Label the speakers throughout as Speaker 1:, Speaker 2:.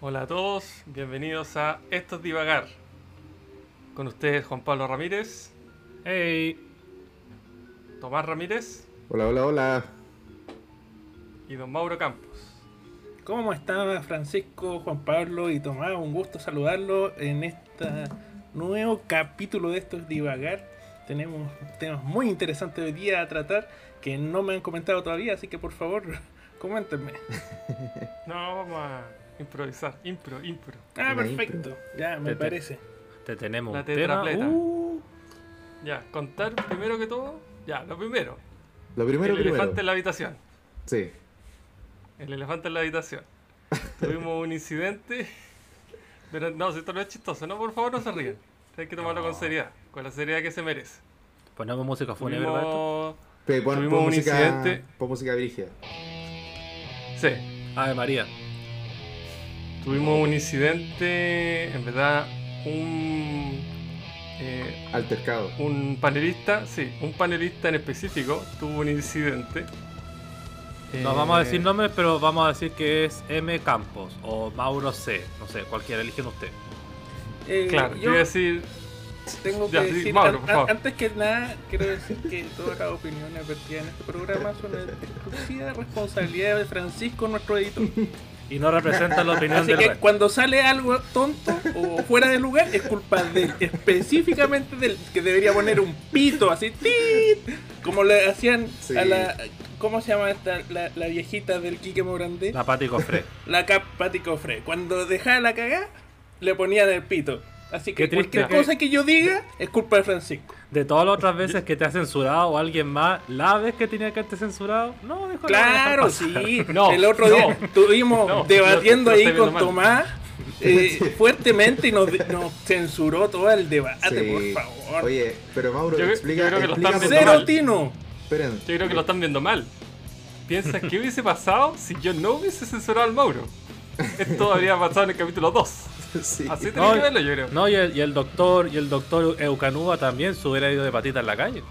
Speaker 1: Hola a todos, bienvenidos a Esto es Divagar. Con ustedes Juan Pablo Ramírez,
Speaker 2: Hey,
Speaker 1: Tomás Ramírez
Speaker 3: Hola, hola, hola.
Speaker 1: y don Mauro Campos.
Speaker 2: ¿cómo están Francisco, Juan Pablo y Tomás? Un gusto saludarlos en este nuevo capítulo de estos divagar. Tenemos temas muy interesantes hoy día a tratar que no me han comentado todavía, así que por favor, coméntenme.
Speaker 1: No, vamos a improvisar, impro, impro.
Speaker 2: Ah,
Speaker 3: Una
Speaker 2: perfecto, ya me
Speaker 4: Te- te-
Speaker 2: parece.
Speaker 4: Te tenemos
Speaker 1: La
Speaker 4: un tema.
Speaker 1: tetrapleta.
Speaker 4: Uh,
Speaker 1: Ya, contar primero que todo, ya, lo primero,
Speaker 3: Lo primero,
Speaker 1: el
Speaker 3: primero.
Speaker 1: elefante en la habitación.
Speaker 3: Sí.
Speaker 1: El elefante en la habitación. Tuvimos un incidente. Pero no, si esto no es chistoso, no, por favor no se rían. Hay que tomarlo con
Speaker 4: No.
Speaker 1: seriedad, con la seriedad que se merece.
Speaker 4: ponemos música fúnebre para esto.
Speaker 1: Tuvimos...
Speaker 3: Pe- Pon,
Speaker 1: Tuvimos
Speaker 3: pon
Speaker 1: un
Speaker 3: música,
Speaker 1: incidente.
Speaker 3: pon música brígida.
Speaker 1: Sí,
Speaker 4: Ave María.
Speaker 1: Tuvimos un incidente, en verdad, un, eh,
Speaker 3: Altercado.
Speaker 1: un panelista, sí, un panelista en específico tuvo un incidente.
Speaker 4: No
Speaker 1: Eh,
Speaker 4: vamos a decir nombres, pero vamos a decir que es M. Campos o Mauro C. No sé, cualquiera, eligen usted.
Speaker 2: Eh,
Speaker 1: Claro, yo
Speaker 2: yo
Speaker 1: voy a decir,
Speaker 2: tengo que
Speaker 1: ya, sí,
Speaker 2: decir,
Speaker 1: Mauro,
Speaker 2: an-
Speaker 1: por favor.
Speaker 2: antes que nada, quiero decir que todas las opiniones vertidas en este programa son de exclusiva responsabilidad de Francisco, nuestro editor.
Speaker 4: Y no representa la opinión
Speaker 2: Así
Speaker 4: del
Speaker 2: que
Speaker 4: resto.
Speaker 2: cuando sale algo tonto o fuera de lugar, es culpa de él, específicamente del que debería poner un pito así, ¡tit! como le hacían
Speaker 3: Sí.
Speaker 2: a la. ¿Cómo se llama esta, la, la viejita del Quique Morandé?
Speaker 4: La Pati Cofré.
Speaker 2: La Cap Pati Cofré. Cuando dejaba la cagada, le ponían el pito. Así que
Speaker 4: Qué triste
Speaker 2: cualquier
Speaker 4: que-
Speaker 2: cosa que yo diga es culpa de Francisco.
Speaker 4: De todas las otras veces que te ha censurado o alguien más, la vez que tenía que haberte censurado, no, dijo
Speaker 2: Claro, sí.
Speaker 1: No,
Speaker 2: el otro
Speaker 1: no.
Speaker 2: día estuvimos
Speaker 1: No,
Speaker 2: debatiendo
Speaker 1: lo- lo
Speaker 2: ahí
Speaker 1: estoy
Speaker 2: con
Speaker 1: viendo
Speaker 2: Tomás eh, fuertemente y nos, nos censuró todo el debate,
Speaker 3: Sí.
Speaker 2: por favor.
Speaker 3: Oye, pero Mauro,
Speaker 1: Yo- yo
Speaker 3: explica.
Speaker 1: creo que lo
Speaker 3: explica
Speaker 1: están
Speaker 3: por
Speaker 1: viendo
Speaker 2: Cero
Speaker 3: favor.
Speaker 1: mal.
Speaker 2: Tino.
Speaker 3: Esperen.
Speaker 1: yo creo que lo están viendo mal. Piensas, ¿qué hubiese pasado si yo no hubiese censurado al Mauro? Esto habría pasado en el capítulo 2.
Speaker 3: Sí.
Speaker 1: Así tenés
Speaker 4: No,
Speaker 1: que verlo, yo creo.
Speaker 4: No, y el, y el doctor y el doctor Eucanúa también se hubiera ido de patita en la calle.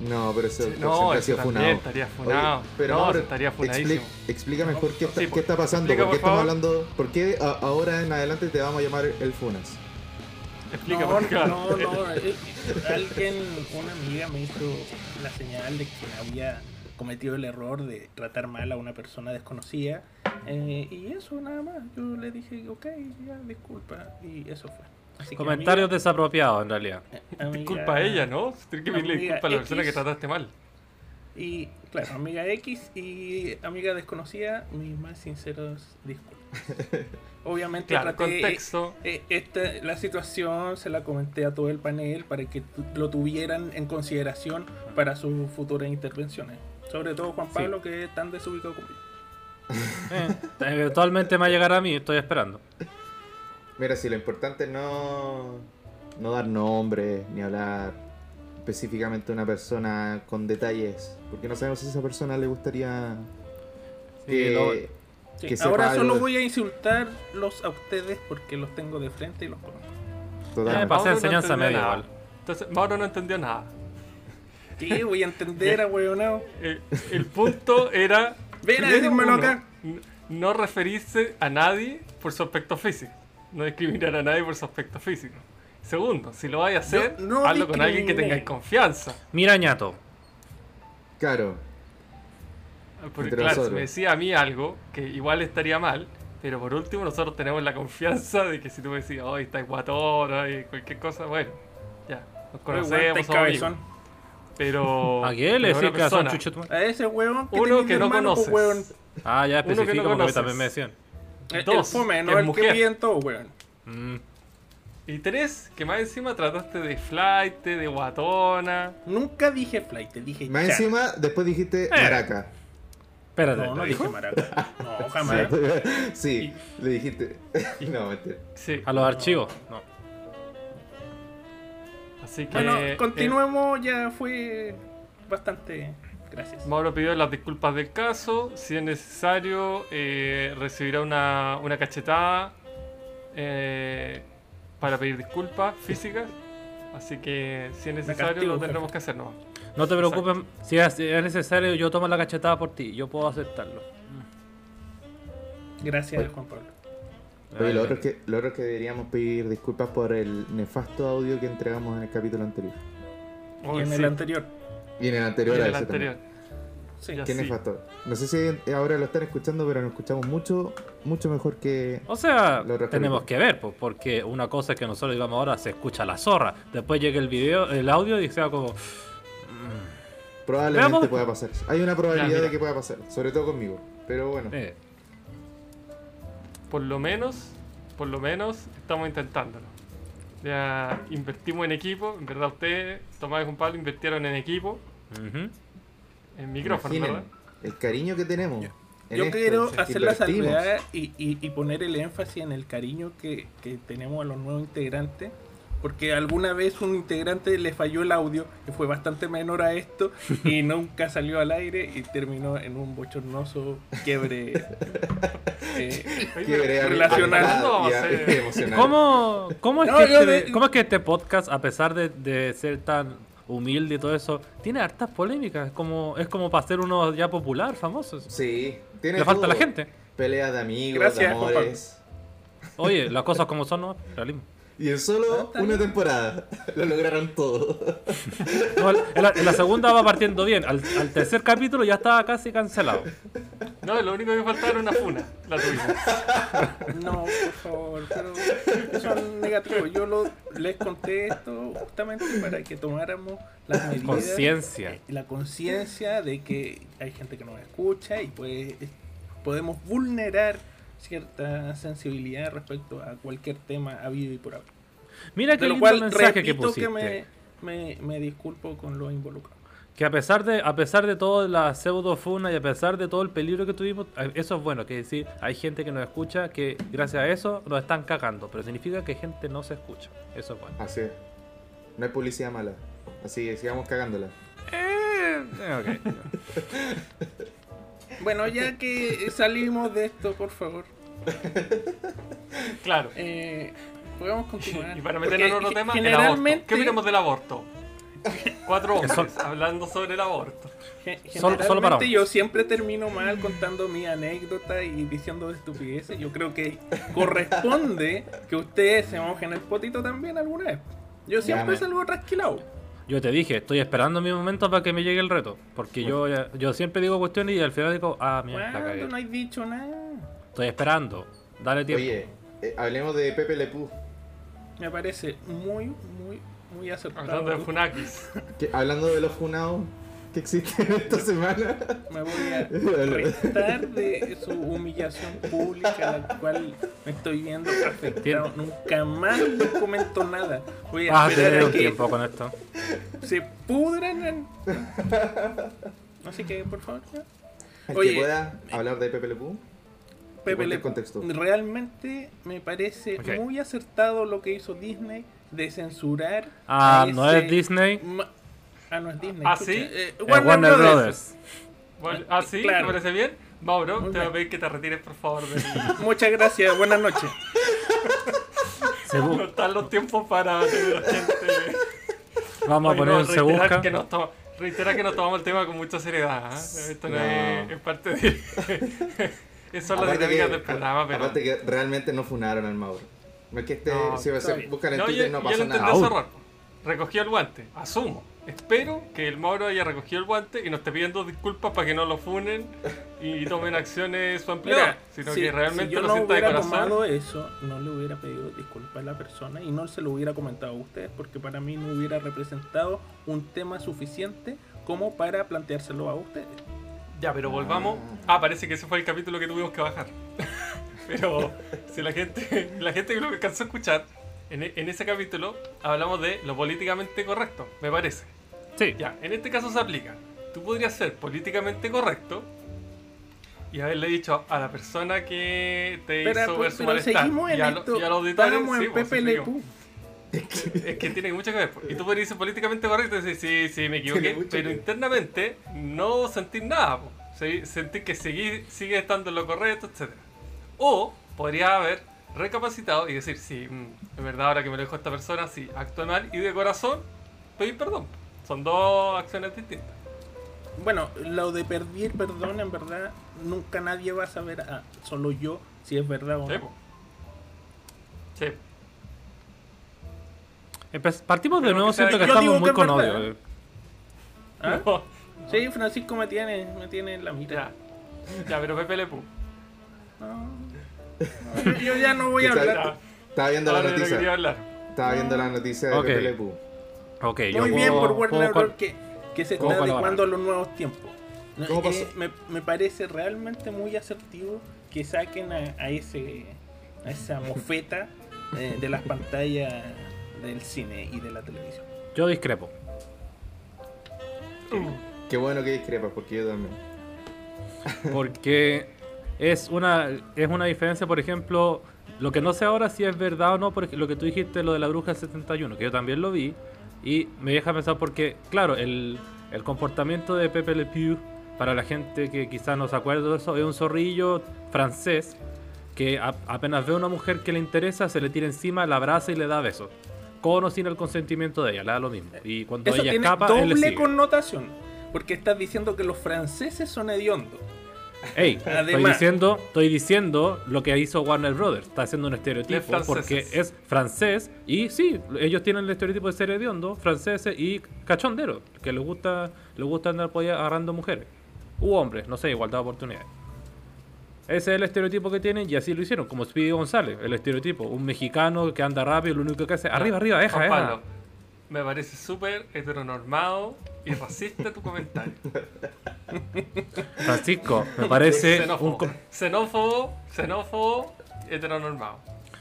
Speaker 3: No, pero eso
Speaker 1: no,
Speaker 3: siempre ha
Speaker 1: ese
Speaker 3: sido
Speaker 1: también
Speaker 3: funado.
Speaker 1: estaría funado.
Speaker 3: pero
Speaker 1: No,
Speaker 3: Mauro,
Speaker 1: estaría funadísimo.
Speaker 3: expli- Explica mejor qué está,
Speaker 1: Sí,
Speaker 3: qué está pasando.
Speaker 1: explica,
Speaker 3: ¿Por qué
Speaker 1: por favor.
Speaker 3: estamos hablando? ¿Por qué a- ahora en adelante te vamos a llamar el Funas?
Speaker 1: Explica
Speaker 2: No,
Speaker 1: por qué.
Speaker 2: no, no. eh, Alguien, una amiga me hizo la señal de que había cometido el error de tratar mal a una persona desconocida. eh, y eso nada más. Yo le dije, ok, ya, disculpa. Y eso fue. Así que,
Speaker 4: Comentarios
Speaker 2: amiga-
Speaker 4: desapropiados, en realidad.
Speaker 2: amiga-
Speaker 1: Disculpa a ella, ¿no? Tienes que pedirle
Speaker 2: Amiga
Speaker 1: disculpa a la
Speaker 2: X.
Speaker 1: persona que trataste mal.
Speaker 2: Y claro, amiga X y amiga desconocida, mis más sinceros disculpas. Obviamente
Speaker 1: Claro,
Speaker 2: traté,
Speaker 1: contexto.
Speaker 2: eh, esta, la situación se la comenté a todo el panel para que tu- lo tuvieran en consideración para sus futuras intervenciones. Sobre todo Juan Pablo, que es tan desubicado como yo.
Speaker 4: Eh, eventualmente me va a llegar a mí, estoy esperando.
Speaker 3: Mira, si lo importante es no, no dar nombres ni hablar específicamente de una persona con detalles, porque no sabemos si a esa persona le gustaría
Speaker 4: Sí,
Speaker 3: que-
Speaker 4: lo-
Speaker 2: Sí,
Speaker 3: Que sepa
Speaker 2: ahora
Speaker 3: algo
Speaker 2: solo
Speaker 3: de-
Speaker 2: voy a insultarlos a ustedes porque los tengo de frente y los conozco.
Speaker 3: Totalmente.
Speaker 4: Eh, pasé
Speaker 1: Mauro no
Speaker 4: enseñanza
Speaker 1: entendió
Speaker 4: media,
Speaker 1: nada.
Speaker 4: igual.
Speaker 1: Entonces, Mauro no entendió nada.
Speaker 2: ¿Qué? Voy a entender a huevonao.
Speaker 1: El, Eh, el punto era.
Speaker 2: Ven a
Speaker 1: primero,
Speaker 2: decírmelo
Speaker 1: uno,
Speaker 2: acá.
Speaker 1: n- No referirse a nadie por su aspecto físico. No discriminar a nadie por su aspecto físico. Segundo, si lo vayas a
Speaker 2: Yo
Speaker 1: hacer,
Speaker 2: no
Speaker 1: hazlo con alguien que
Speaker 2: discriminé.
Speaker 1: tengáis confianza.
Speaker 4: Mira, ñato.
Speaker 3: Claro,
Speaker 1: Porque
Speaker 3: Entre
Speaker 1: claro, si
Speaker 3: nosotros.
Speaker 1: me decía a mí algo que igual estaría mal, pero por último nosotros tenemos la confianza de que si tú me decías, hoy está guatón, ay, cualquier cosa, bueno, ya, nos conocemos, somos amigos.
Speaker 2: cabezón.
Speaker 1: Pero.
Speaker 4: ¿A quién le
Speaker 1: pero una
Speaker 4: decís que son
Speaker 1: persona-
Speaker 4: chuchetum?
Speaker 2: A ese huevón que
Speaker 1: Uno
Speaker 2: tenía
Speaker 1: que
Speaker 2: mi
Speaker 1: no
Speaker 2: hermano, pues,
Speaker 1: conoces.
Speaker 2: huevón.
Speaker 1: Uno
Speaker 4: Ah, ya
Speaker 1: que no
Speaker 4: especifico porque a mí
Speaker 1: conoces.
Speaker 4: también me decían.
Speaker 2: El- Eh, El
Speaker 1: Dos,
Speaker 2: fome, no
Speaker 1: es
Speaker 2: el que
Speaker 1: mujer.
Speaker 2: piden todo, weón.
Speaker 4: Mm,
Speaker 1: Y tres, que más encima trataste de flight, de guatona.
Speaker 2: Nunca dije flight, te dije
Speaker 3: más
Speaker 2: cha.
Speaker 3: encima después dijiste
Speaker 1: Eh,
Speaker 3: maraca.
Speaker 4: espérate.
Speaker 2: No, no
Speaker 4: ¿lo
Speaker 2: dije
Speaker 4: dijo?
Speaker 2: maraca. No, jamás.
Speaker 3: Sí, le dijiste. no, mentira.
Speaker 1: Sí.
Speaker 4: A los archivos. No.
Speaker 1: Así que.
Speaker 2: Bueno,
Speaker 1: eh,
Speaker 2: continuemos, ya fue bastante. Gracias.
Speaker 1: Mauro pidió las disculpas del caso. Si es necesario, eh, recibirá una, una cachetada eh, para pedir disculpas físicas. Así que si es necesario,
Speaker 2: castigo,
Speaker 1: lo
Speaker 2: jefe.
Speaker 1: tendremos que hacer nomás.
Speaker 4: No te preocupes, si es, si es necesario, yo tomo la cachetada por ti, yo puedo aceptarlo.
Speaker 2: Gracias, Juan Pablo.
Speaker 3: Oye,
Speaker 4: Eh,
Speaker 3: lo otro, es que, lo otro es que deberíamos pedir disculpas por el nefasto audio que entregamos en el capítulo anterior.
Speaker 1: Oh,
Speaker 2: y en
Speaker 1: sí,
Speaker 2: el anterior.
Speaker 3: Y en el
Speaker 1: y en
Speaker 3: anterior
Speaker 1: el
Speaker 3: a ese
Speaker 1: anterior.
Speaker 2: Sí.
Speaker 1: Ya.
Speaker 3: también. Qué
Speaker 1: Sí.
Speaker 3: nefasto. No sé si ahora lo están escuchando, pero nos escuchamos mucho, mucho mejor que.
Speaker 4: O sea,
Speaker 3: Lo respeto.
Speaker 4: tenemos que ver, pues, porque una cosa es que nosotros digamos ahora se escucha la zorra. Después llega el video, el audio y sea como. mm,
Speaker 3: Probablemente
Speaker 4: Veamos.
Speaker 3: pueda pasar. Hay una probabilidad
Speaker 1: mira.
Speaker 3: de que pueda pasar, sobre todo conmigo. Pero bueno,
Speaker 4: eh.
Speaker 1: Por lo menos, por lo menos estamos intentándolo. Ya invertimos en equipo, en verdad ustedes, Tomás y Juan Pablo, invirtieron en equipo,
Speaker 4: Ujú.
Speaker 1: en micrófono,
Speaker 3: imaginen
Speaker 1: ¿verdad?
Speaker 3: el cariño que tenemos. en
Speaker 2: Yo
Speaker 3: esto,
Speaker 2: quiero
Speaker 3: que
Speaker 2: hacer la
Speaker 3: invertimos.
Speaker 2: salvedad y, y- y poner el énfasis en el cariño que, que tenemos a los nuevos integrantes. Porque alguna vez un integrante le falló el audio, que fue bastante menor a esto, y nunca salió al aire y terminó en un bochornoso quiebre. eh,
Speaker 1: Oye,
Speaker 3: Qué brea-
Speaker 2: Relacional.
Speaker 1: ¿Cuándo
Speaker 3: y-
Speaker 1: va a
Speaker 3: y-
Speaker 1: ser?
Speaker 3: y emocional.
Speaker 4: ¿Cómo, cómo, es
Speaker 2: No,
Speaker 4: que
Speaker 2: yo
Speaker 4: este,
Speaker 2: de-
Speaker 4: cómo es que este podcast, a pesar de, de ser tan humilde y todo eso, tiene hartas polémicas? Es como, es como para ser uno ya popular, famoso.
Speaker 3: Sí, tiene
Speaker 4: Le falta
Speaker 3: todo.
Speaker 4: la gente.
Speaker 3: Peleas de amigos,
Speaker 2: Gracias,
Speaker 3: de
Speaker 2: Juan
Speaker 3: amores.
Speaker 4: Oye, las cosas como son, ¿no? Realismo.
Speaker 3: Y en
Speaker 2: Ah,
Speaker 3: solo
Speaker 2: está
Speaker 3: una
Speaker 2: bien.
Speaker 3: temporada lo lograron todo.
Speaker 4: No, en la, en la segunda va partiendo bien. Al, al tercer capítulo ya estaba casi cancelado.
Speaker 1: No, lo único que faltaba era una funa, la tuvimos.
Speaker 2: no, por favor, pero eso es negativo. Yo lo, les conté esto justamente para que tomáramos las medidas.
Speaker 4: Conciencia.
Speaker 2: la conciencia de que hay gente que nos escucha y pues es- podemos vulnerar cierta sensibilidad respecto a cualquier tema habido y por haber.
Speaker 4: Mira qué
Speaker 2: De lo
Speaker 4: lindo
Speaker 2: cual
Speaker 4: mensaje que
Speaker 2: repito
Speaker 4: pusiste.
Speaker 2: que, me, me, me disculpo con los involucrados.
Speaker 4: Que a pesar de a pesar de toda la pseudo funa y a pesar de todo el peligro que tuvimos, eh, eso es bueno, que decir, hay gente que nos escucha que gracias a eso nos están cagando, pero significa que gente no se escucha. Eso es bueno.
Speaker 3: Así es. No hay publicidad mala. Así que sigamos cagándola.
Speaker 4: Eh, ok.
Speaker 2: Bueno, ya que salimos de esto, por favor,
Speaker 1: Claro.
Speaker 2: eh, podemos continuar.
Speaker 1: Y para
Speaker 2: Porque
Speaker 1: meternos en otro tema, el aborto.
Speaker 2: generalmente,
Speaker 1: ¿Qué opinamos del aborto? Cuatro hombres hablando sobre el aborto.
Speaker 2: Gen-
Speaker 4: Solo-
Speaker 2: Generalmente
Speaker 4: solo para hombres.
Speaker 2: yo siempre termino mal contando mi anécdota y diciendo estupideces. Yo creo que corresponde que ustedes se mojen el potito también alguna vez. Yo siempre
Speaker 3: me-
Speaker 2: salgo trasquilado.
Speaker 4: Yo te dije, estoy esperando mi momento para que me llegue el reto, porque yo ya- yo siempre digo cuestiones y al final digo, ah, mira, la
Speaker 2: ¿Cuándo
Speaker 4: cagué.
Speaker 2: no has dicho nada?
Speaker 4: Estoy esperando. Dale tiempo.
Speaker 3: Oye, eh, hablemos de Pepe Lepú.
Speaker 2: Me parece muy, muy, muy acertado.
Speaker 1: Hablando de funakis.
Speaker 3: Que- hablando de los funados que existen esta semana.
Speaker 2: Me voy a restar de su humillación pública, la cual me estoy viendo afectado. Nunca más les comento nada. Voy a
Speaker 4: Vas a
Speaker 2: esperar
Speaker 4: Ah, tener
Speaker 2: a
Speaker 4: un
Speaker 2: que
Speaker 4: tiempo con esto.
Speaker 2: se pudran. en- Así que, por favor, ya.
Speaker 3: El
Speaker 2: Oye,
Speaker 3: que pueda hablar de Pepe Lepú.
Speaker 2: Pepe
Speaker 3: cuente
Speaker 2: Le
Speaker 3: el contexto.
Speaker 2: Realmente me parece
Speaker 4: Ok.
Speaker 2: muy acertado lo que hizo Disney de censurar.
Speaker 4: Ah,
Speaker 2: a
Speaker 4: no
Speaker 2: ese
Speaker 4: es Disney,
Speaker 2: ma- Ah, no es Disney.
Speaker 1: ¿Ah,
Speaker 2: escucha.
Speaker 1: sí?
Speaker 2: Eh,
Speaker 4: es Warner Brothers.
Speaker 1: Bueno, ¿Ah, sí?
Speaker 2: Claro.
Speaker 1: ¿Te parece bien? Mauro,
Speaker 2: Muy
Speaker 1: te voy a
Speaker 2: bien.
Speaker 1: pedir que te retires, por favor. De...
Speaker 2: Muchas gracias, buenas noches.
Speaker 4: Se bu-
Speaker 1: No están los tiempos para tener gente...
Speaker 4: Vamos a
Speaker 1: Oye,
Speaker 4: poner
Speaker 1: no,
Speaker 4: un se
Speaker 1: reiterar
Speaker 4: busca.
Speaker 1: Que nos to- reiterar que nos tomamos el tema con mucha seriedad. ¿eh? Esto no, es,
Speaker 3: No.
Speaker 1: es parte de. Esas son las
Speaker 3: Aparte
Speaker 1: dinámicas
Speaker 3: que-
Speaker 1: del programa, pero.
Speaker 3: aparte que realmente no funaron al Mauro. No es que esté.
Speaker 1: No,
Speaker 3: si va a
Speaker 2: está
Speaker 3: ser-
Speaker 2: bien.
Speaker 3: buscan en
Speaker 1: no, yo,
Speaker 3: Twitter, no
Speaker 1: yo
Speaker 3: pasa
Speaker 1: lo intenté
Speaker 3: nada.
Speaker 4: Aún.
Speaker 1: cerrar. Recogió el guante, asumo. Espero que el Mauro haya recogido el guante y no esté pidiendo disculpas para que no lo funen y tomen acciones su amplitud.
Speaker 2: Mira,
Speaker 1: Sino
Speaker 2: si-
Speaker 1: que realmente
Speaker 2: si yo
Speaker 1: lo
Speaker 2: no
Speaker 1: sienta de
Speaker 2: hubiera
Speaker 1: corazón.
Speaker 2: tomado eh. eso, no le hubiera pedido disculpas a la persona y no se lo hubiera comentado a ustedes porque para mí no hubiera representado un tema suficiente como para planteárselo a ustedes.
Speaker 1: Ya, pero volvamos. Ah, parece que ese fue el capítulo que tuvimos que bajar. pero si la gente, la gente que lo alcanzó a escuchar, en, e- en ese capítulo hablamos de lo políticamente correcto, me parece.
Speaker 4: Sí,
Speaker 1: Ya, en este caso se aplica. Tú podrías ser políticamente correcto y haberle dicho a la persona que te hizo
Speaker 2: Pero,
Speaker 1: ver su
Speaker 2: pero
Speaker 1: malestar
Speaker 2: seguimos en
Speaker 1: y a, lo-
Speaker 2: esto.
Speaker 1: y a los auditores,
Speaker 2: Estábamos
Speaker 1: sí,
Speaker 2: en
Speaker 1: pues,
Speaker 2: Pepe
Speaker 1: sí,
Speaker 2: Le
Speaker 1: seguimos.
Speaker 2: Pew.
Speaker 1: Es que tiene mucho que ver. po. Y tú podrías ser políticamente correcto y decir, sí, sí, me
Speaker 3: Tiene
Speaker 1: equivoqué.
Speaker 3: mucho
Speaker 1: Pero
Speaker 3: que-
Speaker 1: internamente no sentir nada. po. Se- Sentir que seguí, sigue estando en lo correcto, etc. O podrías haber recapacitado y decir, sí, mm, es verdad, ahora que me lo dijo esta persona, sí, actué mal y de corazón pedir perdón. Son dos acciones distintas.
Speaker 2: Bueno, lo de pedir perdón, en verdad, nunca nadie va a saber, ah, solo yo, si es verdad o
Speaker 1: Sí,
Speaker 2: no.
Speaker 1: po. Sí.
Speaker 4: ¿Eh? Empe- Partimos de
Speaker 1: Pero
Speaker 4: nuevo
Speaker 1: que sea-
Speaker 4: siento que
Speaker 2: yo digo
Speaker 4: estamos
Speaker 2: que
Speaker 4: muy
Speaker 2: es
Speaker 4: con
Speaker 2: verdad,
Speaker 4: odio. eh.
Speaker 2: ¿Ah?
Speaker 1: No,
Speaker 2: Sí, Francisco me tiene, me tiene en la mitad.
Speaker 1: ya. Ya, pero Pepe Le Pew.
Speaker 2: No. Yo, yo ya no voy a
Speaker 3: Está-
Speaker 2: hablar.
Speaker 1: Ya.
Speaker 3: Estaba viendo la
Speaker 1: Ahora de lo que quería
Speaker 3: noticia.
Speaker 1: hablar.
Speaker 3: Estaba viendo la noticia de
Speaker 4: Ok.
Speaker 3: Pepe Le Pew.
Speaker 4: Ok, yo
Speaker 2: Muy bien
Speaker 4: puedo-
Speaker 2: por
Speaker 4: puedo
Speaker 2: Warner
Speaker 4: cual-
Speaker 2: Bros. que, que se
Speaker 4: puedo
Speaker 2: está
Speaker 4: colaborar.
Speaker 2: adecuando a los nuevos tiempos. No,
Speaker 3: ¿Cómo pasó?
Speaker 2: eh, me, me parece realmente muy asertivo que saquen a, a ese a esa mofeta eh, de las pantallas del cine y de la televisión.
Speaker 4: Yo discrepo.
Speaker 2: Mm.
Speaker 3: Qué bueno que discrepas, porque yo también.
Speaker 4: Porque es una, es una diferencia, por ejemplo, lo que no sé ahora si es verdad o no, porque lo que tú dijiste, lo de la bruja del 71, que yo también lo vi, y me deja pensar porque, claro, el, el comportamiento de Pepe Le Pew, para la gente que quizás no se acuerda de eso, es un zorrillo francés que a- apenas ve a una mujer que le interesa, se le tira encima, la abraza y le da besos. Con o sin el consentimiento de ella, le da lo mismo. Y cuando
Speaker 2: Eso
Speaker 4: ella
Speaker 2: tiene
Speaker 4: escapa, él le
Speaker 2: doble
Speaker 4: sigue.
Speaker 2: connotación, porque estás diciendo que los franceses son hediondos.
Speaker 4: Ey, estoy
Speaker 2: Además.
Speaker 4: diciendo, estoy diciendo lo que hizo Warner Brothers. Está haciendo un
Speaker 1: De
Speaker 4: estereotipo
Speaker 1: franceses.
Speaker 4: porque es francés y sí, ellos tienen el estereotipo de ser hediondo, franceses y cachonderos, que les gusta, les gusta andar por ahí agarrando mujeres. U hombres, no sé, igualdad de oportunidades. Ese es el estereotipo que tienen y así lo hicieron, como Speedy González, el estereotipo. Un mexicano que anda rápido, lo único que hace, arriba, arriba, deja,
Speaker 1: Juan
Speaker 4: deja.
Speaker 1: Pablo, me parece súper heteronormado y racista tu comentario.
Speaker 4: Francisco, me parece un...
Speaker 1: xenófobo.
Speaker 4: com-
Speaker 1: Xenófobo, xenófobo, heteronormado.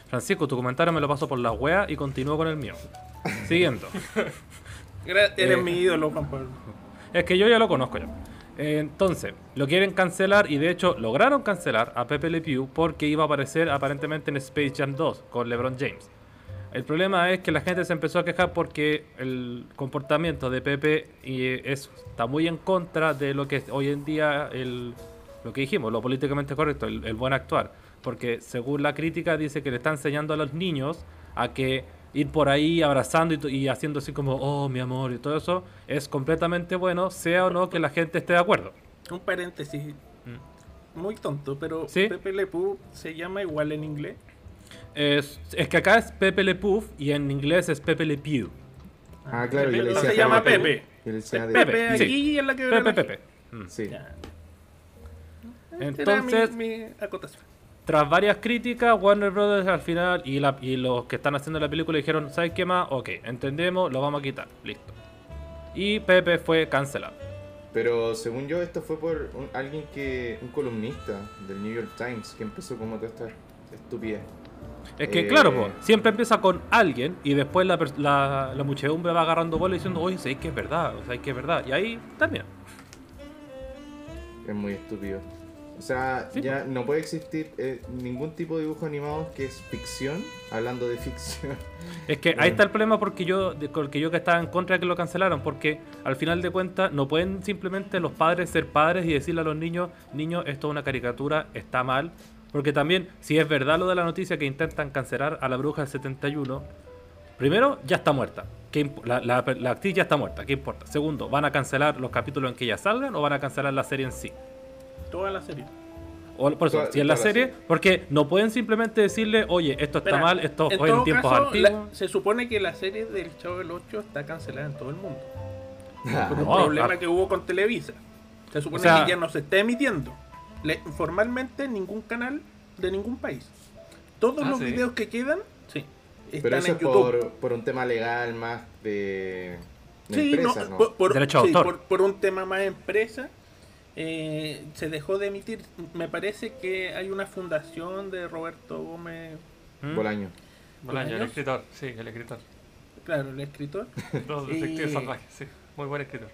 Speaker 4: Francisco, tu comentario me lo paso por las weas y continúo con el mío. Siguiendo.
Speaker 2: Gra- Eres
Speaker 4: Eh.
Speaker 2: mi ídolo, Juan Pablo.
Speaker 4: Es que yo ya lo conozco ya. Eh, Entonces, lo quieren cancelar y de hecho lograron cancelar a Pepe Le Pew porque iba a aparecer aparentemente en Space Jam 2 con LeBron James. El problema es que la gente se empezó a quejar porque el comportamiento de Pepe y, eh, es, está muy en contra de lo que es hoy en día el, lo que dijimos, lo políticamente correcto, el, el buen actuar. Porque según la crítica dice que le está enseñando a los niños a que ir por ahí abrazando y, to- y haciendo así como, oh, mi amor, y todo eso es completamente bueno, sea o no que la gente esté de acuerdo.
Speaker 2: Un paréntesis. Muy tonto, pero
Speaker 4: Mm. ¿Sí?
Speaker 2: Pepe Le Pew se llama igual en inglés.
Speaker 4: Es, es que acá es Pepe Le Pew y en inglés es Pepe Le Pew.
Speaker 3: Ah, claro, yo le
Speaker 2: Pepe
Speaker 3: decía.
Speaker 2: se llama
Speaker 3: Pepe.
Speaker 2: Pepe.
Speaker 3: Yo le decía de-
Speaker 2: Pepe,
Speaker 4: Pepe,
Speaker 2: aquí
Speaker 4: sí.
Speaker 2: es la que
Speaker 4: Pepe, Pepe. Mm.
Speaker 3: Sí.
Speaker 2: Ya.
Speaker 4: Entonces,
Speaker 2: Era mi, mi acotación.
Speaker 4: Tras varias críticas, Warner Brothers al final y, la- y los que están haciendo la película dijeron, ¿sabes qué más? Ok, entendemos, lo vamos a quitar, listo. Y Pepe fue cancelado.
Speaker 3: Pero según yo, esto fue por un- alguien que. un columnista del New York Times que empezó como toda esta estupidez.
Speaker 4: Es que,
Speaker 3: Eh.
Speaker 4: claro, po, siempre empieza con alguien y después la, pers- la, la muchedumbre va agarrando bola y diciendo, oye, sabéis que es verdad, sabéis que es verdad. Y ahí también.
Speaker 3: Es muy estúpido. O sea,
Speaker 4: Sí,
Speaker 2: pues.
Speaker 3: ya no puede existir eh, ningún tipo de dibujo animado que es ficción, hablando de ficción.
Speaker 4: Es que ahí está el problema porque yo, de- con el que yo que estaba en contra de que lo cancelaran, porque al final de cuentas no pueden simplemente los padres ser padres y decirle a los niños, niños, esto es una caricatura, está mal. Porque también, si es verdad lo de la noticia que intentan cancelar a la bruja del 71, primero, ya está muerta. ¿Qué imp- la, la- la actriz ya está muerta, ¿qué importa? Segundo, ¿van a cancelar los capítulos en que ya salgan o van a cancelar la serie en sí?
Speaker 2: Toda la serie.
Speaker 4: O, por eso,
Speaker 3: Toda-
Speaker 4: si es la
Speaker 3: toda la
Speaker 4: serie, porque no pueden simplemente decirle, oye, esto está
Speaker 2: Espera,
Speaker 4: mal, esto
Speaker 2: en
Speaker 4: hoy en
Speaker 2: todo
Speaker 4: tiempos
Speaker 2: caso,
Speaker 4: antiguos.
Speaker 2: la- se supone que la serie del Chavo del 8 está cancelada en todo el mundo. Por un
Speaker 4: No,
Speaker 2: problema
Speaker 4: Ah, claro.
Speaker 2: que hubo con Televisa. Se supone
Speaker 4: O sea-
Speaker 2: que ya no se está emitiendo. Le- formalmente ningún canal de ningún país. Todos
Speaker 1: Ah,
Speaker 2: los
Speaker 1: sí.
Speaker 2: videos que quedan sí,
Speaker 3: Pero
Speaker 2: están
Speaker 3: eso
Speaker 2: en
Speaker 3: es
Speaker 2: YouTube.
Speaker 3: por, por un tema legal más de. de
Speaker 2: Sí, no, pues,
Speaker 3: empresa, ¿no?
Speaker 2: Por, por-
Speaker 4: Derecho de
Speaker 2: sí,
Speaker 4: autor.
Speaker 2: por- por un tema más empresa, eh, se dejó de emitir. Me parece que hay una fundación de Roberto Gómez,
Speaker 4: ¿Mm?
Speaker 3: Bolaño.
Speaker 1: Bolaño, el
Speaker 2: ¿Bolaños?
Speaker 1: escritor, sí, el escritor.
Speaker 2: claro, el escritor.
Speaker 1: Los
Speaker 2: Y-
Speaker 1: detectives salvajes, sí. Muy buen escritor.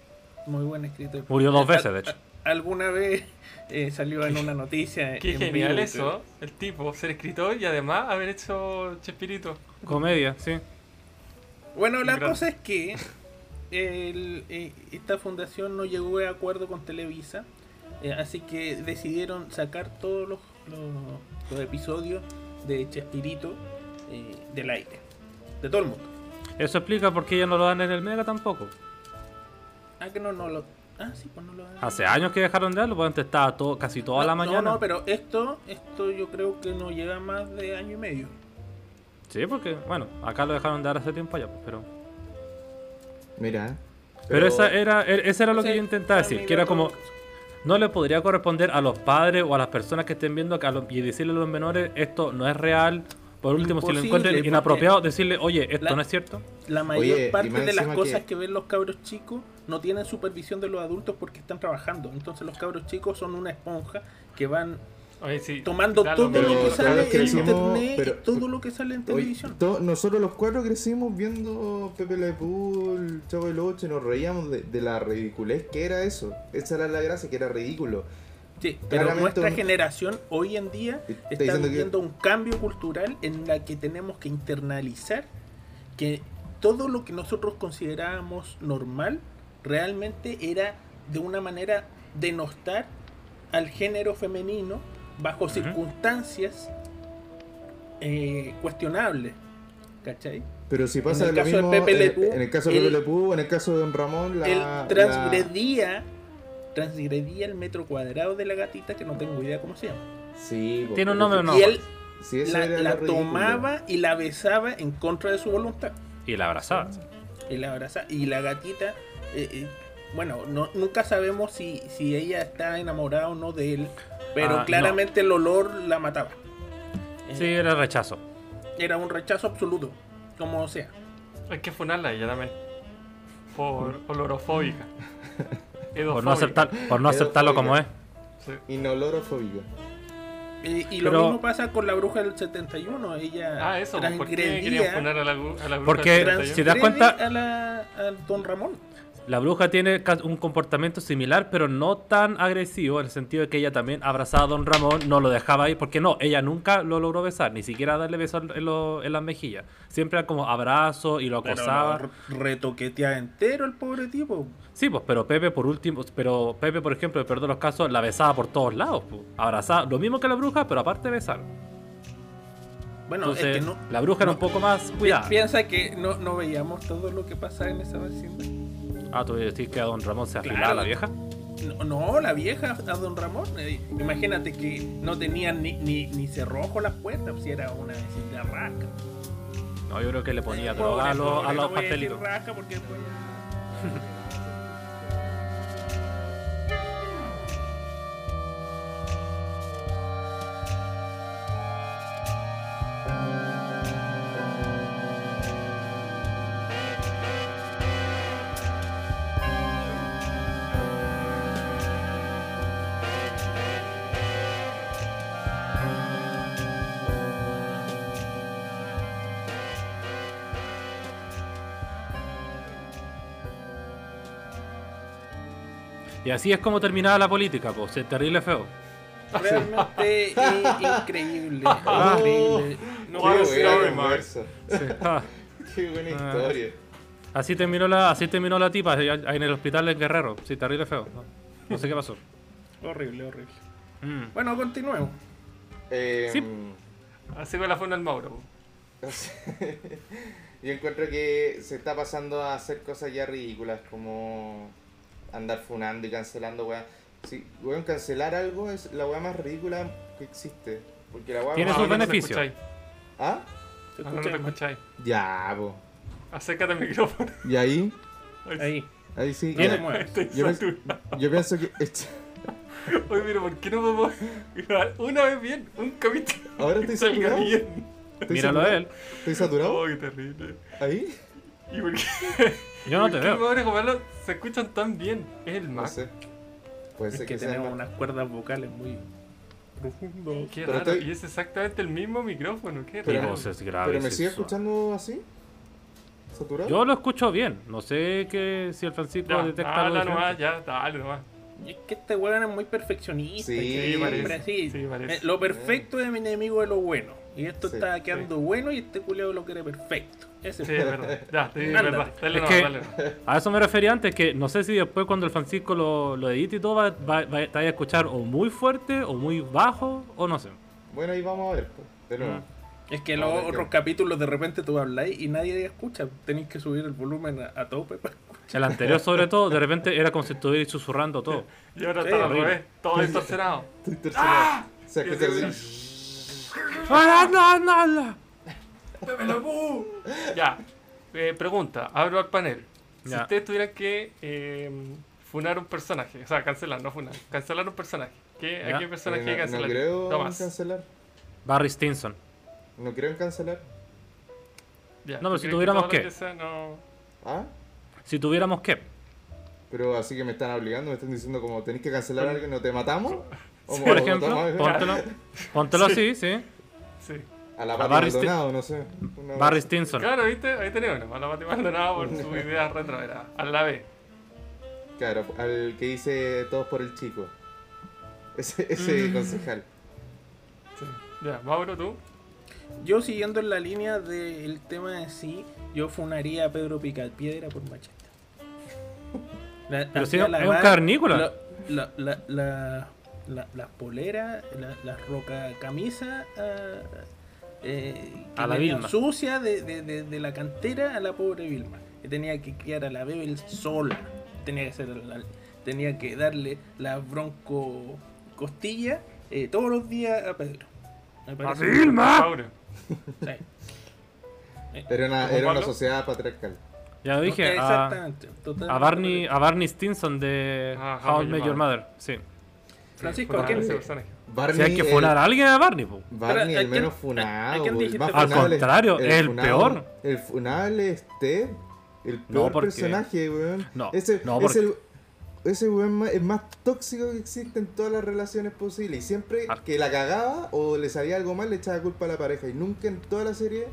Speaker 2: Muy buen escritor.
Speaker 4: Murió dos veces, de
Speaker 2: Al-
Speaker 4: hecho.
Speaker 2: a- Alguna vez eh, salió en una noticia.
Speaker 1: Qué
Speaker 2: en
Speaker 1: genial
Speaker 2: vivo,
Speaker 1: eso, ¿eh? el tipo, ser escritor y además haber hecho Chespirito.
Speaker 4: Comedia, sí.
Speaker 2: pero- Bueno, la
Speaker 1: Gran-
Speaker 2: cosa es que el- eh, esta fundación no llegó de acuerdo con Televisa, eh, así que decidieron sacar todos los, los- los episodios de Chespirito eh, del aire, de todo el mundo.
Speaker 4: Eso explica por qué ya no lo dan en el Mega tampoco.
Speaker 2: Ah, que no, no lo. Ah, sí, pues no lo han-
Speaker 4: Hace años que dejaron de darlo, porque antes estaba todo, casi toda
Speaker 2: No,
Speaker 4: la mañana.
Speaker 2: No, no, pero esto, esto yo creo que no lleva más de año y medio.
Speaker 4: Sí, porque, bueno, acá lo dejaron de dar hace tiempo allá, pues, pero. Pero,
Speaker 3: Mira.
Speaker 4: esa era, er- ese era lo
Speaker 2: Sí,
Speaker 4: que yo intentaba
Speaker 2: era
Speaker 4: decir,
Speaker 2: mi
Speaker 4: que era
Speaker 2: dato.
Speaker 4: como. No le podría corresponder a los padres o a las personas que estén viendo que a los- y decirle a los menores esto no es real. Por último, si lo
Speaker 2: Imposible,
Speaker 4: encuentren
Speaker 2: porque-
Speaker 4: inapropiado, decirle, oye, esto
Speaker 2: La-
Speaker 4: no es cierto.
Speaker 2: La mayor
Speaker 3: Oye, y
Speaker 2: parte
Speaker 3: más
Speaker 2: de las
Speaker 3: encima
Speaker 2: cosas
Speaker 3: que-
Speaker 2: que... ven los cabros chicos no tienen supervisión de los adultos porque están trabajando. Entonces los cabros chicos son una esponja que van
Speaker 1: Oye, sí,
Speaker 2: tomando
Speaker 1: da
Speaker 2: todo
Speaker 1: mismo.
Speaker 2: lo que
Speaker 3: Pero
Speaker 2: sale
Speaker 3: todos
Speaker 2: en
Speaker 3: crecimos-
Speaker 2: internet, y
Speaker 3: pero-
Speaker 2: todo lo que sale en
Speaker 3: Oye,
Speaker 2: televisión.
Speaker 3: to- nosotros los cuatro crecimos viendo Pepe Le Pew, el Chavo del Ocho y nos reíamos de, de la ridiculez que era eso. Esa era la gracia, que era ridículo.
Speaker 2: Sí, pero
Speaker 3: Claramente
Speaker 2: nuestra
Speaker 3: un-
Speaker 2: generación hoy en día
Speaker 3: Está
Speaker 2: está
Speaker 3: diciendo que-
Speaker 2: viviendo un cambio cultural en la que tenemos que internalizar que todo lo que nosotros considerábamos normal realmente era de una manera denostar al género femenino bajo circunstancias eh, cuestionables. ¿Cachai?
Speaker 3: Pero si pasa
Speaker 2: el
Speaker 3: lo
Speaker 2: caso de
Speaker 3: mismo
Speaker 2: Pepe Le
Speaker 3: en-
Speaker 2: Pew,
Speaker 3: en, el caso de
Speaker 2: el-
Speaker 3: Pepe Le Pew, en el caso de Don Ramón, la... la-
Speaker 2: Él transgredía, transgredía el metro cuadrado de la gatita que no tengo idea cómo se llama.
Speaker 3: Sí, po,
Speaker 4: Tiene un
Speaker 3: pero-
Speaker 4: nombre o no.
Speaker 2: y él
Speaker 3: Sí, eso
Speaker 2: la,
Speaker 3: era
Speaker 2: la
Speaker 3: lo ridículo.
Speaker 2: tomaba y la besaba en contra de su voluntad.
Speaker 4: Y la abrazaba.
Speaker 2: Y la abrazaba. Y la gatita, eh, eh, bueno, no, nunca sabemos si, si ella está enamorada o no de él, pero
Speaker 4: Ah, no.
Speaker 2: claramente el olor la mataba. Eh,
Speaker 4: Sí, era rechazo.
Speaker 2: Era un rechazo absoluto, como sea.
Speaker 1: Hay que funarla a ella también. Por olorofóbica.
Speaker 4: Por no,
Speaker 1: Edofóbica.
Speaker 4: aceptar, por no
Speaker 3: Era
Speaker 4: aceptarlo como es.
Speaker 3: fóbica.
Speaker 1: Sí.
Speaker 3: Inolorofobia.
Speaker 2: Eh, y lo
Speaker 4: Pero-
Speaker 2: mismo pasa con la bruja del 71, ella
Speaker 1: Ah, eso, ¿por qué
Speaker 3: ¿eh?
Speaker 2: transgredía,
Speaker 1: querían funar a la, gru- a la grupa
Speaker 4: Porque-
Speaker 1: del 31?
Speaker 4: Si te das cuenta-
Speaker 2: transgrede a, la, a don Ramón.
Speaker 4: La bruja tiene ca- un comportamiento similar, pero no tan agresivo, en el sentido de que ella también abrazaba a Don Ramón, no lo dejaba ir, porque no, ella nunca lo logró besar, ni siquiera darle besos en, lo- en las mejillas. Siempre era como abrazo y lo
Speaker 2: Pero
Speaker 4: acosaba.
Speaker 2: lo retoquetea entero el pobre tipo.
Speaker 4: Sí, pues, pero Pepe, por último, pero Pepe, por ejemplo, en el peor de los casos, la besaba por todos lados. pues. Abrazaba, lo mismo que la bruja, pero aparte de besar.
Speaker 2: Bueno,
Speaker 4: Entonces,
Speaker 2: es que no,
Speaker 4: la bruja era un poco más cuidada.
Speaker 2: Piensa que no, no veíamos todo lo que pasaba en esa hacienda.
Speaker 4: Ah, tú decís que a Don Ramón se afilaba
Speaker 2: Claro.
Speaker 4: la vieja.
Speaker 2: No, no, la vieja a don Ramón. eh, imagínate que no tenían ni, ni, ni cerrojo las puertas, si era una vecindad rasca.
Speaker 4: No, yo creo que le ponía
Speaker 2: Pobre,
Speaker 4: droga a los,
Speaker 2: pobre,
Speaker 4: a los
Speaker 2: no voy a decir
Speaker 4: pastelitos.
Speaker 2: rasca porque después ya-
Speaker 4: Y así es como terminaba la política, pues, es terrible feo.
Speaker 2: Ah, Realmente eh, increíble.
Speaker 4: Ah.
Speaker 2: increíble.
Speaker 1: No
Speaker 3: Qué
Speaker 1: va a
Speaker 3: buena
Speaker 1: decir ahora, Marx.
Speaker 3: conversa.
Speaker 4: Ah,
Speaker 3: Qué buena
Speaker 4: Ah.
Speaker 3: historia.
Speaker 4: así terminó la, así terminó la tipa ahí- ahí en el hospital en Guerrero. Sí, terrible feo. No, No sé qué pasó.
Speaker 2: Oh. Horrible, horrible.
Speaker 4: Mm.
Speaker 2: Bueno, continuemos.
Speaker 3: Eh,
Speaker 4: Sí.
Speaker 1: Así me la funa el Mauro. pues.
Speaker 3: Yo encuentro que se está pasando a hacer cosas ya ridículas, como andar funando y cancelando, weón. Si, weón, cancelar algo es la weá más ridícula que existe. Porque la weá
Speaker 4: Tiene
Speaker 3: más-
Speaker 4: sus
Speaker 1: Ahora no te
Speaker 4: beneficios.
Speaker 1: escucháis.
Speaker 3: ¿Ah?
Speaker 2: ¿Te
Speaker 1: Ahora no te
Speaker 2: escuchas?
Speaker 1: escucháis.
Speaker 3: Ya, po.
Speaker 1: Acércate al micrófono.
Speaker 3: ¿Y ahí?
Speaker 2: Ahí,
Speaker 3: Ahí sí.
Speaker 2: no este-
Speaker 3: ya.
Speaker 2: te mueves.
Speaker 1: Estoy
Speaker 3: Yo, pienso,
Speaker 1: saturado.
Speaker 3: yo pienso que.
Speaker 1: Oye, mira, ¿por qué no podemos grabar una vez bien? Un capítulo.
Speaker 3: Ahora
Speaker 1: que
Speaker 3: estoy
Speaker 1: salga
Speaker 3: saturado.
Speaker 1: bien.
Speaker 3: Estoy
Speaker 4: Míralo eh. a
Speaker 3: saturado.
Speaker 4: él.
Speaker 3: ¿Estoy saturado?
Speaker 1: Oh, qué terrible.
Speaker 3: ¿Ahí?
Speaker 1: ¿Y por qué?
Speaker 4: Yo no
Speaker 1: por
Speaker 4: te
Speaker 1: qué
Speaker 4: veo.
Speaker 1: Mauro y Gomalo se escuchan tan bien? Es el
Speaker 3: No
Speaker 1: Mac.
Speaker 3: sé. Puede
Speaker 2: Es
Speaker 3: ser
Speaker 2: que
Speaker 3: que sea.
Speaker 2: tenemos
Speaker 3: más-
Speaker 2: unas cuerdas vocales muy profundas.
Speaker 1: Qué
Speaker 3: Pero
Speaker 1: raro.
Speaker 3: estoy-
Speaker 1: Y es exactamente el mismo micrófono. Qué
Speaker 4: Mi
Speaker 3: Pero-
Speaker 1: raro.
Speaker 4: voz es grave.
Speaker 3: ¿Pero me sigue
Speaker 4: sensual.
Speaker 3: escuchando así? ¿Saturado?
Speaker 4: Yo lo escucho bien. No sé que, si el Francisco
Speaker 1: Ya,
Speaker 4: detecta algo.
Speaker 1: dale nomás,
Speaker 4: diferente.
Speaker 1: ya, dale nomás.
Speaker 2: Y es que este weón es muy perfeccionista.
Speaker 3: Sí,
Speaker 2: y siempre
Speaker 1: parece,
Speaker 2: así.
Speaker 1: sí, parece.
Speaker 2: Eh, Lo perfecto es mi enemigo de lo bueno. Y esto
Speaker 3: Sí,
Speaker 2: está quedando bueno y este culiado lo quiere perfecto. Ese
Speaker 1: Sí,
Speaker 2: es
Speaker 1: es verdad. Ya, sí, es
Speaker 2: Ándate.
Speaker 1: verdad. Dale
Speaker 4: Es
Speaker 1: nomás,
Speaker 4: que-
Speaker 1: dale nomás.
Speaker 4: A eso me refería antes, que no sé si después cuando el Francisco lo, lo edite y todo, va, va- va- te vaya a escuchar o muy fuerte, o muy bajo, o no sé.
Speaker 3: Bueno, ahí vamos a ver. pues, De nuevo.
Speaker 2: Es que los
Speaker 3: Ah, ok.
Speaker 2: otros capítulos de repente tú hablas y nadie escucha. Tenéis que subir el volumen a, a tope. pa-
Speaker 4: El anterior sobre todo, de repente era como si estuvieras susurrando todo.
Speaker 1: Y ahora
Speaker 2: Sí,
Speaker 1: está al
Speaker 4: horrible.
Speaker 1: revés, todo distorsionado.
Speaker 3: Estoy tercero. O sea,
Speaker 1: Y
Speaker 3: que
Speaker 1: así-
Speaker 3: tercero.
Speaker 4: ¡Anda, anda, anda!
Speaker 2: ¡Dámelo, pu!
Speaker 1: Ya. Eh, pregunta, abro al panel. Si
Speaker 4: Ya.
Speaker 1: ustedes tuvieran que eh, funar un personaje, o sea, cancelar, no funar, cancelar un personaje, ¿qué, ¿a
Speaker 4: Ya.
Speaker 1: qué
Speaker 3: Eh,
Speaker 1: personaje
Speaker 3: no, no
Speaker 1: cancelar?
Speaker 3: creo en
Speaker 1: Tomás.
Speaker 3: cancelar.
Speaker 4: Barry Stinson.
Speaker 3: No creo en cancelar.
Speaker 1: Ya,
Speaker 4: No, pero
Speaker 1: ¿tú
Speaker 4: si
Speaker 1: crees que
Speaker 4: tuviéramos
Speaker 1: todo lo
Speaker 4: que-
Speaker 1: que sea no-
Speaker 3: ¿Ah?
Speaker 4: Si tuviéramos que.
Speaker 3: Pero así que me están obligando, me están diciendo como tenéis que cancelar a alguien o te matamos. O- o
Speaker 4: Por
Speaker 3: lo
Speaker 4: ejemplo,
Speaker 3: matamos a-
Speaker 4: póntelo, póntelo así, sí.
Speaker 1: Sí.
Speaker 3: a la
Speaker 4: a
Speaker 3: Pati
Speaker 4: Barry Stin-
Speaker 3: Maldonado, no sé. Una-
Speaker 4: Barry Stinson.
Speaker 1: Claro, ¿viste? Ahí tenemos, uno, a la Mati Maldonado por su idea retrógrada. A la B.
Speaker 3: Claro, al que dice todos por el chico. Ese, ese concejal.
Speaker 1: Sí. Ya, Mauro, tú.
Speaker 2: Yo siguiendo en la línea del tema de sí, yo funaría a Pedro Picalpiedra por machete. La-
Speaker 4: Pero
Speaker 2: la-
Speaker 4: si
Speaker 2: la-
Speaker 4: es-
Speaker 2: la-
Speaker 4: es un cavernícola.
Speaker 2: la- la- la- la- la- Las poleras, la- las roca camisa eh,
Speaker 4: A la Vilma.
Speaker 2: sucia de, de- de- de la cantera a la pobre Vilma. Que tenía que criar a la Bebel sola. Tenía que, hacer la- tenía que darle la bronco costilla eh, todos los días a Pedro. Me parece-
Speaker 1: Mauro.
Speaker 2: Sí.
Speaker 3: Era una,
Speaker 1: ¿Cómo
Speaker 3: era una
Speaker 1: Pablo?
Speaker 3: sociedad patriarcal.
Speaker 4: Ya lo dije. A,
Speaker 2: Exactamente. totalmente
Speaker 4: a Barney, a Barney Stinson de
Speaker 1: Ah,
Speaker 4: How I Met Your Mother. Sí.
Speaker 2: Francisco,
Speaker 1: Funar
Speaker 2: ¿a quién-
Speaker 1: ese personaje.
Speaker 3: Barney, eh,
Speaker 4: Si hay que
Speaker 3: el-
Speaker 4: funar a alguien, a Barney, po.
Speaker 3: Barney,
Speaker 2: Pero, ¿a
Speaker 3: el
Speaker 2: quién-
Speaker 3: menos
Speaker 2: a- a
Speaker 3: funado.
Speaker 2: quién
Speaker 3: el
Speaker 2: dijiste
Speaker 3: más
Speaker 2: funado?
Speaker 3: funable
Speaker 4: Al
Speaker 3: es-
Speaker 4: contrario, es el
Speaker 3: funado.
Speaker 4: peor.
Speaker 3: El funable es Ted. El peor
Speaker 4: porque-
Speaker 3: personaje, weón.
Speaker 4: No,
Speaker 3: ese,
Speaker 4: no,
Speaker 3: es
Speaker 4: porque-
Speaker 3: el- ese weón ma- es más tóxico que existe en todas las relaciones posibles. Y siempre
Speaker 4: Ah.
Speaker 3: que la cagaba o le salía algo mal, le echaba culpa a la pareja. Y nunca en toda la serie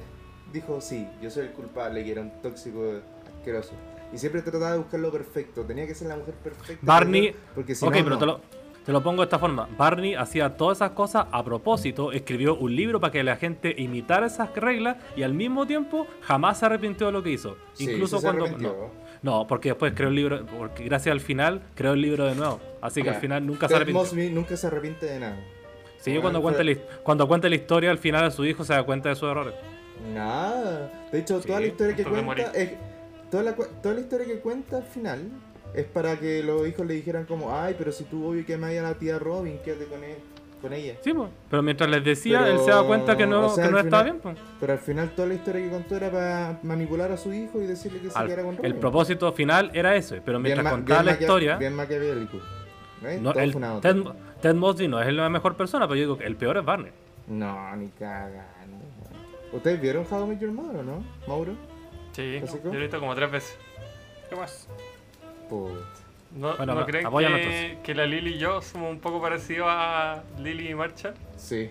Speaker 3: dijo, sí, yo soy el culpable, que era un tóxico asqueroso. Y siempre trataba de buscar lo perfecto. Tenía que ser la mujer perfecta.
Speaker 4: Barney-
Speaker 3: weón, Porque si
Speaker 4: ok,
Speaker 3: no,
Speaker 4: pero
Speaker 3: no.
Speaker 4: te lo, te lo pongo de esta forma. Barney hacía todas esas cosas a propósito, escribió un libro para que la gente imitara esas reglas y al mismo tiempo jamás se arrepintió de lo que hizo.
Speaker 3: Sí,
Speaker 4: Incluso
Speaker 3: sí se
Speaker 4: cuando...
Speaker 3: arrepintió,
Speaker 4: no.
Speaker 3: ¿no?
Speaker 4: No, porque después creó el libro, porque gracias al final creó el libro de nuevo. Así que
Speaker 3: Claro.
Speaker 4: al final nunca
Speaker 3: Ted
Speaker 4: se arrepintió.
Speaker 3: Mosby nunca se arrepiente de nada.
Speaker 4: Sí, cuando cuenta, la, cuando cuenta la historia, al final a su hijo se da cuenta de sus errores.
Speaker 3: Nada. De hecho, toda la
Speaker 4: Sí,
Speaker 3: historia que
Speaker 1: punto de
Speaker 3: cuenta es, toda, la, cu- toda la historia que cuenta al final es para que los hijos le dijeran como, ay, pero si tú obvio que me haya la tía Robin, quédate con, él, con ella.
Speaker 4: Sí, po. pero mientras les decía,
Speaker 3: Pero,
Speaker 4: él se da cuenta que no,
Speaker 3: o sea,
Speaker 4: que no
Speaker 3: al
Speaker 4: estaba bien.
Speaker 3: final-
Speaker 4: po.
Speaker 3: Pero al final toda la historia que contó era para manipular a su hijo y decirle que se
Speaker 4: Al-
Speaker 3: quedara con Robin.
Speaker 4: el propósito final era ese, pero
Speaker 3: Bien
Speaker 4: mientras
Speaker 3: ma-
Speaker 4: contaba
Speaker 3: bien
Speaker 4: la
Speaker 3: maquia-
Speaker 4: historia...
Speaker 3: Bien maquiavélico. ¿Ves?
Speaker 4: No,
Speaker 3: Todo
Speaker 4: el-
Speaker 3: funado.
Speaker 4: Ted, Ted Mosby no es la mejor persona, pero yo digo que el peor es Barney.
Speaker 3: No, ni cagando. ¿Ustedes vieron How I Met Your Mother o no, Mauro?
Speaker 1: Sí,
Speaker 3: ¿Francisco?
Speaker 1: yo lo he visto como tres veces.
Speaker 2: ¿Qué más?
Speaker 3: Puta.
Speaker 1: ¿No,
Speaker 4: Bueno,
Speaker 1: ¿no
Speaker 4: va,
Speaker 1: creen
Speaker 4: apóyame
Speaker 1: que,
Speaker 4: entonces.
Speaker 1: que la Lili y yo somos un poco parecidos a Lili y Marcha?
Speaker 3: Sí,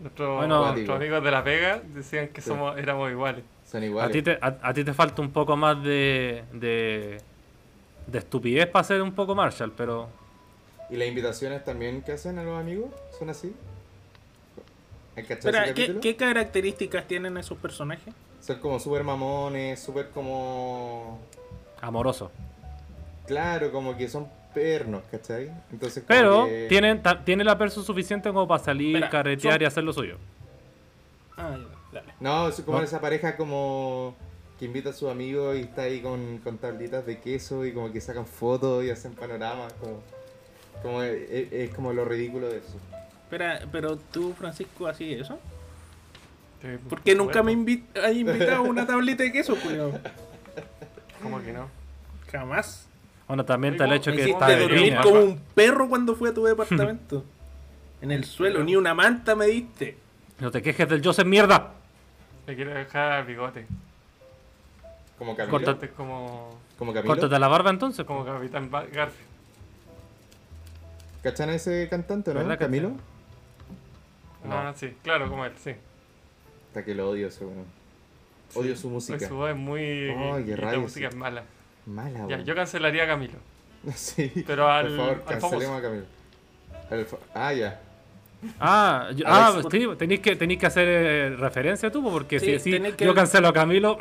Speaker 1: Nuestro-
Speaker 4: Bueno.
Speaker 1: nuestros amigos de La Vega decían que
Speaker 3: Sí.
Speaker 1: somos, éramos iguales.
Speaker 3: son
Speaker 4: A ti,
Speaker 3: iguales.
Speaker 4: te, a, a ti te falta un poco más de, de, de estupidez para ser un poco Marshall, pero
Speaker 3: ¿Y las invitaciones también que hacen a los amigos son así? ¿Hay cachado
Speaker 2: Espera,
Speaker 3: ese
Speaker 2: ¿qué,
Speaker 3: capítulo?
Speaker 2: qué características tienen esos personajes?
Speaker 3: Son como súper mamones, súper como...
Speaker 4: amoroso.
Speaker 3: Claro, como que son pernos, ¿cachai? Entonces, como
Speaker 4: Pero
Speaker 3: que-
Speaker 4: tienen, ta- tiene la perso suficiente como para salir,
Speaker 2: Espera,
Speaker 4: carretear
Speaker 2: son-
Speaker 4: y hacer lo suyo.
Speaker 2: Ah, ya, dale.
Speaker 3: No, es como
Speaker 4: No.
Speaker 3: esa pareja como que invita a sus amigos y está ahí con, con tablitas de queso y como que sacan fotos y hacen panoramas, como... como es, es- es como lo ridículo de eso.
Speaker 2: Espera, pero tú, Francisco, así eso.
Speaker 1: Sí,
Speaker 2: ¿Por qué nunca me
Speaker 1: bueno,
Speaker 2: invi- has invitado a una tablita de queso, Julio?
Speaker 1: ¿Cómo que no?
Speaker 2: Jamás.
Speaker 4: Bueno, también está el hecho
Speaker 1: Me
Speaker 4: que
Speaker 1: hiciste
Speaker 4: está
Speaker 2: Te
Speaker 4: de
Speaker 2: dormí
Speaker 4: línea.
Speaker 2: como un perro cuando fui a tu departamento. en el suelo, ni una manta me diste.
Speaker 4: No te quejes del Joseph, mierda.
Speaker 1: Le quiero dejar bigote.
Speaker 3: Como Camilo.
Speaker 4: Corta-
Speaker 1: Bigote es como,
Speaker 3: Como Camilo.
Speaker 4: Córtate la barba entonces.
Speaker 1: como Capitán Ba- Garfield.
Speaker 3: ¿Cachan a ese cantante, o no?
Speaker 4: ¿Verdad,
Speaker 3: Camilo.
Speaker 4: cachai? No.
Speaker 1: Ah, sí, claro, como él, sí.
Speaker 3: Hasta que lo odio, seguro. Odio su música.
Speaker 1: Su voz es muy...
Speaker 3: Ay, qué
Speaker 1: y la
Speaker 3: rabia,
Speaker 1: música
Speaker 3: sí. Ah,
Speaker 1: es mala.
Speaker 3: Mala,
Speaker 1: Ya,
Speaker 3: weón.
Speaker 1: yo cancelaría a Camilo.
Speaker 3: Sí.
Speaker 1: Pero al-
Speaker 3: Por favor,
Speaker 1: al
Speaker 3: cancelemos
Speaker 1: famoso.
Speaker 3: a Camilo. Al fa- Ah, ya.
Speaker 4: Ah, yo-
Speaker 3: A
Speaker 4: ah
Speaker 3: ver,
Speaker 4: sí, tenéis que, tenéis que hacer eh, referencia tú, porque
Speaker 2: Sí,
Speaker 4: si decís,
Speaker 2: tenéis que-
Speaker 4: yo cancelo a Camilo,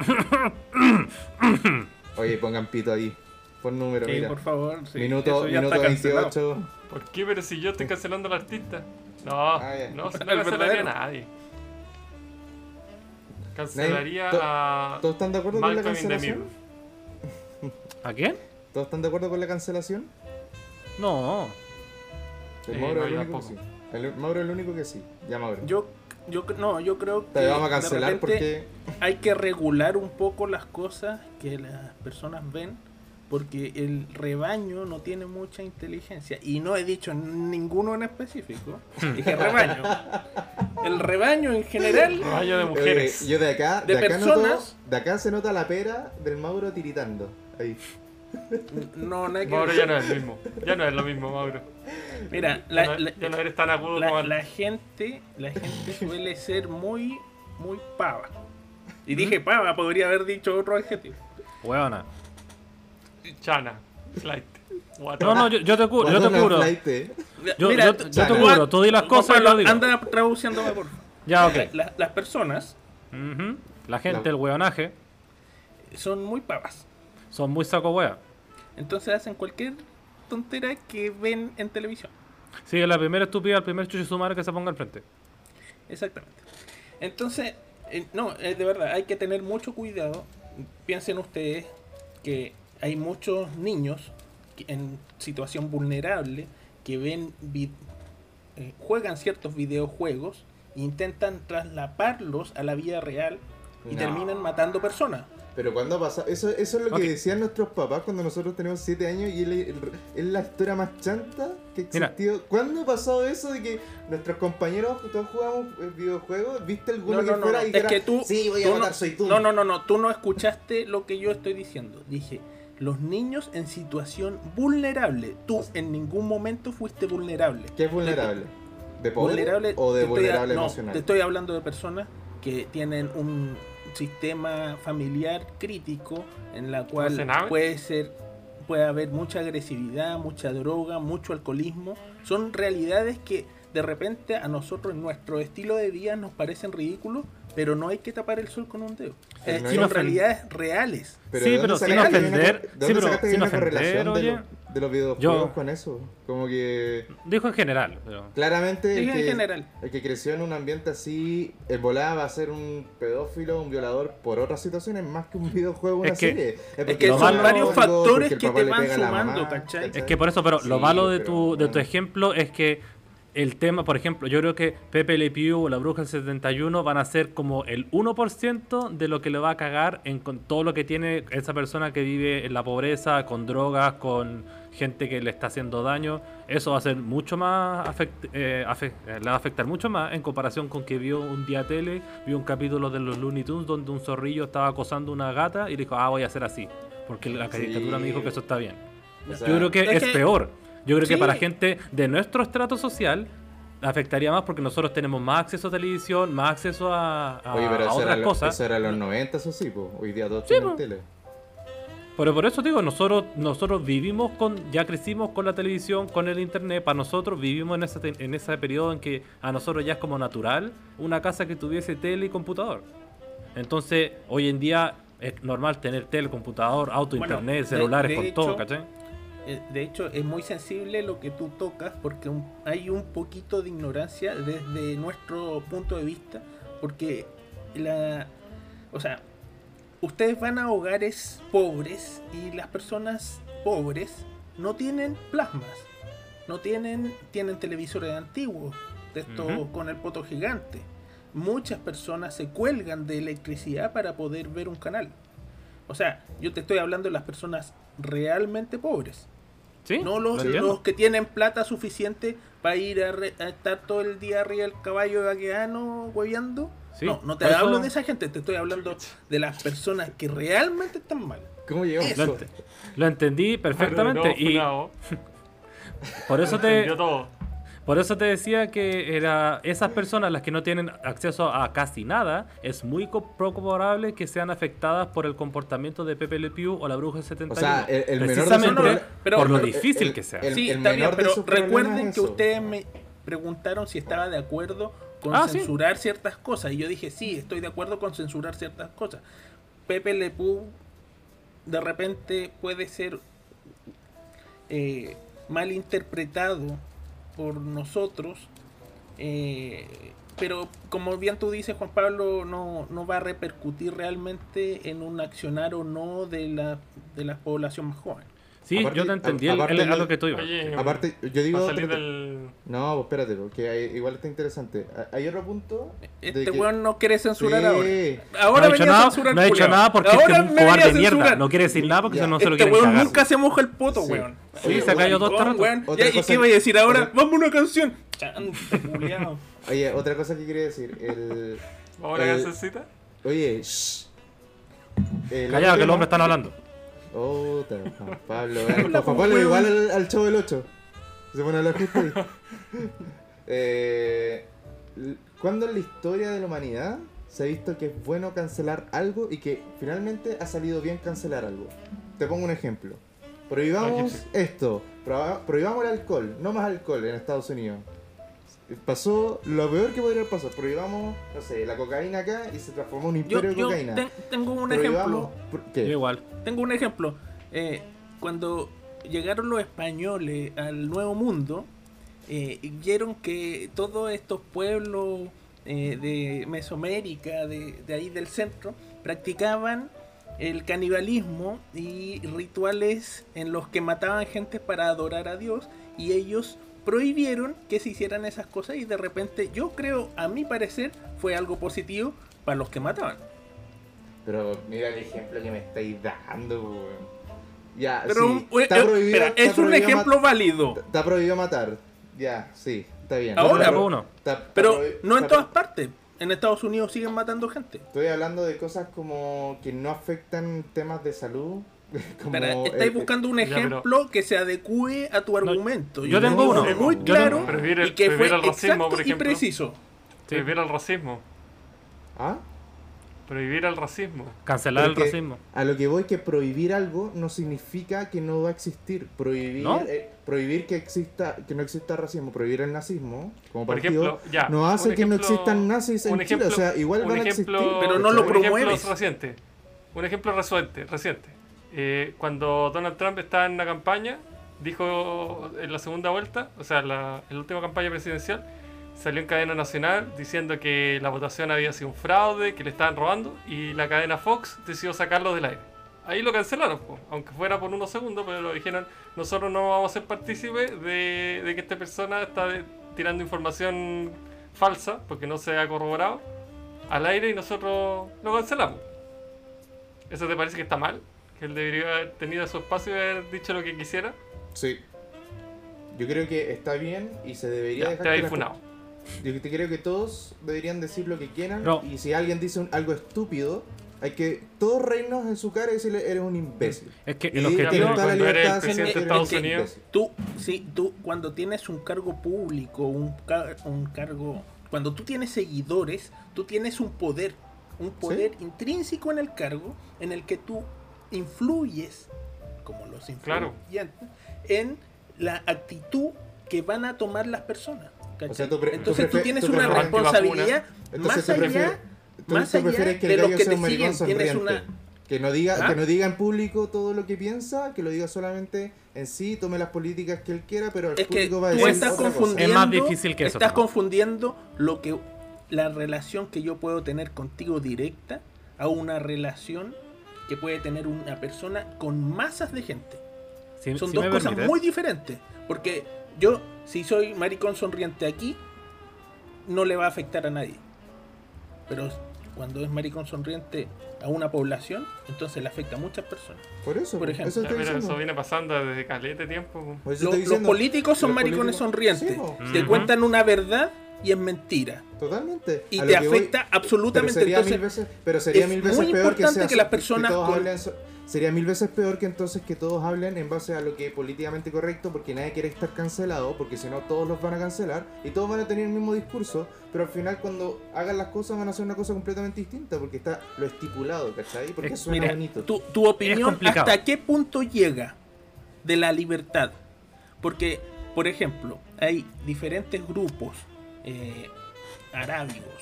Speaker 3: Oye, pongan pito ahí. Pon número,
Speaker 2: Sí,
Speaker 3: mira.
Speaker 2: por favor. sí,
Speaker 3: minuto
Speaker 2: eso ya
Speaker 3: minuto
Speaker 2: está cancelado.
Speaker 3: 28.
Speaker 1: ¿Por qué? Pero si yo estoy cancelando al artista. No,
Speaker 3: Ah, ya.
Speaker 1: no, si no
Speaker 2: El
Speaker 1: cancelaría a
Speaker 2: verdadero.
Speaker 1: nadie. Cancelaría
Speaker 3: to-
Speaker 1: a
Speaker 3: ¿Todos están de acuerdo con la
Speaker 1: Malcolm in the
Speaker 3: cancelación?
Speaker 1: Middle.
Speaker 4: ¿A quién?
Speaker 3: ¿Todos están de acuerdo con la cancelación?
Speaker 4: No.
Speaker 3: El
Speaker 1: Eh,
Speaker 3: Mauro
Speaker 1: no,
Speaker 3: es el
Speaker 1: yo
Speaker 3: único que sí.
Speaker 1: Eh, tampoco.
Speaker 3: El, Mauro es el único que sí. Ya, Mauro.
Speaker 2: Yo Yo, cre- no, yo creo que.
Speaker 3: Te vamos a
Speaker 2: de
Speaker 3: cancelar
Speaker 2: repente-
Speaker 3: porque.
Speaker 2: hay que regular un poco las cosas que las personas ven porque el rebaño no tiene mucha inteligencia y no he dicho ninguno en específico
Speaker 1: Hmm.
Speaker 2: dije rebaño el rebaño en general
Speaker 1: Rayo de
Speaker 3: Oye,
Speaker 1: mujeres.
Speaker 3: eh, yo de acá,
Speaker 2: De
Speaker 3: de, acá
Speaker 2: personas.
Speaker 3: noto- de acá se nota la pera del Mauro tiritando. Ahí.
Speaker 2: no nada que
Speaker 1: Mauro
Speaker 2: ver.
Speaker 1: ya no es el mismo. Ya no es lo mismo, Mauro.
Speaker 2: mira
Speaker 1: Ya
Speaker 2: la,
Speaker 1: no-
Speaker 2: la-
Speaker 1: ya no eres tan agudo
Speaker 2: la-
Speaker 1: como
Speaker 2: la
Speaker 1: antes.
Speaker 2: gente la gente suele ser muy muy pava y
Speaker 1: Hmm.
Speaker 2: dije pava podría haber dicho otro adjetivo
Speaker 4: Hueona.
Speaker 1: Chana. Flight.
Speaker 4: No, no, yo, yo te curo, yo te
Speaker 3: Guatona
Speaker 4: curo.
Speaker 3: flight, eh.
Speaker 4: Yo,
Speaker 2: Mira,
Speaker 4: yo te- yo te
Speaker 3: Juan-
Speaker 4: curo, tú di las cosas y
Speaker 2: Pablo,
Speaker 4: lo digo.
Speaker 2: anda traduciéndome por favor.
Speaker 4: Ya,
Speaker 2: La-
Speaker 4: ok.
Speaker 2: la- las personas
Speaker 4: Ujú. La gente,
Speaker 3: La-
Speaker 4: el hueonaje,
Speaker 2: son muy pavas
Speaker 4: son muy saco hueá.
Speaker 2: Entonces hacen cualquier tontera que ven en televisión.
Speaker 4: Sigue la primera estúpida, el primer chucho su madre que se ponga al frente.
Speaker 2: Exactamente. Entonces, eh, no, eh, de verdad, hay que tener mucho cuidado. Piensen ustedes que hay muchos niños que- en situación vulnerable que ven, vi- eh, juegan ciertos videojuegos e intentan traslaparlos a la vida real y
Speaker 3: No.
Speaker 2: terminan matando personas.
Speaker 3: Pero cuando pasa, eso, eso es lo
Speaker 4: Ok.
Speaker 3: que decían nuestros papás cuando nosotros teníamos 7 años y es la- es la historia más chanta que
Speaker 4: Mira.
Speaker 3: existió. ¿Cuándo ha pasado eso de que nuestros compañeros todos jugamos eh, videojuegos? ¿Viste alguno
Speaker 2: No, no,
Speaker 3: que
Speaker 2: no,
Speaker 3: fuera
Speaker 2: no,
Speaker 3: y
Speaker 2: es
Speaker 3: dijera,
Speaker 2: que tú,
Speaker 3: sí, voy a
Speaker 2: tú
Speaker 3: matar,
Speaker 2: no,
Speaker 3: soy tú?
Speaker 2: No, no, no, no, tú no escuchaste lo que yo estoy diciendo. Dije, los niños en situación vulnerable. Tú en ningún momento fuiste vulnerable.
Speaker 3: ¿Qué es vulnerable? ¿De pobre
Speaker 2: Vulnerable
Speaker 3: o
Speaker 2: te
Speaker 3: de
Speaker 2: estoy-
Speaker 3: vulnerable
Speaker 2: no,
Speaker 3: emocional?
Speaker 2: te estoy hablando de personas que tienen un sistema familiar crítico en la
Speaker 1: se
Speaker 2: cual
Speaker 1: nave?
Speaker 2: puede ser puede haber mucha agresividad, mucha droga, mucho alcoholismo. Son realidades que de repente a nosotros en nuestro estilo de vida nos parecen ridículos, pero no hay que tapar el sol con un dedo.
Speaker 3: Pero
Speaker 2: Eh,
Speaker 3: no hay-
Speaker 2: son
Speaker 4: Sin ofen-
Speaker 2: realidades reales.
Speaker 4: Sí,
Speaker 3: ¿de dónde
Speaker 4: pero sin
Speaker 3: sacaste que hay
Speaker 4: ofender,
Speaker 3: una- ¿de
Speaker 4: sí,
Speaker 3: dónde
Speaker 4: pero
Speaker 3: sacaste que hay
Speaker 4: sin
Speaker 3: una correlación
Speaker 4: ofender,
Speaker 3: de,
Speaker 4: oye.
Speaker 3: lo- de los videojuegos
Speaker 4: Yo-
Speaker 3: con eso? Como que...
Speaker 4: Dijo en general, pero.
Speaker 3: Claramente el
Speaker 2: Dije en
Speaker 3: que,
Speaker 2: general.
Speaker 3: el que creció en un ambiente así, el volada va a ser un pedófilo, un violador por otras situaciones más que un videojuego, una
Speaker 4: Es que-
Speaker 3: serie.
Speaker 2: es que
Speaker 4: son
Speaker 2: varios factores
Speaker 3: porque el
Speaker 2: que
Speaker 3: papá
Speaker 2: te
Speaker 3: le
Speaker 2: van
Speaker 3: pega a la
Speaker 2: sumando, ¿cachai?
Speaker 4: Es que por eso, pero lo
Speaker 3: Sí,
Speaker 4: malo de
Speaker 3: pero,
Speaker 4: tu, de tu
Speaker 3: bueno.
Speaker 4: ejemplo es que el tema, por ejemplo, yo creo que Pepe Le Pew o La Bruja del 71 van a ser como el 1% de lo que le va a cagar en con todo lo que tiene esa persona que vive en la pobreza, con drogas, con gente que le está haciendo daño. Eso va a ser mucho más, afect- eh, afe- eh, le va a afectar mucho más en comparación con que vio un día tele, vio un capítulo de los Looney Tunes donde un zorrillo estaba acosando una gata y le dijo, ah, voy a hacer así, porque la
Speaker 3: Sí.
Speaker 4: caricatura me dijo que eso está bien.
Speaker 3: O sea,
Speaker 4: Yo creo que
Speaker 2: Es
Speaker 4: es,
Speaker 2: que-
Speaker 4: peor. Yo creo
Speaker 2: Sí.
Speaker 4: que para gente de nuestro estrato social afectaría más porque nosotros tenemos más acceso a televisión, más acceso a, a-
Speaker 3: Oye, pero
Speaker 4: a
Speaker 3: eso,
Speaker 4: otras
Speaker 3: era lo-
Speaker 4: cosas.
Speaker 3: eso era los 90, eso sí, po. hoy día todos
Speaker 4: Sí,
Speaker 3: tienen
Speaker 4: po.
Speaker 3: tele.
Speaker 4: Pero por eso digo, nosotros nosotros vivimos con, ya crecimos con la televisión, con el internet. Para nosotros vivimos en ese, te- en ese periodo en que a nosotros ya es como natural una casa que tuviese tele y computador. Entonces, hoy en día es normal tener tele, computador, auto,
Speaker 2: Bueno,
Speaker 4: internet,
Speaker 2: de-
Speaker 4: celulares,
Speaker 2: de
Speaker 4: con
Speaker 2: hecho,
Speaker 4: todo, ¿cachai?
Speaker 2: Eh, De hecho, es muy sensible lo que tú tocas porque un- hay un poquito de ignorancia desde nuestro punto de vista. Porque la. O sea, ustedes van a hogares pobres y las personas pobres no tienen plasmas. No tienen. Tienen televisores antiguos. De estos
Speaker 4: Ujú.
Speaker 2: con el poto gigante. Muchas personas se cuelgan de electricidad para poder ver un canal. O sea, yo te estoy hablando de las personas realmente pobres.
Speaker 4: Sí,
Speaker 2: No los,
Speaker 4: lo entiendo.
Speaker 2: los que tienen plata suficiente para ir a, re- a estar todo el día arriba del caballo de Baqueano hueveando.
Speaker 4: Sí,
Speaker 2: no, no te
Speaker 4: por eso-
Speaker 2: hablo de esa gente, te estoy hablando de las personas que realmente están mal.
Speaker 3: ¿Cómo llegamos?
Speaker 4: Lo, ent- lo entendí perfectamente. y este- por eso te,
Speaker 1: Yo todo.
Speaker 4: Por eso te decía que era esas personas las que no tienen acceso a casi nada, es muy co- poco probable que sean afectadas por el comportamiento de Pepe Le Pew o la Bruja del 71.
Speaker 3: O sea, el- el menor de sus
Speaker 4: precisamente
Speaker 2: problemas- pero-
Speaker 4: por lo
Speaker 2: pero-
Speaker 4: difícil
Speaker 3: el-
Speaker 4: que sea.
Speaker 3: el-
Speaker 2: sí, está bien,
Speaker 3: menor de
Speaker 2: pero
Speaker 3: sus problemas
Speaker 2: recuerden
Speaker 3: es
Speaker 2: que
Speaker 3: eso.
Speaker 2: ustedes me preguntaron si estaba de acuerdo con
Speaker 4: Ah, sí.
Speaker 2: censurar ciertas cosas. Y yo dije, sí, estoy de acuerdo con censurar ciertas cosas. Pepe Le Pew de repente puede ser eh, mal interpretado por nosotros. eh, pero como bien tú dices, Juan Pablo, no, no va a repercutir realmente en un accionar o no de la, de la población más joven.
Speaker 4: Sí,
Speaker 3: Aparte-
Speaker 4: yo te entendí el-
Speaker 3: aparte
Speaker 4: el- a
Speaker 3: del-
Speaker 4: lo que tú ibas.
Speaker 1: Oye,
Speaker 3: Aparte, yo digo.
Speaker 1: Eh, va a
Speaker 3: otra-
Speaker 1: salir del.
Speaker 3: No, pues espérate, porque hay- igual está interesante. A- Hay otro punto. de
Speaker 2: Este
Speaker 3: que-
Speaker 2: weón no quiere censurar
Speaker 3: Sí.
Speaker 2: ahora.
Speaker 4: No
Speaker 2: Ahora
Speaker 4: ha hecho
Speaker 2: venía a
Speaker 4: nada,
Speaker 2: censurar
Speaker 4: no ha hecho
Speaker 2: culiao.
Speaker 4: nada porque
Speaker 2: Ahora
Speaker 4: este es un
Speaker 2: me venía
Speaker 4: cobarde
Speaker 2: a
Speaker 4: de mierda.
Speaker 2: censurar.
Speaker 4: No quiere decir nada porque
Speaker 3: Ya.
Speaker 4: eso no se lo
Speaker 2: Este
Speaker 4: quieren
Speaker 2: weón
Speaker 4: cagar.
Speaker 2: nunca se moja el poto,
Speaker 3: Sí.
Speaker 2: weón.
Speaker 3: Sí, se
Speaker 2: weón,
Speaker 4: cayó todo este
Speaker 2: weón,
Speaker 4: rato.
Speaker 2: weón.
Speaker 3: Otra
Speaker 2: Ya, ¿Y
Speaker 3: cosa
Speaker 2: qué
Speaker 3: que-
Speaker 2: iba a decir ahora?
Speaker 3: otra-
Speaker 2: Vamos a una canción. Chante, culiao.
Speaker 3: Oye, otra cosa que quería decir. El...
Speaker 1: ¿Ahora
Speaker 3: Eh,
Speaker 1: gancecita?
Speaker 3: Oye, shh. Eh, El otro
Speaker 4: Callado, que los
Speaker 3: tema-
Speaker 4: hombres están hablando.
Speaker 3: Oh, ta- Juan Pablo, weón. Juan Pablo igual al, al chavo del 8. Se pone a hablar justo ahí. Eh, l- ¿Cuándo en la historia de la humanidad se ha visto que es bueno cancelar algo y que finalmente ha salido bien cancelar algo? Te pongo un ejemplo. Prohibamos
Speaker 1: Ah,
Speaker 3: esto. proba- Prohibamos el alcohol. No más alcohol en Estados Unidos. Pasó lo peor que podría pasar. Prohibamos, no sé, la cocaína acá y se transformó en un
Speaker 2: Yo,
Speaker 3: imperio de
Speaker 2: yo
Speaker 3: cocaína.
Speaker 2: ten- tengo un
Speaker 3: Prohibamos-
Speaker 2: ejemplo.
Speaker 3: pr-
Speaker 4: Yo
Speaker 3: ¿Qué?
Speaker 4: igual.
Speaker 2: Tengo un ejemplo. Eh, cuando llegaron los españoles al Nuevo Mundo, eh, y vieron que todos estos pueblos eh, de Mesoamérica, de, de ahí del centro, practicaban el canibalismo y rituales en los que mataban gente para adorar a Dios y ellos prohibieron que se hicieran esas cosas y de repente yo creo, a mi parecer, fue algo positivo para los que mataban.
Speaker 3: Pero mira el ejemplo que me estáis dando, weón. Ya,
Speaker 2: Pero
Speaker 3: Ah, sí,
Speaker 2: eh,
Speaker 3: está
Speaker 2: eh,
Speaker 3: prohibido-
Speaker 2: espera,
Speaker 3: está
Speaker 2: es un
Speaker 3: prohibido
Speaker 2: ejemplo
Speaker 3: mat-
Speaker 2: válido.
Speaker 3: Está prohibido matar. Ya, sí, está bien. Está
Speaker 2: Ahora,
Speaker 4: po,
Speaker 3: pro-
Speaker 4: uno.
Speaker 3: está- está
Speaker 2: Pero
Speaker 3: prohi-
Speaker 2: no en
Speaker 3: está pro-
Speaker 2: todas partes. En Estados Unidos siguen matando gente.
Speaker 3: Estoy hablando de cosas como que no afectan temas de salud. Como,
Speaker 2: Pero
Speaker 3: eh,
Speaker 2: estáis buscando un
Speaker 1: ya, pero-
Speaker 2: ejemplo que se adecue a tu argumento.
Speaker 4: yo tengo
Speaker 2: lo
Speaker 4: uno.
Speaker 2: hice Muy
Speaker 3: Yo
Speaker 2: claro
Speaker 3: tengo-
Speaker 1: Prohibir el-
Speaker 2: y que fue
Speaker 1: prohibir el racismo,
Speaker 2: exacto
Speaker 1: por
Speaker 2: y
Speaker 1: ejemplo.
Speaker 2: preciso.
Speaker 4: Sí.
Speaker 1: Prohibir el racismo.
Speaker 3: ¿Ah?
Speaker 1: Prohibir el racismo.
Speaker 4: Cancelar
Speaker 3: Pero
Speaker 4: el
Speaker 3: que-
Speaker 4: racismo.
Speaker 3: A lo que voy que prohibir algo no significa que no va a existir. Prohibir,
Speaker 4: ¿No?
Speaker 3: eh, prohibir que exista, que no exista racismo, prohibir el nazismo, como
Speaker 1: Por
Speaker 3: partido,
Speaker 1: ejemplo, ya.
Speaker 3: no hace
Speaker 1: un
Speaker 3: que no
Speaker 1: ejemplo-
Speaker 3: existan nazis en
Speaker 1: un
Speaker 3: Chile. O sea, igual
Speaker 1: un
Speaker 3: van
Speaker 1: ejemplo-
Speaker 3: a existir.
Speaker 2: Pero
Speaker 3: ¿cachai?
Speaker 2: no lo
Speaker 1: un ejemplo
Speaker 2: promueves.
Speaker 1: reciente. Un ejemplo reciente. reciente. Eh, cuando Donald Trump estaba en la campaña, dijo en la segunda vuelta, o sea, la, en la última campaña presidencial, salió en cadena nacional diciendo que la votación había sido un fraude, que le estaban robando, y la cadena Fox decidió sacarlo del aire. Ahí lo cancelaron, po, aunque fuera por unos segundos, pero lo dijeron, nosotros no vamos a ser partícipes de, de que esta persona está de- tirando información falsa, porque no se ha corroborado, al aire y nosotros lo cancelamos. ¿Eso te parece que está mal? Que él debería haber tenido su espacio y haber dicho lo que quisiera.
Speaker 3: Sí. Yo creo que está bien y se debería
Speaker 1: Ya,
Speaker 3: dejar
Speaker 1: te
Speaker 3: que
Speaker 1: habéis
Speaker 3: las-
Speaker 1: funado.
Speaker 3: Yo te creo que todos deberían decir lo que quieran
Speaker 4: No.
Speaker 3: y si alguien dice un- algo estúpido, hay que todos reírnos en su cara y decirle eres un imbécil.
Speaker 4: Es que
Speaker 3: Y
Speaker 4: el
Speaker 1: Ya,
Speaker 4: objetivo.
Speaker 1: pero
Speaker 3: está la
Speaker 1: cuando eres
Speaker 3: libertad
Speaker 1: el
Speaker 3: de hacer lo
Speaker 1: presidente
Speaker 3: que
Speaker 1: de Estados
Speaker 3: quieras.
Speaker 1: Unidos,
Speaker 2: Tú, sí, tú, cuando tienes un cargo público, un, ca- un cargo. Cuando tú tienes seguidores, tú tienes un poder. Un poder intrínseco en el cargo en el que tú influyes, como los
Speaker 1: Claro.
Speaker 2: influyentes, en la actitud que van a tomar las personas. ¿cachai?
Speaker 3: O sea, tú pre- tú
Speaker 2: Entonces tú
Speaker 3: prefi-
Speaker 2: tienes
Speaker 3: tú
Speaker 2: una
Speaker 3: prefieres-
Speaker 2: responsabilidad
Speaker 3: Entonces
Speaker 2: más
Speaker 3: tú prefieres-
Speaker 2: allá.
Speaker 3: tú-
Speaker 2: más
Speaker 3: tú
Speaker 2: allá
Speaker 3: prefieres
Speaker 2: de
Speaker 3: el
Speaker 2: los
Speaker 3: gallo
Speaker 2: que
Speaker 3: sea
Speaker 2: te
Speaker 3: un maricón
Speaker 2: siguen, tienes
Speaker 3: sonriente.
Speaker 2: una-
Speaker 3: Que no, diga,
Speaker 2: ¿Ah?
Speaker 3: que no diga en público todo lo que piensa, que lo diga solamente en sí, tome las políticas que él quiera, pero el
Speaker 2: Es que
Speaker 3: público va a
Speaker 2: tú
Speaker 3: decir
Speaker 2: estás
Speaker 3: otra cosa.
Speaker 2: confundiendo.
Speaker 4: Es más difícil que eso,
Speaker 2: Estás
Speaker 4: Tomás.
Speaker 2: confundiendo lo que la relación que yo puedo tener contigo directa a una relación que puede tener una persona con masas de gente.
Speaker 4: Si,
Speaker 2: Son
Speaker 4: si
Speaker 2: dos
Speaker 4: me
Speaker 2: cosas
Speaker 4: permites,
Speaker 2: muy diferentes. Porque yo, si soy maricón sonriente aquí, no le va a afectar a nadie. Pero cuando es maricón sonriente a una población, entonces le afecta a muchas personas.
Speaker 3: Por eso,
Speaker 2: Por
Speaker 3: por
Speaker 2: ejemppo.
Speaker 3: eso
Speaker 1: Ya,
Speaker 3: estoy
Speaker 1: mira,
Speaker 3: diciendo.
Speaker 1: eso viene pasando desde calete tiempo. pues.
Speaker 3: Por eso
Speaker 2: Lo-
Speaker 3: Pues estoy
Speaker 2: los
Speaker 3: diciendo.
Speaker 2: políticos son
Speaker 3: Los
Speaker 2: maricones
Speaker 3: políticos-
Speaker 2: sonrientes.
Speaker 3: Sí, po.
Speaker 2: Te
Speaker 4: Ujú.
Speaker 2: cuentan una verdad y es mentira.
Speaker 3: Totalmente.
Speaker 2: Y
Speaker 3: A
Speaker 2: te
Speaker 3: lo que voy-
Speaker 2: afecta
Speaker 3: Pero
Speaker 2: absolutamente.
Speaker 3: sería,
Speaker 2: Entonces,
Speaker 3: mil veces, pero sería
Speaker 2: es
Speaker 3: mil veces
Speaker 2: muy
Speaker 3: peor que,
Speaker 2: importante
Speaker 3: sea-
Speaker 2: que las personas
Speaker 3: todos
Speaker 2: con-
Speaker 3: hablen so- Sería mil veces peor que entonces que todos hablen en base a lo que es políticamente correcto, porque nadie quiere estar cancelado, porque si no todos los van a cancelar y todos van a tener el mismo discurso, pero al final cuando hagan las cosas van a hacer una cosa completamente distinta, porque está lo estipulado, ¿cachai? Porque
Speaker 4: Es-
Speaker 3: suena
Speaker 2: mira,
Speaker 3: bonito.
Speaker 2: tu, tu opinión,
Speaker 4: complicado.
Speaker 2: ¿hasta qué punto llega de la libertad? Porque, por ejemplo, hay diferentes grupos eh, arábigos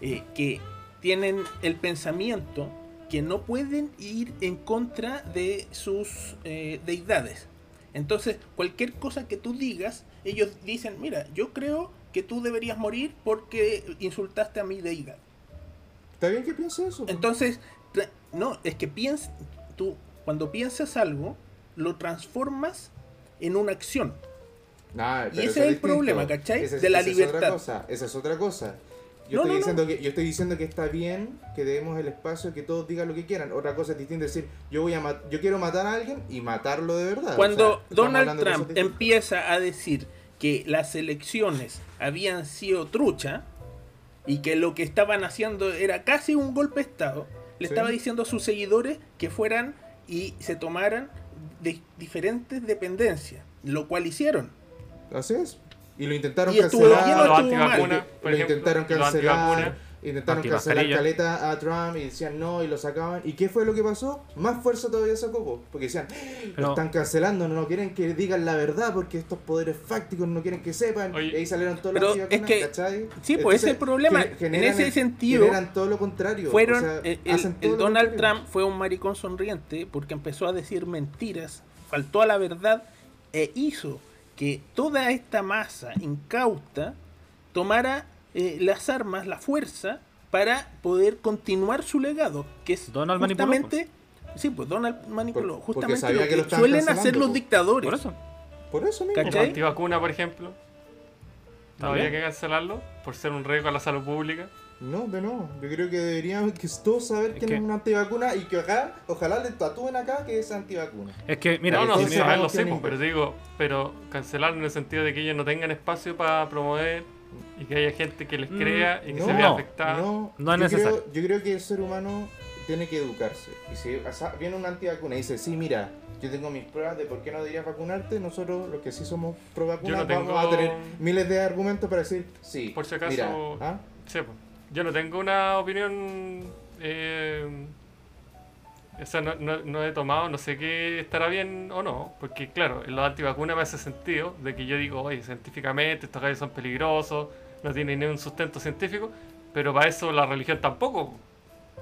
Speaker 2: eh, que tienen el pensamiento que no pueden ir en contra de sus eh, deidades. Entonces, cualquier cosa que tú digas, ellos dicen, mira, yo creo que tú deberías morir porque insultaste a mi deidad.
Speaker 3: ¿Está bien que piense eso?
Speaker 2: Entonces, tra- no, es que piensas, tú, cuando piensas algo, lo transformas en una acción.
Speaker 3: Ah, Nah, Ah, pero eso
Speaker 2: ese es el
Speaker 3: distinto.
Speaker 2: problema, ¿cachai?
Speaker 3: Esa es-
Speaker 2: De la
Speaker 3: esa Es
Speaker 2: libertad.
Speaker 3: otra cosa. Esa es otra cosa. Yo,
Speaker 2: No,
Speaker 3: estoy
Speaker 2: no, no.
Speaker 3: diciendo Que, yo estoy diciendo que está bien que demos el espacio que todos digan lo que quieran. Otra cosa es distinta decir, yo voy a ma- yo quiero matar a alguien y matarlo de verdad.
Speaker 2: Cuando
Speaker 3: O sea, estamos
Speaker 2: Donald
Speaker 3: hablando de
Speaker 2: Trump
Speaker 3: cosas distintas.
Speaker 2: empieza a decir que las elecciones habían sido trucha y que lo que estaban haciendo era casi un golpe de Estado, le
Speaker 3: Sí.
Speaker 2: estaba diciendo a sus seguidores que fueran y se tomaran de diferentes dependencias, lo cual hicieron.
Speaker 3: Así es. Y lo intentaron
Speaker 2: em- Y estuvo
Speaker 3: cancelar.
Speaker 2: lleno,
Speaker 1: Los
Speaker 2: estuvo mal.
Speaker 1: antivacunas, por
Speaker 3: lo
Speaker 1: ejemplo,
Speaker 3: intentaron
Speaker 1: los
Speaker 3: cancelar.
Speaker 1: antivacunas.
Speaker 3: Intentaron cancelar
Speaker 4: Antimascarilla.
Speaker 3: caleta a Trump y decían no y lo sacaban. ¿Y qué fue lo que pasó? Más fuerza todavía sacó, po, porque decían, "Ah,
Speaker 4: Pero-
Speaker 3: lo están cancelando, no quieren que digan la verdad porque estos poderes fácticos no quieren que sepan.
Speaker 1: Oye.
Speaker 3: y ahí salieron todos
Speaker 2: Pero
Speaker 3: los antivacunas,
Speaker 2: es que-
Speaker 3: ¿cachai?
Speaker 2: sí, pues, ese es el problema.
Speaker 3: gener- generan
Speaker 2: En ese
Speaker 3: el-
Speaker 2: sentido,
Speaker 3: Generan todo lo contrario. o
Speaker 2: Fueron, eh,
Speaker 3: sea,
Speaker 2: el- el-
Speaker 3: hacen todo
Speaker 2: el
Speaker 3: lo
Speaker 2: Donald
Speaker 3: contrario.
Speaker 2: Trump fue un maricón sonriente porque empezó a decir mentiras, faltó a la verdad e hizo que toda esta masa incauta tomara eh, las armas, la fuerza para poder continuar su legado, que es
Speaker 4: Donald manipuló,
Speaker 2: justamente sí, pues Donald manipuló
Speaker 3: Por- porque
Speaker 2: justamente
Speaker 3: sabía
Speaker 2: lo
Speaker 3: que
Speaker 2: que,
Speaker 3: lo estaban pues.
Speaker 2: suelen
Speaker 3: cancelando,
Speaker 2: hacer los
Speaker 3: po.
Speaker 2: dictadores.
Speaker 4: Por eso.
Speaker 3: Por eso mismo.
Speaker 1: Los
Speaker 2: ¿Cachai?
Speaker 1: antivacunas, por ejemplo. No
Speaker 3: También.
Speaker 1: habría que cancelarlo por ser un riesgo a la salud pública.
Speaker 3: No, pero no. Yo creo que deberíamos que todos saber
Speaker 4: Es
Speaker 3: quién
Speaker 4: que-
Speaker 3: es una antivacuna y que acá, ojalá le tatúen acá que es antivacuna.
Speaker 4: Es que, mira,
Speaker 1: no, no,
Speaker 4: si
Speaker 1: sí,
Speaker 3: entonces-
Speaker 4: me-
Speaker 1: sabemos, lo sé,
Speaker 3: tienen-
Speaker 1: pues, pero digo, pero cancelar en el sentido de que ellos no tengan espacio para promover y que haya gente que les
Speaker 4: Mm,
Speaker 1: crea y que se
Speaker 3: no,
Speaker 1: vea
Speaker 4: no,
Speaker 1: afectada.
Speaker 3: No,
Speaker 4: No es
Speaker 3: yo
Speaker 4: necesario.
Speaker 3: Creo, yo creo que el ser humano tiene que educarse. Y si asa- viene un antivacuna y dice, sí, mira, yo tengo mis pruebas de por qué no deberías vacunarte, nosotros los que sí somos pro vacuna
Speaker 1: Yo no
Speaker 3: vamos a
Speaker 1: tengo-
Speaker 3: tener miles de argumentos para decir, sí,
Speaker 1: Por si acaso-
Speaker 3: mira, ¿ah?
Speaker 1: Sí, po. Yo no tengo una opinión. Eh, o sea, no, no- no he tomado, no sé qué estará bien o no, porque claro, en los antivacunas me hace sentido de que yo digo, oye, científicamente estos gallos son peligrosos, no tienen ningún sustento científico, pero para eso la religión tampoco.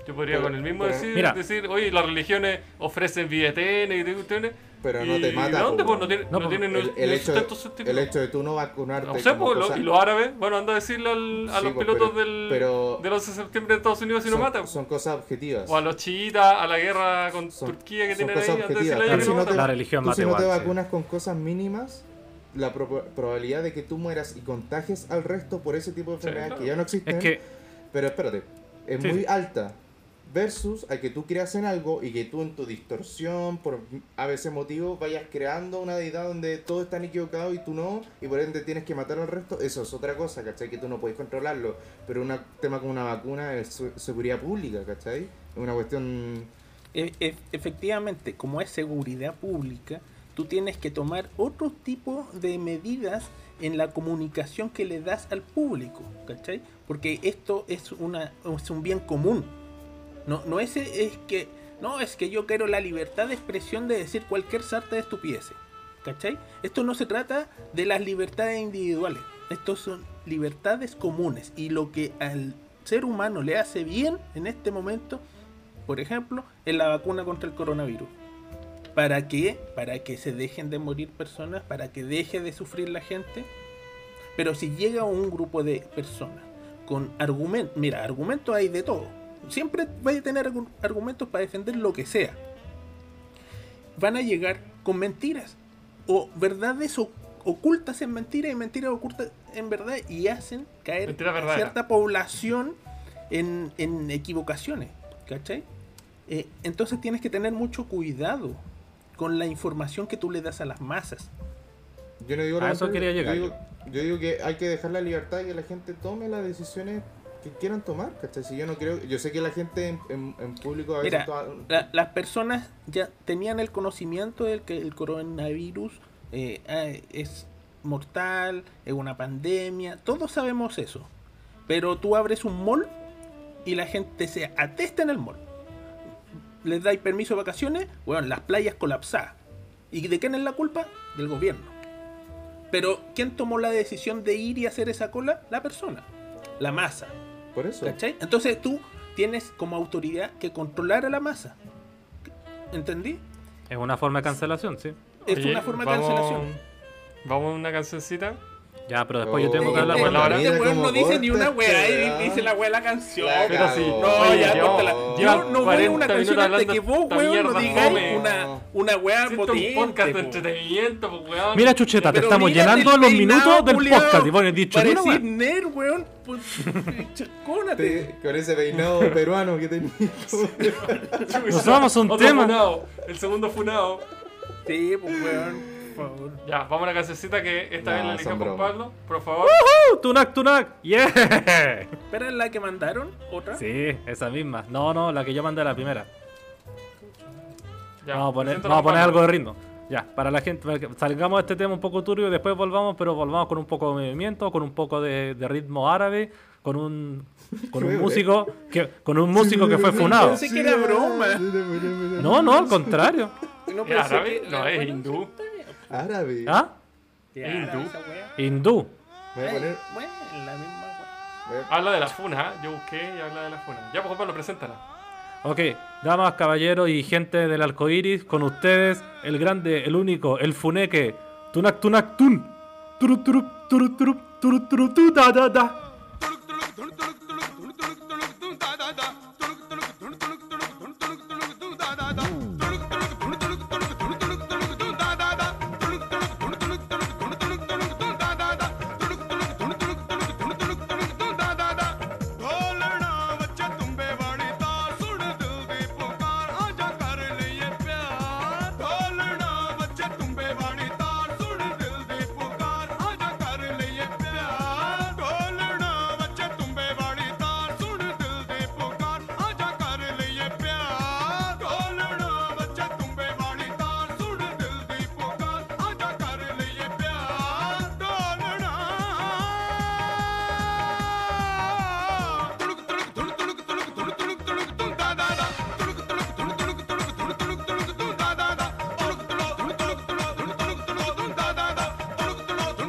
Speaker 1: Yo podría
Speaker 3: Pero-
Speaker 1: con el mismo
Speaker 3: pero-
Speaker 1: decir,
Speaker 4: Mira.
Speaker 1: decir, oye, las religiones ofrecen vida eterna y de cuestiones.
Speaker 3: Pero no te
Speaker 1: ¿y
Speaker 3: mata,
Speaker 1: ¿Dónde?
Speaker 3: po,
Speaker 1: Pues no, tiene-
Speaker 4: No,
Speaker 1: no
Speaker 4: po.
Speaker 1: tienen
Speaker 3: el,
Speaker 1: ningún
Speaker 3: el hecho,
Speaker 1: sustento
Speaker 3: de,
Speaker 1: científico.
Speaker 3: el hecho de tú no vacunarte.
Speaker 1: No sé,
Speaker 3: Este, como
Speaker 1: pues, lo-
Speaker 3: cosa-
Speaker 1: y los árabes, bueno, anda a decirle al- a
Speaker 3: Sí,
Speaker 1: los
Speaker 3: pues,
Speaker 1: pilotos
Speaker 3: pero-
Speaker 1: del,
Speaker 3: pero-
Speaker 1: del 11 de septiembre de Estados Unidos si no
Speaker 3: son,
Speaker 1: mata.
Speaker 3: son cosas objetivas.
Speaker 1: o a los chiitas, a la guerra con
Speaker 3: Son-
Speaker 1: Turquía que
Speaker 3: son
Speaker 1: tienen ahí,
Speaker 3: cosas
Speaker 1: anda a
Speaker 3: objetivas.
Speaker 1: decirle a ellos
Speaker 4: Pero
Speaker 1: que no
Speaker 4: si no
Speaker 1: mata.
Speaker 4: te- La religión
Speaker 3: tú si
Speaker 4: mata
Speaker 3: no te
Speaker 4: igual, sí.
Speaker 3: vacunas con cosas mínimas, la propo- probabilidad de que tú mueras y contagies al resto por ese tipo de
Speaker 1: Sí,
Speaker 3: enfermedades que
Speaker 1: claro.
Speaker 3: ya no existen,
Speaker 4: es que
Speaker 3: pero espérate, es
Speaker 4: Sí,
Speaker 3: muy
Speaker 4: sí.
Speaker 3: alta. Versus a que tú creas en algo y que tú en tu distorsión, por a veces motivo, vayas creando una deidad donde todos están equivocados y tú no, y por ende tienes que matar al resto. Eso es otra cosa, ¿cachai? Que tú no puedes controlarlo. Pero un tema como una vacuna es su- seguridad pública, ¿cachai? Es una cuestión
Speaker 2: E- e- efectivamente, como es seguridad pública, tú tienes que tomar otro tipo de medidas en la comunicación que le das al público, ¿cachai? Porque esto es, una, es un bien común. No, no es, es que no es que yo quiero la libertad de expresión de decir cualquier sarta de estupideces, ¿cachai? Esto no se trata de las libertades individuales, estos son libertades comunes y lo que al ser humano le hace bien en este momento por ejemplo, en la vacuna contra el coronavirus. ¿Para qué? Para que se dejen de morir personas, para que deje de sufrir la gente. Pero si llega un grupo de personas con argumentos, mira, argumentos hay de todo. Siempre vaya a tener argu- argumentos para defender lo que sea. Van a llegar con mentiras o verdades o- ocultas en mentiras y mentiras ocultas en verdad y hacen caer
Speaker 1: Mentira
Speaker 2: a
Speaker 1: verdadera.
Speaker 2: cierta población en, en equivocaciones. ¿Cachai? Eh, entonces tienes que tener mucho cuidado con la información que tú le das a las masas.
Speaker 3: Yo no digo
Speaker 4: A
Speaker 3: lo
Speaker 4: eso
Speaker 3: contrario,
Speaker 4: quería
Speaker 3: Yo
Speaker 4: llegar
Speaker 3: digo, yo digo que hay que dejar la libertad y que la gente tome las decisiones que quieran tomar, ¿cachai? Si yo no creo, yo sé que la gente en, en- en público a veces
Speaker 2: Mira,
Speaker 3: toma-
Speaker 2: La- las personas ya tenían el conocimiento de que el coronavirus eh, ah, es mortal, es una pandemia, todos sabemos eso. Pero tú abres un mall y la gente se atesta en el mall. Les dais permiso de vacaciones, bueno, las playas colapsadas. ¿Y de quién es la culpa? Del gobierno. Pero ¿quién tomó la decisión de ir y hacer esa cola? La persona, la masa.
Speaker 3: por eso.
Speaker 2: ¿Cachai? Entonces tú tienes como autoridad que controlar a la masa. ¿Entendí?
Speaker 4: es una forma de cancelación, sí.
Speaker 2: Es
Speaker 1: Oye,
Speaker 2: una forma de
Speaker 1: vamos-
Speaker 2: cancelación.
Speaker 1: Vamos a una cancioncita.
Speaker 4: Ya, pero después yo tengo que
Speaker 3: Oh,
Speaker 4: hablar
Speaker 2: Este
Speaker 4: con la
Speaker 1: ahora-
Speaker 2: weón
Speaker 1: hora.
Speaker 2: este weón no
Speaker 3: Como
Speaker 2: dice ni una
Speaker 3: corta,
Speaker 2: weá,
Speaker 3: este,
Speaker 2: y dice la weá la canción.
Speaker 3: La
Speaker 1: Pero sí,
Speaker 3: cagó.
Speaker 2: No,
Speaker 1: oye,
Speaker 2: ya,
Speaker 1: llevamos-
Speaker 2: córtala.
Speaker 3: llevamos
Speaker 2: Yo no veo
Speaker 1: 40
Speaker 2: una canción
Speaker 1: minutos
Speaker 2: hasta
Speaker 1: hablando
Speaker 2: que vos,
Speaker 1: esta
Speaker 2: weón, no
Speaker 1: mierda,
Speaker 2: digáis
Speaker 1: fome.
Speaker 2: una, una weá
Speaker 1: Siento un
Speaker 2: potente.
Speaker 1: podcast de
Speaker 2: po.
Speaker 1: entretenimiento, pues, weón.
Speaker 4: Mira, Chucheta, te
Speaker 2: Pero
Speaker 4: estamos
Speaker 2: mírate
Speaker 4: llenando
Speaker 2: el
Speaker 4: los
Speaker 2: peinado,
Speaker 4: minutos del
Speaker 2: culiao,
Speaker 4: podcast. Y vos has dicho, ni una
Speaker 2: Parecí
Speaker 4: weá.
Speaker 2: nerd, weón. pues, Chascónate.
Speaker 3: Te- con ese peinado peruano que tenía.
Speaker 4: Nos vamos a un tema.
Speaker 1: funao, el segundo funado.
Speaker 2: Sí, pues, weón, por favor.
Speaker 1: Ya, vamos a la cancioncita que esta
Speaker 3: No,
Speaker 1: vez la eligió
Speaker 3: son
Speaker 1: con
Speaker 3: bromas.
Speaker 1: Pablo. Por favor.
Speaker 4: Uh, Tunac, tunac. Yeah.
Speaker 2: ¿Pero es la que mandaron? ¿Otra?
Speaker 4: Sí, esa misma. No, no, la que yo mandé la primera.
Speaker 1: Ya,
Speaker 4: vamos a poner,
Speaker 1: preséntala
Speaker 4: vamos a
Speaker 1: con
Speaker 4: poner
Speaker 1: Pablo.
Speaker 4: algo de ritmo. Ya, para la gente, para que salgamos de este tema un poco turbio y después volvamos, pero volvamos con un poco de movimiento, con un poco de, de ritmo árabe, con un, con un músico que, con un músico que fue funado.
Speaker 2: Pensé que era broma.
Speaker 4: No, no, al contrario.
Speaker 2: No,
Speaker 1: ¿Es árabe?
Speaker 2: que-
Speaker 1: No, es
Speaker 2: bueno,
Speaker 1: hindú.
Speaker 3: Árabe.
Speaker 4: ¿Ah?
Speaker 2: Ya,
Speaker 1: ¿Es hindú?
Speaker 2: esa weá.
Speaker 4: Hindú.
Speaker 3: Me voy a poner.
Speaker 2: Bueno, la misma
Speaker 3: voy a-
Speaker 1: Habla de la funa, ¿eh? yo busqué y habla de la funa. Ya, pues Pablo, preséntala.
Speaker 4: Ok, damas, caballeros y gente del arcoiris, con ustedes el grande, el único, el funeque, tunac tunac tun, turup turup turup turup turup turup tu da da da.
Speaker 5: ਢੋਲਣਾ ਬੱਚਾ ਤੁੰਬੇ ਵਾਲੀ ਤਾਰ ਸੁਣ ਦਿਲ ਦੀ ਪੁਕਾਰ ਆ ਜਾ ਕਰ ਲਈਏ ਪਿਆਰ ਢੋਲਣਾ ਬੱਚਾ ਤੁੰਬੇ ਵਾਲੀ ਤਾਰ ਸੁਣ ਦਿਲ ਦੀ ਪੁਕਾਰ ਆ ਜਾ ਕਰ ਲਈਏ ਪਿਆਰ ਢੋਲਣਾ ਬੱਚਾ ਤੁੰਬੇ ਵਾਲੀ ਤਾਰ ਸੁਣ ਦਿਲ ਦੀ ਪੁਕਾਰ ਆ ਜਾ ਕਰ ਲਈਏ ਪਿਆਰ ਢੋਲਣਾ ਬੱਚਾ ਤੁੰਬੇ ਵਾਲੀ ਤਾਰ ਸੁਣ ਦਿਲ ਦੀ ਪੁਕਾਰ ਆ ਜਾ ਕਰ ਲਈਏ ਪਿਆਰ ਢੋਲਣਾ ਤੁਣਕ ਤੁਣਕ ਤੁਣ ਤੁਣਕ ਤੁਣਕ ਤੁਣ ਤੁਣਕ ਤੁਣਕ ਤੁਣ ਦਾ ਦਾ ਦਾ ਤੁਣਕ ਤੁਣਕ ਤੁਣ ਤੁਣਕ ਤੁਣਕ ਤੁਣ ਤੁਣਕ ਤੁਣਕ ਤੁਣ ਦਾ ਦਾ ਦਾ ਤੁਣਕ ਤੁਣਕ ਤੁਣ ਤੁਣਕ ਤੁਣਕ ਤੁਣ ਤੁਣਕ ਤੁਣਕ ਤੁਣ ਦਾ ਦਾ ਦਾ ਤੁਣਕ ਤੁਣਕ ਤੁਣ ਤੁਣਕ ਤੁਣਕ ਤੁਣ ਤੁਣਕ ਤੁਣਕ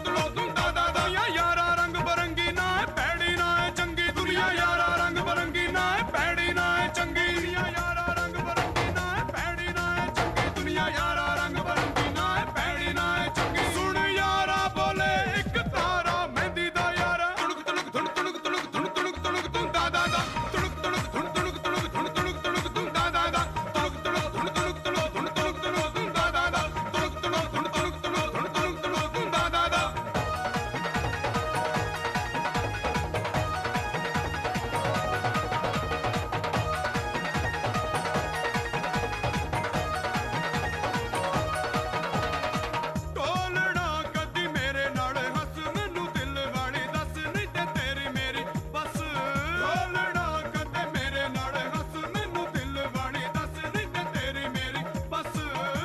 Speaker 5: ਤੁਣ ਦਾ ਦਾ ਦਾ ਯਾ ਯਾਰਾ ਰੰਗ ਬਰੰਗੀ ਨਾ ਹੈ ਭੈੜੀ ਨਾ ਹੈ ਚੰਗੀ ਦੁਨੀਆ ਯਾਰਾ ਰੰਗ ਬਰੰਗੀ ਨਾ ਹੈ ਭੈੜੀ ਨਾ ਹੈ ਚੰਗੀ ਦੁਨੀਆ ਯਾਰਾ ਰੰਗ ਬਰੰਗੀ ਨਾ ਹੈ ਭੈੜੀ ਨਾ ਹੈ ਚੰਗੀ ਦੁਨੀਆ ਯਾਰਾ ਰੰਗ ਬਰੰਗੀ ਨਾ ਹੈ ਭੈੜੀ ਨਾ ਹੈ ਚੰਗੀ ਸੁਣ ਯਾਰਾ ਬੋਲੇ ਇੱਕ ਤਾਰਾ ਮਹਿੰਦੀ ਦਾ ਯਾਰਾ ਤੁਣਕ ਤੁਣਕ ਤੁਣ ਤੁਣਕ ਤੁਣਕ ਤੁਣ ਤੁਣਕ ਤੁਣਕ ਤੁਣ ਦਾ ਦਾ ਦਾ ਤੁਣਕ ਤੁਣਕ ਤੁਣ ਤੁਣਕ ਤੁਣਕ ਤੁਣ ਤੁਣਕ ਤੁਣਕ ਤੁਣ ਦਾ ਦਾ ਦਾ ਤੁਣਕ ਤੁਣਕ ਤੁਣ ਤੁਣਕ ਤੁਣਕ ਤੁਣ ਤੁਣਕ ਤੁਣਕ ਤੁਣ ਦਾ ਦਾ ਦਾ ਤੁਣਕ ਤੁਣਕ ਤੁਣ ਤੁਣਕ ਤੁਣਕ ਤੁਣ ਤੁਣਕ ਤੁਣਕ ਤੁਣ ਦਾ ਦਾ ਦਾ ਟੋਲਣਾ ਕਦੀ ਮੇਰੇ ਨਾਲ ਹੱਸ ਮੈਨੂੰ ਦਿਲ ਵਾਲੀ ਦੱਸ ਨਹੀਂ ਤੇ ਤੇਰੀ ਮੇਰੀ ਬਸ ਟੋਲਣਾ ਕਦੇ ਮੇਰੇ ਨਾਲ ਹੱਸ ਮੈਨੂੰ ਦਿਲ ਵਾਲੀ ਦੱਸ ਨਹੀਂ ਤੇ ਤੇਰੀ ਮੇਰੀ ਬਸ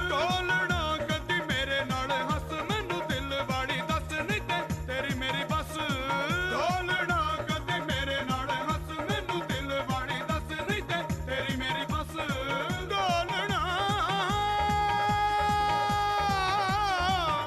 Speaker 5: ਟੋਲਣਾ ਕਦੀ ਮੇਰੇ ਨਾਲ ਹੱਸ ਮੈਨੂੰ ਦਿਲ ਵਾਲੀ ਦੱਸ ਨਹੀਂ ਤੇ ਤੇਰੀ ਮੇਰੀ ਬਸ ਟੋਲਣਾ ਕਦੀ ਮੇਰੇ ਨਾਲ ਹੱਸ ਮੈਨੂੰ ਦਿਲ ਵਾਲੀ ਦੱਸ ਨਹੀਂ ਤੇ ਤੇਰੀ ਮੇਰੀ ਬਸ ਟੋਲਣਾ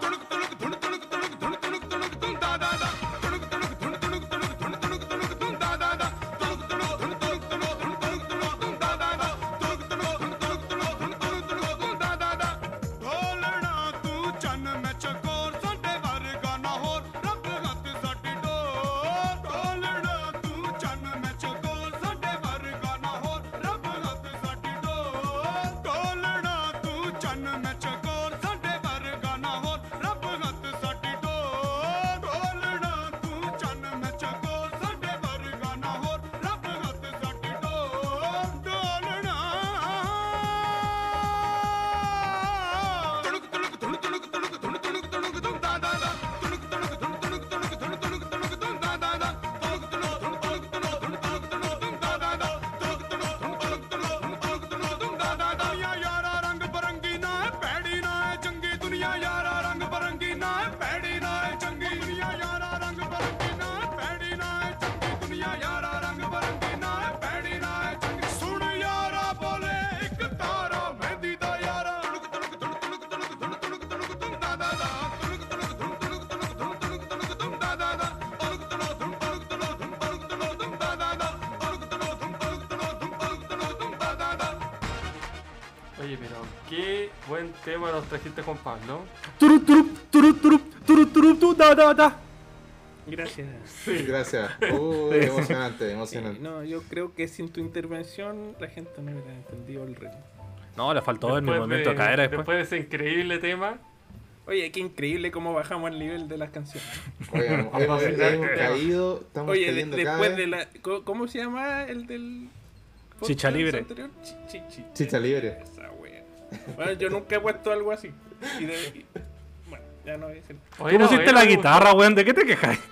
Speaker 5: ਤੁਣਕ ਤੁਣਕ ਤੁਣ ਤੁਣਕ ਤੁਣਕ ਤੁਣ ਤੁਣਕ ਤੁਣਕ ਤੁਣ ਦਾ ਦਾ ਦਾ ਤੁਣਕ ਤੁਣਕ ਤੁਣ ਤੁਣਕ ਤੁਣਕ ਤੁਣ ਤੁਣਕ ਤੁਣਕ ਤੁਣ ਦਾ ਦਾ ਦਾ ਤੁਣਕ ਤੁਣਕ ਤੁਣ ਤੁਣਕ ਤੁਣਕ ਤੁਣ ਤੁਣਕ ਤੁਣਕ ਤੁਣ ਦਾ ਦਾ ਦਾ ਤੁਣਕ ਤੁਣਕ ਤੁਣ ਤੁਣਕ ਤੁਣਕ ਤੁਣ ਤੁਣਕ ਤੁਣਕ ਤੁਣ ਦਾ ਦਾ ਦਾ ਢੋਲਣਾ ਤੂੰ ਚੰਨ ਮੈਂ ਚਕੋਰ ਸਾਡੇ ਵਰਗਾ ਨਾ ਹੋਰ ਰੱਬ ਹੱਥ ਸਾਡੀ ਡੋਰ ਢੋਲਣਾ ਤੂੰ ਚੰਨ ਮੈਂ ਚਕੋਰ ਸਾਡੇ ਵਰਗਾ ਨਾ ਹੋਰ ਰੱਬ ਹੱਥ ਸਾਡੀ ਡੋਰ ਢੋਲਣਾ ਤੂੰ ਚੰਨ ਮੈਂ ਚਕੋਰ ਸਾਡੇ ਵਰਗਾ ਨਾ ਹੋਰ ਰੱਬ ਹੱਥ ਸਾਡੀ ਡੋਰ ਢੋਲਣਾ ਤੂੰ ਚੰਨ ਮੈਂ ਚਕੋਰ ਸਾਡੇ ਵਰਗਾ ਨਾ ਹੋਰ ਰੱਬ ਹੱਥ ਸਾਡੀ ਡੋਰ ਢੋਲਣਾ ਤੁਣਕ ਤੁਣਕ ਤੁਣ ਤੁਣਕ ਤੁਣਕ ਤੁਣ ਤੁਣਕ ਤੁਣਕ ਤੁਣ ਦਾ ਦਾ ਦਾ ਤੁਣਕ ਤੁਣਕ ਤੁਣ ਤੁਣਕ ਤੁਣਕ ਤੁਣ ਤੁਣਕ ਤੁਣਕ ਤੁਣ ਦਾ ਦਾ ਦਾ ਤੁਣਕ ਤੁਣਕ ਤੁਣ ਤੁਣਕ ਤੁਣਕ ਤੁਣ ਤੁਣਕ ਤੁਣਕ ਤੁਣ ਦਾ ਦਾ ਦਾ ਤੁਣਕ ਤੁਣਕ ਤੁਣ ਤੁਣਕ ਤੁਣਕ ਤੁਣ ਤੁਣਕ ਤੁਣਕ ਤੁਣ ਦਾ ਦਾ ਦਾ ਯਾ ਯਾਰਾ ਰੰਗ ਬਰੰਗੀ ਨਾ ਹੈ ਭੈੜੀ ਨਾ ਹੈ ਚੰਗੀ ਦੁਨੀਆ ਯਾਰਾ ਰੰਗ ਬਰੰਗੀ ਨਾ ਹੈ ਭੈੜੀ ਨਾ ਹੈ ਚੰਗੀ ਦੁਨੀਆ ਯਾਰਾ ਰੰਗ ਬਰੰਗੀ ਨਾ ਹੈ ਭੈੜੀ ਨਾ ਹੈ ਚੰਗੀ ਦੁਨੀਆ ਯਾਰਾ ਰੰਗ ਬਰੰਗੀ ਨਾ ਹੈ ਭੈੜੀ ਨਾ ਹੈ ਚੰਗੀ ਸੁਣ ਯਾਰਾ ਬੋਲੇ ਇੱਕ ਤਾਰਾ ਮਹਿੰਦੀ ਦਾ ਯਾਰਾ ਤੁਣਕ ਤੁਣਕ ਤੁਣ ਤੁਣਕ ਤੁਣਕ ਤੁਣ ਤੁਣਕ ਤੁਣਕ ਤੁਣ ਦਾ ਦਾ ਦਾ ਤੁਣਕ ਤੁਣਕ ਤੁਣ ਤੁਣਕ ਤੁਣਕ ਤੁਣ ਤੁਣਕ ਤੁਣਕ ਤੁਣ ਦਾ ਦਾ ਦਾ ਤੁਣਕ ਤੁਣਕ ਤੁਣ ਤੁਣਕ ਤੁਣਕ ਤੁਣ ਤੁਣਕ ਤੁਣਕ ਤੁਣ ਦਾ ਦਾ ਦਾ ਤੁਣਕ ਤੁਣਕ ਤੁਣ ਤੁਣਕ ਤੁਣਕ ਤੁਣ ਤੁਣਕ ਤੁਣਕ ਤੁਣ ਦਾ ਦਾ ਦਾ
Speaker 1: Oye, pero qué buen tema nos trajiste con Pablo.
Speaker 4: Turup turup turup turup turup turup turup, tu, da, da, da.
Speaker 2: Gracias.
Speaker 3: Gracias. Uy, emocionante,
Speaker 2: Sí,
Speaker 3: emocionante.
Speaker 2: no, yo creo que sin tu intervención la gente no hubiera entendido el ritmo.
Speaker 4: No, le faltó en mi
Speaker 1: de,
Speaker 4: momento a caer eh, pues. después.
Speaker 1: después de ese increíble tema,
Speaker 2: Oye, qué increíble cómo bajamos el nivel de las canciones.
Speaker 3: Oye, hemos, hemos caído, estamos
Speaker 2: Oye, de-
Speaker 3: cayendo eh. cada vez.
Speaker 2: después de la. co- ¿Cómo se llama el del. podcast
Speaker 4: Chicha libre.
Speaker 2: anterior? Chi- chi- chi-
Speaker 3: Chicha libre.
Speaker 2: Esa wea. Bueno, yo nunca he puesto algo así. Y de- y- bueno, ya no voy a decir.
Speaker 1: oye,
Speaker 4: Tú
Speaker 1: no, oye,
Speaker 4: pusiste la
Speaker 1: me gustó.
Speaker 4: guitarra, weón, ¿de qué te quejas?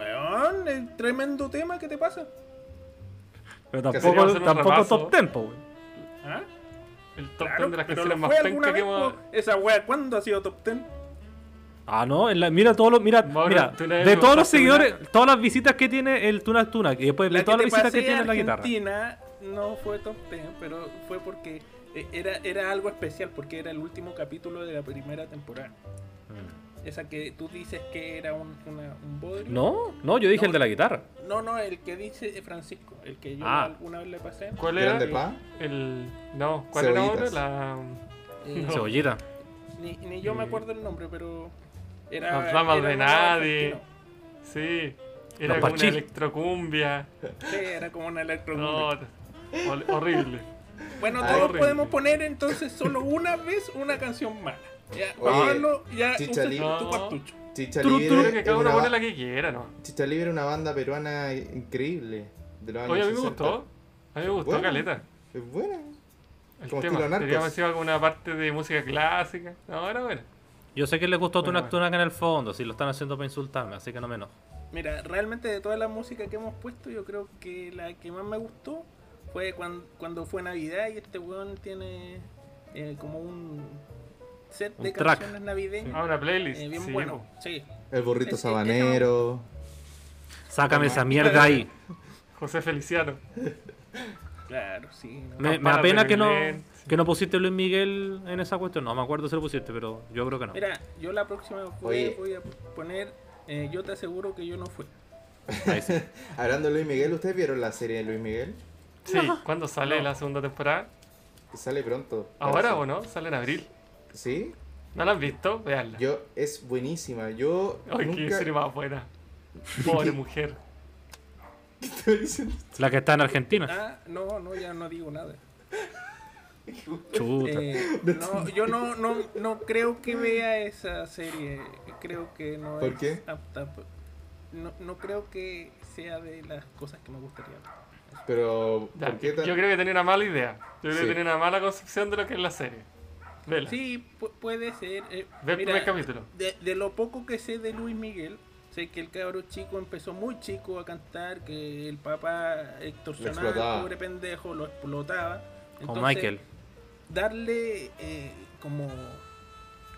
Speaker 2: Weón, el tremendo tema, ¿qué te pasa?
Speaker 4: Pero
Speaker 1: sería
Speaker 4: tampoco,
Speaker 1: hacer un
Speaker 4: tampoco
Speaker 1: repaso.
Speaker 4: top tempo, weón.
Speaker 2: ¿Ah?
Speaker 1: El top
Speaker 2: Claro,
Speaker 1: 10 de las
Speaker 2: pero lo
Speaker 1: canciones más
Speaker 2: fue alguna
Speaker 1: pencas que
Speaker 2: vez,
Speaker 1: hemos.
Speaker 4: pues.
Speaker 2: po. Esa wea, ¿cuándo ha sido top ten?
Speaker 4: Ah, no, en la- mira todos los. Mira,
Speaker 1: Mauro,
Speaker 4: mira
Speaker 1: tú le
Speaker 4: de todos los
Speaker 1: preguntaste una-
Speaker 4: seguidores, todas las visitas que tiene el Tunas Tunas, y después de todas las visitas que
Speaker 2: pasé a
Speaker 4: tiene la guitarra.
Speaker 2: Argentina no fue top 10, pero fue porque eh, era, era algo especial, porque era el último capítulo de la primera temporada. Esa que tú dices que era un, una- un bodrio.
Speaker 4: No, no, yo dije
Speaker 2: No.
Speaker 4: el de la guitarra.
Speaker 2: No, no, el que dice eh, Francisco, el que yo
Speaker 4: Ah.
Speaker 2: alguna vez le pasé.
Speaker 1: ¿Cuál era?
Speaker 3: ¿Grande pa?
Speaker 1: El. No, ¿cuál
Speaker 3: Cebollitas.
Speaker 1: era ahora?
Speaker 2: Eh,
Speaker 4: Cebollita.
Speaker 2: ni, ni yo me acuerdo el nombre, pero era.
Speaker 1: Las ramas
Speaker 2: era
Speaker 1: de
Speaker 2: uno
Speaker 1: nadie.
Speaker 2: argentino.
Speaker 1: La. Sí. Era
Speaker 4: Los
Speaker 1: como una
Speaker 4: parchís.
Speaker 1: electrocumbia.
Speaker 2: Sí, era como una electro.
Speaker 1: No, hor- horrible.
Speaker 2: Bueno,
Speaker 3: Ah,
Speaker 2: todos
Speaker 1: horrible.
Speaker 2: podemos poner entonces solo una vez una canción mala. Ya,
Speaker 3: Oye,
Speaker 2: Pablo, ya
Speaker 3: Chicha
Speaker 2: usa
Speaker 3: Libre.
Speaker 2: tu
Speaker 1: No.
Speaker 2: cartucho.
Speaker 3: Chicha
Speaker 1: Yo
Speaker 4: Tru,
Speaker 1: creo
Speaker 3: libre.
Speaker 1: que
Speaker 3: es
Speaker 1: cada uno
Speaker 3: una
Speaker 1: pone
Speaker 3: ba-
Speaker 1: la que quiera, ¿no?
Speaker 3: Chicha libre es una banda peruana increíble. De los años
Speaker 1: Oye, a mí me
Speaker 3: 60.
Speaker 1: gustó. A mí me gustó
Speaker 3: Bueno.
Speaker 1: Caleta.
Speaker 3: Es buena.
Speaker 1: El
Speaker 3: Como
Speaker 1: tema.
Speaker 3: estilo Narcos.
Speaker 1: Teníamos encima como una parte de música clásica. No, era bueno.
Speaker 4: Yo sé que les gustó
Speaker 1: Bueno,
Speaker 4: Tunas Tunas en el fondo, si lo están haciendo para insultarme, así que no me enojo.
Speaker 2: Mira, realmente de toda la música que hemos puesto, yo creo que la que más me gustó fue cuan- cuando, fue Navidad y este weón tiene eh, como un set de
Speaker 4: Un track.
Speaker 2: canciones navideñas.
Speaker 1: Ah, una playlist.
Speaker 2: eh, bien
Speaker 1: sí,
Speaker 2: bueno,
Speaker 1: po.
Speaker 2: sí.
Speaker 3: El burrito
Speaker 2: Es que-
Speaker 3: sabanero.
Speaker 4: Sácame esa mierda ahí.
Speaker 1: José Feliciano.
Speaker 2: Claro, sí. ¿no?
Speaker 4: Me, me
Speaker 1: Campana
Speaker 4: apena
Speaker 1: de
Speaker 4: que no,
Speaker 1: Belén, sí.
Speaker 4: que no pusiste Luis Miguel en esa cuestión. No me acuerdo si lo pusiste, pero yo creo que no.
Speaker 2: Mira, yo la próxima vez
Speaker 3: Oye.
Speaker 2: voy a poner, eh, yo te aseguro que yo no fui.
Speaker 4: Ahí sí.
Speaker 3: Hablando de Luis Miguel, ¿ustedes vieron la serie de Luis Miguel?
Speaker 1: Sí, ¿cuándo sale la segunda temporada?
Speaker 3: Que sale pronto.
Speaker 1: ¿Ahora
Speaker 3: parece.
Speaker 1: o no? Sale en abril.
Speaker 3: Sí.
Speaker 1: ¿No la han visto? Veanla.
Speaker 3: Yo, es buenísima. Yo
Speaker 1: Ay, qué
Speaker 3: nunca...
Speaker 1: serie más buena. Pobre mujer.
Speaker 3: Estoy diciendo-
Speaker 4: La que está en Argentina.
Speaker 2: Ah, no, no, ya no digo nada.
Speaker 4: Chuta.
Speaker 2: Eh, no, yo no, no, no creo que vea esa serie. Creo que no
Speaker 3: ¿Por
Speaker 2: es
Speaker 3: qué?
Speaker 2: apta. p- No, no creo que sea de las cosas que me gustaría. ver.
Speaker 3: Pero,
Speaker 1: Ya,
Speaker 3: ¿por qué
Speaker 1: yo
Speaker 3: tan-
Speaker 1: creo que tenía una mala idea. Yo creo
Speaker 3: Sí.
Speaker 1: que tenía una mala concepción de lo que es la serie. Vela.
Speaker 2: Sí, pu- puede ser. eh,
Speaker 1: Ve el
Speaker 2: mira,
Speaker 1: primer capítulo.
Speaker 2: de, de lo poco que sé de Luis Miguel, sé que el cabro chico empezó muy chico a cantar, que el papá extorsionaba
Speaker 3: explotaba.
Speaker 2: al pobre pendejo, lo explotaba.
Speaker 4: Con
Speaker 2: Entonces,
Speaker 4: Michael.
Speaker 2: darle eh, como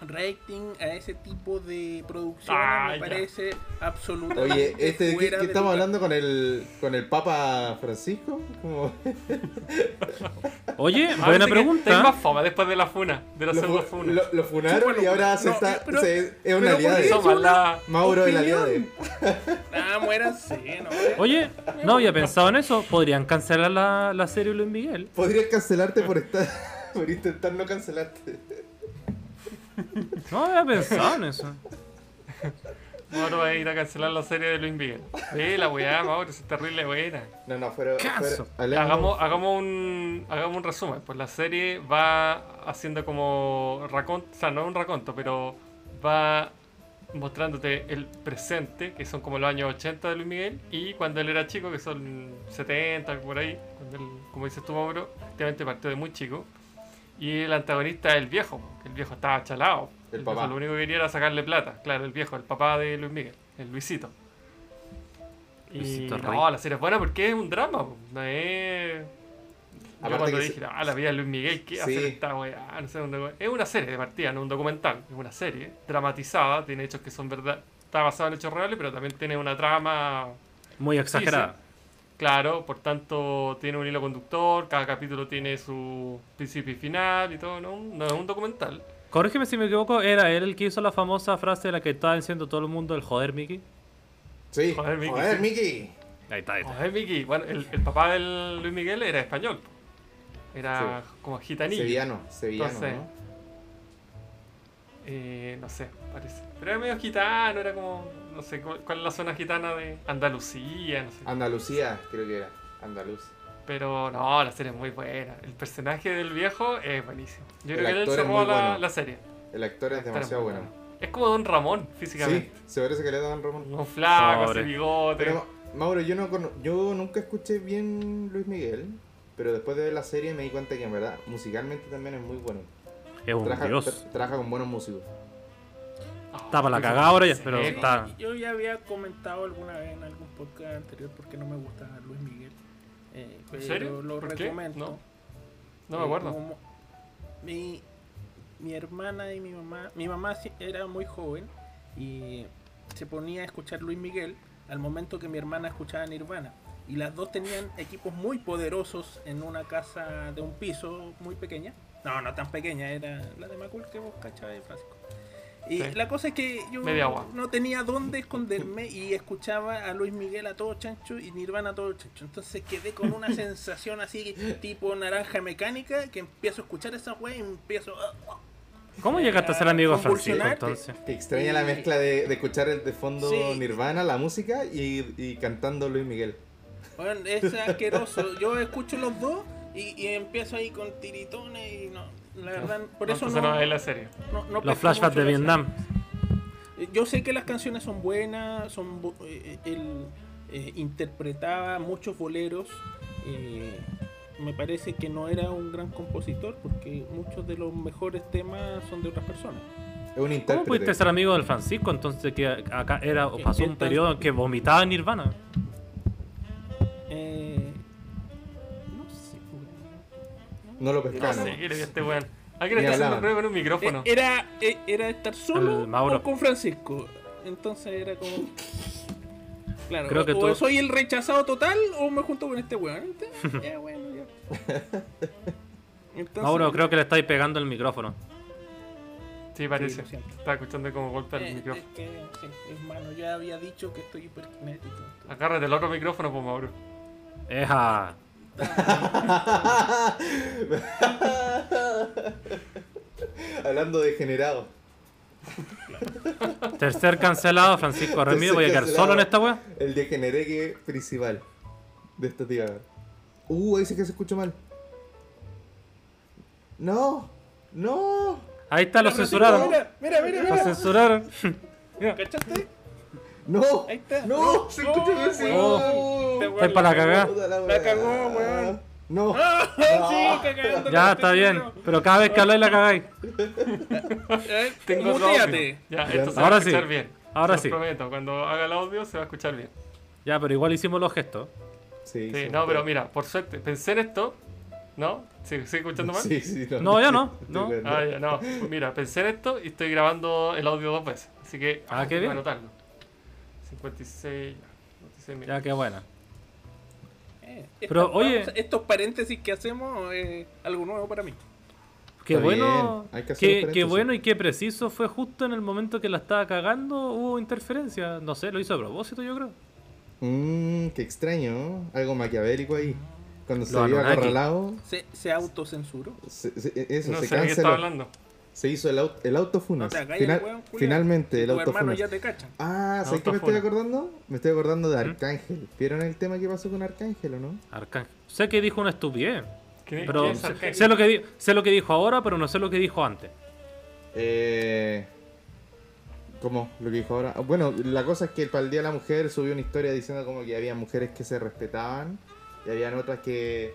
Speaker 2: rating a ese tipo de producción
Speaker 1: Ah,
Speaker 2: me
Speaker 1: ya.
Speaker 2: parece absolutamente
Speaker 3: Oye, este, ¿qué, qué
Speaker 2: fuera de
Speaker 3: estamos
Speaker 2: lugar.
Speaker 3: hablando con el, con el Papa Francisco? Como-
Speaker 4: Oye,
Speaker 1: Ah,
Speaker 4: buena
Speaker 1: así que Estáis
Speaker 4: pregunta.
Speaker 1: más foma después de la funa. De la
Speaker 3: lo,
Speaker 1: segunda
Speaker 3: fu-
Speaker 1: funa.
Speaker 3: lo- lo funaron
Speaker 2: Chúpalo,
Speaker 3: y ahora
Speaker 2: güey.
Speaker 3: se
Speaker 2: No,
Speaker 3: está,
Speaker 2: pero-
Speaker 3: se- es una
Speaker 2: pero
Speaker 3: aliada.
Speaker 2: por
Speaker 1: Eso,
Speaker 2: eso-
Speaker 1: mala.
Speaker 3: Mauro de la
Speaker 2: Opinión.
Speaker 3: aliada.
Speaker 2: Ah, muéranse, no.
Speaker 4: Oye, no había pensado en eso. Podrían cancelar la, la serie Luis Miguel.
Speaker 3: Podrías cancelarte por estar por intentar no cancelarte.
Speaker 4: No había pensado en eso.
Speaker 1: Mauro va a ir a cancelar la serie de Luis Miguel. Ve la weá, Mauro, es terrible buena.
Speaker 3: No, no, fueron.
Speaker 4: Caso.
Speaker 3: fueron- hablemos-
Speaker 1: Hagamos, hagamos un hagamos un resumen. Pues la serie va haciendo como raconto, o sea, no un raconto, pero va mostrándote el presente, que son como los años 80 de Luis Miguel, y cuando él era chico, que son 70, por ahí, cuando él, como dices tú, Mauro, obviamente partió de muy chico. Y el antagonista es el viejo, que el viejo estaba chalado.
Speaker 3: El
Speaker 1: viejo
Speaker 3: papá.
Speaker 1: lo único que quería era sacarle plata, claro, el viejo, el papá de Luis Miguel, el Luisito. Y
Speaker 4: Luisito Rey.
Speaker 1: no, la serie es buena porque es un drama, po. no es... Yo
Speaker 3: Aparte
Speaker 1: cuando
Speaker 3: que
Speaker 1: dije,
Speaker 3: se-
Speaker 1: ah, la vida de Luis Miguel, ¿qué
Speaker 3: Sí.
Speaker 1: hacer esta weá? No sé, un docu- es una serie de partida, no un documental, es una serie dramatizada, tiene hechos que son verdad, está basada en hechos reales, pero también tiene una trama
Speaker 4: Muy exagerada.
Speaker 1: Claro, por tanto tiene un hilo conductor, cada capítulo tiene su principio y final y todo, no, no es un documental.
Speaker 4: Corrígeme si me equivoco, era él el que hizo la famosa frase de la que estaba diciendo todo el mundo, el joder, Mickey.
Speaker 3: Sí.
Speaker 1: Joder, Miki,
Speaker 3: Joder,
Speaker 1: sí.
Speaker 3: Miki.
Speaker 4: Ahí está, ahí está.
Speaker 1: Joder, Miki, bueno, el, el papá de Luis Miguel era español, era como gitanillo.
Speaker 3: Sevillano, sevillano,
Speaker 1: Entonces,
Speaker 3: ¿no?
Speaker 1: eh, no sé, parece. Pero era medio gitano, era como, no sé, cu- cuál es la zona gitana de Andalucía, no sé.
Speaker 3: Andalucía, creo que era. Andaluz.
Speaker 1: Pero no, la serie es muy buena. El personaje del viejo es buenísimo. Yo
Speaker 3: El
Speaker 1: creo que él
Speaker 3: actor
Speaker 1: se
Speaker 3: es
Speaker 1: robó
Speaker 3: muy
Speaker 1: la,
Speaker 3: bueno.
Speaker 1: la serie.
Speaker 3: El actor es
Speaker 1: Actor
Speaker 3: demasiado
Speaker 1: muy
Speaker 3: bueno.
Speaker 1: Es como Don Ramón, físicamente.
Speaker 3: Sí, se parece que le dan Ramón.
Speaker 1: Un flaco,
Speaker 4: Pobre.
Speaker 1: ese bigote.
Speaker 3: Pero, Mauro, yo, no cono- yo nunca escuché bien Luis Miguel, pero después de ver la serie me di cuenta que en verdad musicalmente también es muy bueno.
Speaker 4: Es un
Speaker 3: Trabaja,
Speaker 4: Oh, dios.
Speaker 3: tra- trabaja con buenos músicos.
Speaker 1: Ah,
Speaker 4: Está para la
Speaker 1: sí,
Speaker 4: cagada ahora,
Speaker 1: sí.
Speaker 4: pero está.
Speaker 2: Yo ya había comentado alguna vez en algún podcast anterior porque no me gusta Luis Miguel. Eh, pero
Speaker 1: serio?
Speaker 2: lo
Speaker 1: ¿Por qué?
Speaker 2: recomiendo.
Speaker 1: No. No me acuerdo.
Speaker 2: Eh, Como mi, mi hermana y mi mamá, mi mamá sí era muy joven y se ponía a escuchar Luis Miguel al momento que mi hermana escuchaba Nirvana. Y las dos tenían equipos muy poderosos en una casa de un piso muy pequeña. No, no tan pequeña, era la de Macul que vos cachabas, Francisco. Y
Speaker 1: Sí.
Speaker 2: la cosa es que yo
Speaker 1: Media agua.
Speaker 2: no tenía dónde esconderme y escuchaba a Luis Miguel a todo chancho y Nirvana a todo chancho. Entonces quedé con una sensación así tipo naranja mecánica que empiezo a escuchar esa wea y empiezo... ah, ah.
Speaker 4: ¿Cómo llegaste a ser amigo de Francisco
Speaker 2: Convulsionarte.
Speaker 4: entonces?
Speaker 3: Que extraña la
Speaker 2: Y-
Speaker 3: mezcla de, de escuchar el, de fondo
Speaker 2: Sí.
Speaker 3: Nirvana, la música, y, y cantando Luis Miguel.
Speaker 2: Bueno, es asqueroso. Yo escucho los dos y, y empiezo ahí con tiritones y no... La verdad, por
Speaker 1: No,
Speaker 2: eso
Speaker 1: entonces
Speaker 2: no...
Speaker 1: no es la serie.
Speaker 2: no- no
Speaker 4: Los
Speaker 2: pesco
Speaker 4: flashbacks
Speaker 2: mucho
Speaker 4: de
Speaker 2: la serie.
Speaker 4: Vietnam.
Speaker 2: Yo sé que las canciones son buenas, son bu- eh, eh, él eh, interpretaba muchos boleros. eh, me parece que no era un gran compositor porque muchos de los mejores temas son de otras personas.
Speaker 3: Es un
Speaker 4: ¿Cómo pudiste
Speaker 3: intérprete.
Speaker 4: ser amigo del Francisco entonces que acá era o pasó un
Speaker 2: Entonces-
Speaker 4: periodo en que vomitaba en Nirvana?
Speaker 2: Eh, no sé. pues, güey.
Speaker 3: No lo
Speaker 1: No
Speaker 3: pescaron.
Speaker 1: sé, ¿qué le vi a este weón? Alguien
Speaker 3: Ni
Speaker 1: está haciendo
Speaker 3: hablaban.
Speaker 1: prueba con un micrófono.
Speaker 2: Eh, Era, eh, era estar solo
Speaker 4: El Mauro.
Speaker 2: o con Francisco. Entonces era como. Claro,
Speaker 4: Creo que
Speaker 2: o
Speaker 4: tú-
Speaker 2: soy el rechazado total o me junto con este weón. Entonces, ya, bueno, ya. Entonces-
Speaker 4: Mauro, creo que le estáis pegando el micrófono.
Speaker 1: Sí,
Speaker 2: eh, Sí,
Speaker 1: parece.
Speaker 2: lo siento.
Speaker 1: Estaba escuchando como golpe
Speaker 2: Eh,
Speaker 1: el micrófono.
Speaker 2: Es que, sí, hermano, yo había dicho que estoy hiperkinético. entonces-
Speaker 1: Agárrate el otro micrófono, pues, Mauro.
Speaker 4: Eja.
Speaker 3: Hablando degenerado.
Speaker 4: Tercer cancelado, Francisco Ramírez.
Speaker 3: Tercer
Speaker 4: Voy a quedar
Speaker 3: cancelado.
Speaker 4: solo en esta wea.
Speaker 3: El degenereque principal de esta tía. Uh, ahí sí que se escucha mal. No, no.
Speaker 4: Ahí está, lo
Speaker 2: Mira,
Speaker 4: censuraron.
Speaker 2: Mira, mira, mira,
Speaker 4: Lo
Speaker 2: mira.
Speaker 4: censuraron.
Speaker 2: ¿Cachaste?
Speaker 3: No,
Speaker 2: Ahí está.
Speaker 3: no, se
Speaker 2: No,
Speaker 3: escucha bien, sí.
Speaker 2: weón. Este
Speaker 3: No.
Speaker 2: weón
Speaker 4: Estoy para la cagada.
Speaker 3: Puta
Speaker 2: La cagó, weón.
Speaker 3: No,
Speaker 2: Ah, sí, cagando con
Speaker 4: Ya,
Speaker 2: este
Speaker 4: está bien.
Speaker 2: culo.
Speaker 4: Pero cada vez que habláis la cagáis.
Speaker 2: Eh,
Speaker 1: Tengo otro audio.
Speaker 2: muteate.
Speaker 1: Ya,
Speaker 3: Ya.
Speaker 1: esto se va
Speaker 4: Ahora
Speaker 1: a
Speaker 4: sí.
Speaker 1: escuchar bien.
Speaker 4: Ahora
Speaker 1: Se los
Speaker 4: sí.
Speaker 1: prometo, cuando haga el audio se va a escuchar bien.
Speaker 4: Ya, pero igual hicimos los gestos.
Speaker 3: sí,
Speaker 1: Sí,
Speaker 3: sí.
Speaker 1: no, pero mira, por suerte, pensé en esto, ¿no? ¿Sí, ¿Sigue escuchando mal?
Speaker 3: Sí, sí,
Speaker 4: No, ya no,
Speaker 3: Estoy
Speaker 4: no.
Speaker 3: viendo.
Speaker 1: Ah, ya, no. Mira, pensé en esto y estoy grabando el audio dos veces. Así que.
Speaker 4: Ah, qué
Speaker 1: tengo que
Speaker 4: bien.
Speaker 1: Anotarlo. 56. 56
Speaker 4: Ya,
Speaker 1: minutos.
Speaker 4: qué buena.
Speaker 2: Eh,
Speaker 4: Pero,
Speaker 2: estas
Speaker 4: oye-
Speaker 2: pausas- Estos paréntesis que hacemos, eh, algo nuevo para mí.
Speaker 4: Qué
Speaker 3: Está
Speaker 4: bueno.
Speaker 3: bien, hay que hacer
Speaker 4: Qué,
Speaker 3: los
Speaker 4: qué
Speaker 3: paréntesis.
Speaker 4: bueno y qué preciso fue justo en el momento que la estaba cagando. Hubo interferencia. No sé, lo hizo a propósito, yo creo.
Speaker 3: Mmm, qué extraño, ¿no? algo maquiavélico ahí. Cuando se
Speaker 4: Lo
Speaker 3: vio
Speaker 4: Anunnaki.
Speaker 3: acorralado,
Speaker 2: Se, se autocensuró.
Speaker 3: se- se- eso,
Speaker 1: No
Speaker 3: se
Speaker 1: sé de qué está
Speaker 3: canceló.
Speaker 1: hablando.
Speaker 3: Se hizo el, aut- el autofunas.
Speaker 2: No te hagáis
Speaker 3: Final-
Speaker 2: el weón, culiao.
Speaker 3: finalmente, el
Speaker 2: Tus hermanos
Speaker 3: autofunas.
Speaker 2: ya te cachan.
Speaker 3: Ah, ¿sabes qué me estoy
Speaker 1: Autofunas.
Speaker 3: acordando? Me estoy acordando de Arcángel. ¿Vieron el tema que pasó con Arcángel o no?
Speaker 4: Arcángel. Sé que dijo una estupidez.
Speaker 1: ¿Quién,
Speaker 4: Pero
Speaker 1: quién es
Speaker 4: sé,
Speaker 1: Arcángel?
Speaker 4: sé lo que di- sé lo que dijo ahora, pero no sé lo que dijo antes.
Speaker 3: Eh. ¿Cómo? Lo que dijo ahora. Ah, Bueno, la cosa es que para el Día de la Mujer subió una historia diciendo como que había mujeres que se respetaban y habían otras que.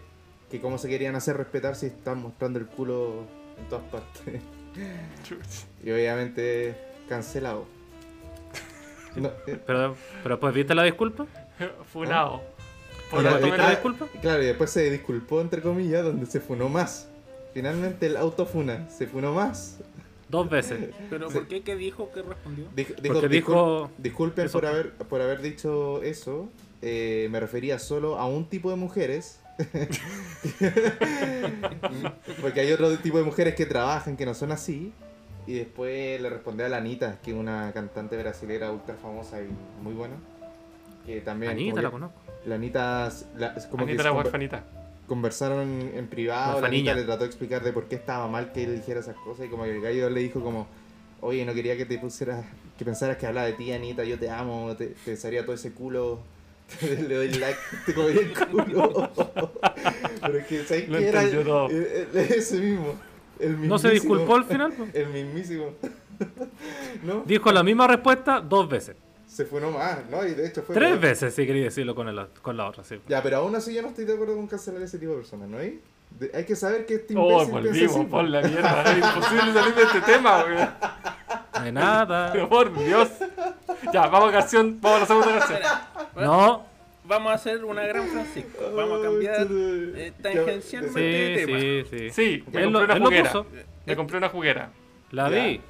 Speaker 3: que cómo se querían hacer respetar si están mostrando el culo en todas partes.
Speaker 1: Chuch.
Speaker 3: Y obviamente cancelado. No, eh,
Speaker 4: Pero, pero pues, ¿viste la disculpa?
Speaker 1: Funado. Por
Speaker 3: Mira,
Speaker 1: lo tanto,
Speaker 3: ¿viste?
Speaker 1: me-
Speaker 4: la disculpa?
Speaker 3: Claro, y después se disculpó entre comillas donde se funó más. Finalmente el autofuna, se funó más.
Speaker 4: Dos veces.
Speaker 2: Pero ¿por qué? ¿Qué dijo? ¿Qué respondió?
Speaker 3: Dijo,
Speaker 4: Porque dijo-
Speaker 3: "Discul- disculpen
Speaker 4: eso-
Speaker 3: por haber por haber dicho eso. eh, me refería solo a un tipo de mujeres. Porque hay otro tipo de mujeres que trabajan, que no son así. Y después le respondió a la Anita, que es una cantante brasilera ultra famosa y muy buena. Que también. como
Speaker 4: Anita
Speaker 3: que-
Speaker 4: la conozco.
Speaker 3: la Anita s- la- es como que
Speaker 1: Anita
Speaker 3: se
Speaker 1: la
Speaker 3: conver-
Speaker 1: huerfanita.
Speaker 3: conversaron en privado, la
Speaker 4: Huerfanilla.
Speaker 3: Anita le trató de explicar de por qué estaba mal que él dijera esas cosas y como que el gallo le dijo como, Oye, no quería que te pusieras, que pensaras que hablaba de ti, Anita, yo te amo, te, te besaría todo ese culo. Le doy like, te comería el culo. Pero es que, ¿sabes
Speaker 1: Lo
Speaker 3: qué era?
Speaker 1: entendió todo.
Speaker 3: Eh, eh, Ese mismo. El mismísimo.
Speaker 4: ¿No se disculpó al final? pues.
Speaker 3: El mismísimo. ¿No?
Speaker 4: Dijo la misma respuesta dos veces.
Speaker 3: Se fue nomás, ¿no? Y de hecho fue.
Speaker 4: Tres
Speaker 3: peor.
Speaker 4: veces, si quería decirlo con, el, con la otra, sí.
Speaker 3: Ya, pero aún así yo no estoy de acuerdo con cancelar ese tipo de personas, ¿no? Y de- hay que saber que este
Speaker 1: Oh,
Speaker 3: imbécil piensa
Speaker 1: volvimos
Speaker 3: así,
Speaker 1: por la mierda. Es imposible salir de este tema, weón.
Speaker 4: De nada.
Speaker 1: Pero por Dios. Ya, vamos a canción. Vamos a la segunda canción.
Speaker 2: Espera,
Speaker 4: No,
Speaker 2: Vamos a hacer una gran Francisco. Vamos a cambiar eh, tangencialmente de
Speaker 4: sí,
Speaker 2: tema.
Speaker 4: sí, sí.
Speaker 1: Sí, me
Speaker 4: Él lo,
Speaker 1: compré una
Speaker 4: él lo
Speaker 1: juguera.
Speaker 4: puso.
Speaker 1: Me compré una juguera.
Speaker 4: La
Speaker 3: Ya.
Speaker 4: vi.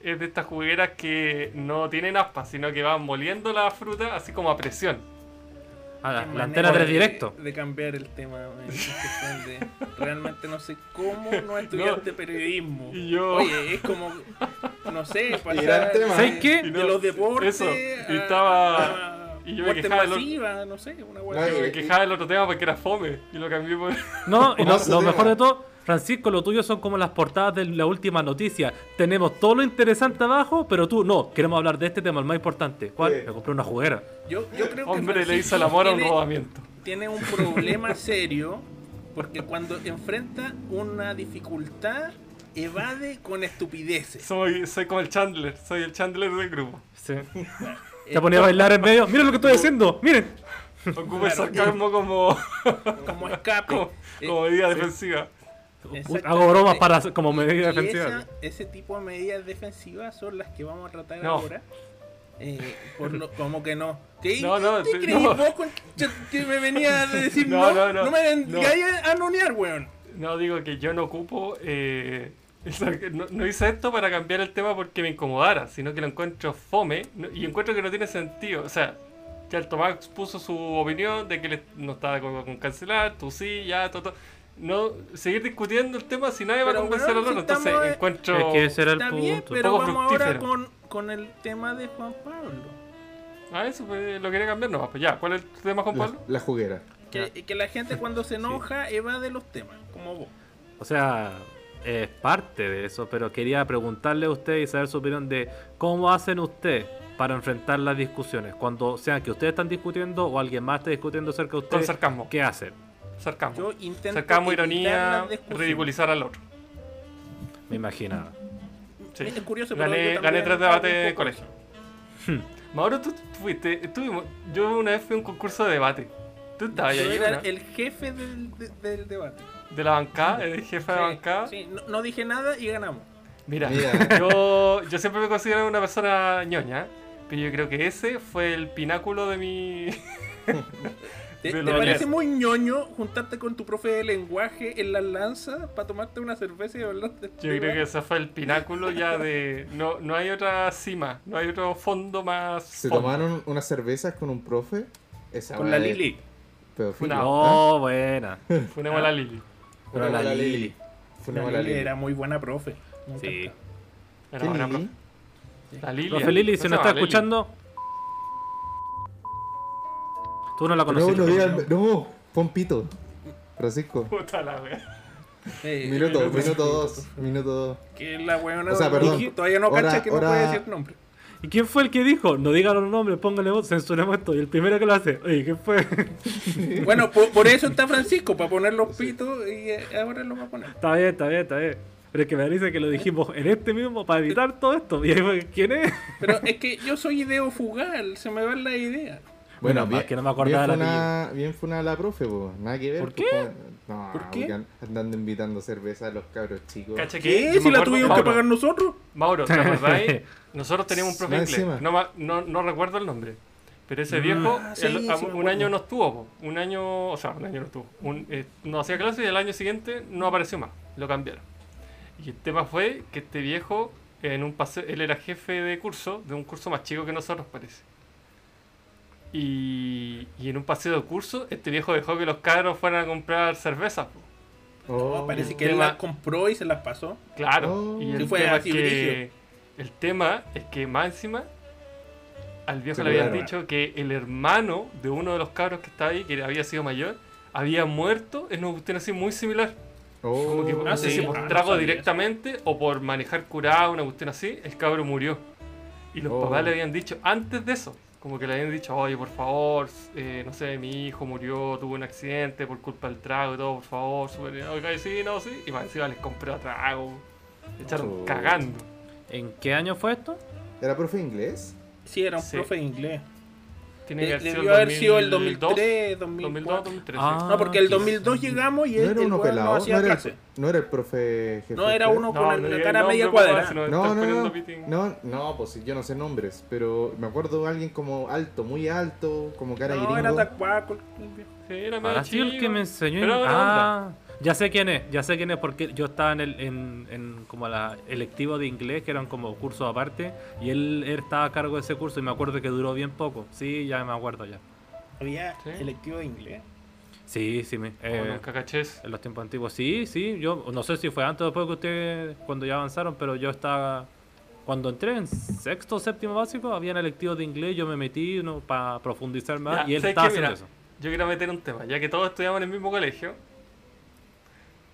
Speaker 1: Es de estas jugueras que no tienen aspas, sino que van moliendo la fruta así como a presión.
Speaker 4: A Ah, la,
Speaker 2: Qué
Speaker 4: la
Speaker 2: manera
Speaker 4: antena 3
Speaker 2: de-
Speaker 4: directo.
Speaker 2: De cambiar el tema. eh, en cuestión de- realmente no sé cómo no estudiaste periodismo.
Speaker 1: Y yo-
Speaker 2: Oye, es como, no sé,
Speaker 3: gran
Speaker 2: pasar
Speaker 3: tema.
Speaker 4: ¿Sabes qué?
Speaker 1: Y
Speaker 2: de
Speaker 1: no,
Speaker 2: los deportes.
Speaker 1: Eso. Y
Speaker 2: a-
Speaker 1: estaba.
Speaker 2: a
Speaker 1: y yo me
Speaker 2: muerte
Speaker 1: quejaba del-
Speaker 2: masiva, no sé, una
Speaker 3: No,
Speaker 2: hueá.
Speaker 3: y-
Speaker 1: Me quejaba del otro tema porque era fome. Y lo cambié por.
Speaker 4: No, y lo,
Speaker 3: Más
Speaker 4: lo
Speaker 3: tema.
Speaker 4: mejor de todo, Francisco, lo tuyo son como las portadas de la última noticia. Tenemos todo lo interesante abajo, pero tú no. Queremos hablar de este tema, el más importante. ¿Cuál?
Speaker 3: Sí.
Speaker 4: Me compré una juguera.
Speaker 2: Yo, yo creo
Speaker 1: Hombre,
Speaker 2: que
Speaker 1: le hizo
Speaker 2: Francisco
Speaker 1: el amor a un
Speaker 2: tiene-
Speaker 1: rodamiento.
Speaker 2: tiene un problema serio porque cuando enfrenta una dificultad evade con estupideces.
Speaker 1: Soy, soy como el Chandler. Soy el Chandler del grupo.
Speaker 4: Sí. Te ponía a bailar en medio. Miren lo que estoy haciendo. Miren.
Speaker 1: Ocupo el sarcasmo como,
Speaker 2: Como escape.
Speaker 1: como,
Speaker 2: Eh,
Speaker 1: como medida defensiva.
Speaker 2: Exactamente.
Speaker 4: Hago bromas para como
Speaker 2: y
Speaker 4: medida defensiva.
Speaker 2: esa- ese tipo de medidas defensivas son las que vamos a tratar
Speaker 1: No.
Speaker 2: ahora. Eh, por lo, como que no. ¿Qué,
Speaker 1: No, no,
Speaker 2: ¿Qué
Speaker 1: sí,
Speaker 2: creí
Speaker 1: no.
Speaker 2: vos con- yo- que me venía a decir
Speaker 1: No,
Speaker 2: no?
Speaker 1: no,
Speaker 2: No,
Speaker 1: no,
Speaker 2: me
Speaker 1: no.
Speaker 2: vengáis a anonear, weón.
Speaker 1: No, digo que yo no ocupo. eh, el sarca- no, no hice esto para cambiar el tema porque me incomodara, sino que lo encuentro fome no- y encuentro que no tiene sentido. O sea, ya el Tomás puso su opinión de que le- no estaba de acuerdo con cancelar, tú sí, ya, todo. No, seguir discutiendo el tema si nadie va a
Speaker 2: Pero,
Speaker 1: convencer
Speaker 2: weón,
Speaker 1: al otro.
Speaker 2: si
Speaker 1: Entonces
Speaker 2: estamos-
Speaker 1: encuentro.
Speaker 4: Es que ese era el
Speaker 2: Está bien,
Speaker 4: punto.
Speaker 2: pero
Speaker 1: poco
Speaker 2: vamos ahora
Speaker 1: fructífero.
Speaker 2: con, con el tema de Juan Pablo.
Speaker 1: Ah, eso pues, lo quería cambiar nomás. Pues ya, ¿cuál es el tema, Juan
Speaker 3: La,
Speaker 1: Pablo?
Speaker 3: la juguera.
Speaker 2: Que, que la gente cuando se enoja evade los temas, como vos.
Speaker 4: O sea, es parte de eso, pero quería preguntarle a usted y saber su opinión de cómo hacen usted para enfrentar las discusiones. Cuando sean que ustedes están discutiendo o alguien más está discutiendo cerca de
Speaker 1: Con
Speaker 4: usted,
Speaker 1: sarcasmo.
Speaker 4: ¿qué hacen?
Speaker 1: Sarcasmo.
Speaker 2: Yo intento.
Speaker 1: Sarcasmo,
Speaker 2: evitar
Speaker 1: ironía,
Speaker 2: las discusiones.
Speaker 1: ridiculizar al otro.
Speaker 4: Me imaginaba.
Speaker 1: Sí.
Speaker 2: Es curioso, pero
Speaker 1: gané,
Speaker 2: yo también
Speaker 1: gané tres
Speaker 2: hago
Speaker 1: debates
Speaker 2: un
Speaker 1: de
Speaker 2: poco
Speaker 1: colegio. Mauro, tú fuiste. estuvimos- yo una vez fui a un concurso de debate. Tú estabas
Speaker 2: Yo
Speaker 1: ahí,
Speaker 2: era
Speaker 1: ¿no?
Speaker 2: el jefe del, de- del debate.
Speaker 1: de la bancada, el jefe de
Speaker 2: Sí,
Speaker 1: bancada.
Speaker 2: sí, no, no dije nada y ganamos.
Speaker 1: Mira,
Speaker 3: Mira.
Speaker 1: Yo, yo siempre me considero una persona ñoña, pero yo creo que ese fue el pináculo de mi.
Speaker 2: ¿Te,
Speaker 1: De
Speaker 2: te
Speaker 1: lo
Speaker 2: parece
Speaker 1: honesto.
Speaker 2: muy ñoño juntarte con tu profe de lenguaje en la lanza para tomarte una cerveza y hablar de este
Speaker 1: Yo creo que ese fue el pináculo ya de. No, no hay otra cima, no hay otro fondo más.
Speaker 3: Se
Speaker 1: fondo.
Speaker 3: tomaron unas cervezas con un profe. Esa
Speaker 2: Con la
Speaker 3: weá es
Speaker 2: Lili.
Speaker 3: pedofilo,
Speaker 1: Una-
Speaker 3: ¿ah?
Speaker 4: Oh, buena.
Speaker 1: Funemos a
Speaker 2: Ah.
Speaker 1: la Lili.
Speaker 3: Funemos a la Lili. Funemos a
Speaker 2: La
Speaker 3: la
Speaker 2: Lili
Speaker 3: Lili.
Speaker 2: era muy buena profe. Me
Speaker 4: Sí.
Speaker 2: encanta.
Speaker 1: Era
Speaker 3: ¿Qué
Speaker 1: buena
Speaker 3: Lili?
Speaker 1: profe. La Lili.
Speaker 4: Profe Lili, si
Speaker 1: no
Speaker 4: nos
Speaker 1: se
Speaker 4: está
Speaker 1: llama Lili.
Speaker 4: escuchando. Tú no la
Speaker 3: No,
Speaker 4: conociste.
Speaker 3: no,
Speaker 4: ¿no?
Speaker 3: digan- no, pon pito. Francisco.
Speaker 1: Puta la wea.
Speaker 2: Eh,
Speaker 3: Minuto, minuto dos. Minuto dos.
Speaker 2: Que la weona
Speaker 3: O sea, perdón.
Speaker 2: no- todavía no
Speaker 3: Ahora-
Speaker 2: cacha que
Speaker 3: ahora-
Speaker 2: no puede decir nombre.
Speaker 4: ¿Y quién fue el que dijo? No digan los nombres, pónganle voz, censuremos esto. Y el primero que lo hace, oye, ¿quién fue?
Speaker 2: Bueno, po- por, eso está Francisco, para poner los pitos y eh, ahora lo va a poner.
Speaker 4: Está bien, está bien, está bien. Pero es que me da risa que lo dijimos en este mismo para evitar todo esto. Y ahí fue, ¿quién es?
Speaker 2: Pero es que yo soy ideo fugal, se me va la idea.
Speaker 4: Bueno, más que no me acordaba
Speaker 3: bien
Speaker 4: del
Speaker 3: fue una- bien fue una la profe, po. nada que ver.
Speaker 4: ¿Por
Speaker 3: po,
Speaker 4: qué?
Speaker 3: con- No,
Speaker 2: ¿Por qué?
Speaker 3: porque andando invitando cerveza a los cabros chicos.
Speaker 1: Cacha que yo me
Speaker 2: ¿Qué? Si la
Speaker 1: acuerdo-
Speaker 2: tuvimos que
Speaker 1: Mauro,
Speaker 2: pagar nosotros.
Speaker 1: Mauro, ¿te acordáis? Nosotros teníamos un profe
Speaker 3: Más
Speaker 1: inglés.
Speaker 3: encima.
Speaker 1: No, ma- no, no recuerdo el nombre. Pero ese viejo,
Speaker 2: Ah, sí,
Speaker 1: el-
Speaker 2: sí
Speaker 1: a-
Speaker 2: me
Speaker 1: un
Speaker 2: acuerdo.
Speaker 1: año no estuvo. po. Un año, o sea, un año no estuvo. Un- eh, no hacía clase y el año siguiente no apareció más. Lo cambiaron. Y el tema fue que este viejo, en un paseo, él era jefe de curso, de un curso más chico que nosotros, parece. Y, y en un paseo de curso, este viejo dejó que los cabros fueran a comprar cervezas. po.
Speaker 3: Oh,
Speaker 2: No, parece que
Speaker 1: el
Speaker 2: él
Speaker 1: tema-
Speaker 2: las compró y se las pasó.
Speaker 1: Claro.
Speaker 3: Oh.
Speaker 1: y el
Speaker 2: Sí, fue
Speaker 1: tema es
Speaker 2: así,
Speaker 1: que
Speaker 2: brígido.
Speaker 1: el tema es que más encima al viejo
Speaker 3: Se
Speaker 1: le habían
Speaker 3: curaron.
Speaker 1: dicho que el hermano de uno de los cabros que estaba ahí, que había sido mayor, había muerto en una cuestión así muy similar. Como
Speaker 3: Oh.
Speaker 1: que
Speaker 2: Ah,
Speaker 1: no sé
Speaker 2: sí.
Speaker 1: si por
Speaker 2: Ah, no
Speaker 1: trago
Speaker 2: sabía
Speaker 1: directamente o por manejar curado, una cuestión así, el cabro murió. Y los
Speaker 3: Oh.
Speaker 1: papás le habían dicho antes de eso, como que le habían dicho, oye, por favor, eh, no sé, mi hijo murió, tuvo un accidente por culpa del trago y todo, por favor, súper, oiga, sí, no, sí. Y para encima les compró a trago, le echaron
Speaker 3: Oh.
Speaker 1: cagando.
Speaker 4: ¿En qué año fue esto?
Speaker 3: ¿Era profe de inglés?
Speaker 2: Sí, era un
Speaker 1: Sí.
Speaker 2: profe de inglés.
Speaker 1: Tiene
Speaker 2: De-
Speaker 1: que haber
Speaker 2: Debió haber sido el
Speaker 1: 2002,
Speaker 2: 2003,
Speaker 1: 2002,
Speaker 2: 2004.
Speaker 1: 2003.
Speaker 4: Ah.
Speaker 1: sí.
Speaker 2: No, porque el
Speaker 4: quizás.
Speaker 2: 2002 llegamos y
Speaker 3: ¿No
Speaker 2: él
Speaker 3: era uno
Speaker 2: igual
Speaker 3: pelado?
Speaker 2: no
Speaker 3: ¿No
Speaker 2: hacía
Speaker 3: era,
Speaker 2: clase.
Speaker 3: el, ¿No era el profe jefe?
Speaker 2: No, era
Speaker 3: usted?
Speaker 2: uno con
Speaker 1: no
Speaker 2: la
Speaker 1: diga
Speaker 2: cara
Speaker 1: el nombre,
Speaker 2: media
Speaker 1: papá,
Speaker 2: cuadra.
Speaker 1: si nos
Speaker 3: No,
Speaker 1: estás
Speaker 3: no,
Speaker 1: poniendo
Speaker 3: no,
Speaker 1: pitín.
Speaker 3: no, no, pues sí, yo no sé nombres, pero me acuerdo de alguien como alto, muy alto, como cara
Speaker 2: No,
Speaker 3: gringo.
Speaker 2: era tacuaco.
Speaker 1: Sí, era medio
Speaker 4: Ah, sí, el
Speaker 1: chico.
Speaker 4: que me enseñó.
Speaker 1: Pero buena onda.
Speaker 4: Ah, ya sé quién es, ya sé quién es porque yo estaba en el en, en como la electivo de inglés, que eran como cursos aparte, y él, él estaba a cargo de ese curso y me acuerdo que duró bien poco. Sí, ya me acuerdo ya.
Speaker 2: Había
Speaker 1: Sí.
Speaker 2: electivo de inglés.
Speaker 4: Sí, sí, me,
Speaker 1: No,
Speaker 4: eh,
Speaker 1: nunca caché eso.
Speaker 4: en los tiempos antiguos. Sí, sí, yo no sé si fue antes o después que ustedes, cuando ya avanzaron, pero yo estaba. Cuando entré en sexto o séptimo básico, habían electivos de inglés, yo me metí ¿no? para profundizar más
Speaker 1: Ya,
Speaker 4: y él
Speaker 1: ¿sabes
Speaker 4: estaba
Speaker 1: qué?
Speaker 4: haciendo
Speaker 1: Mira,
Speaker 4: eso.
Speaker 1: Yo quiero meter un tema, ya que todos estudiamos en el mismo colegio.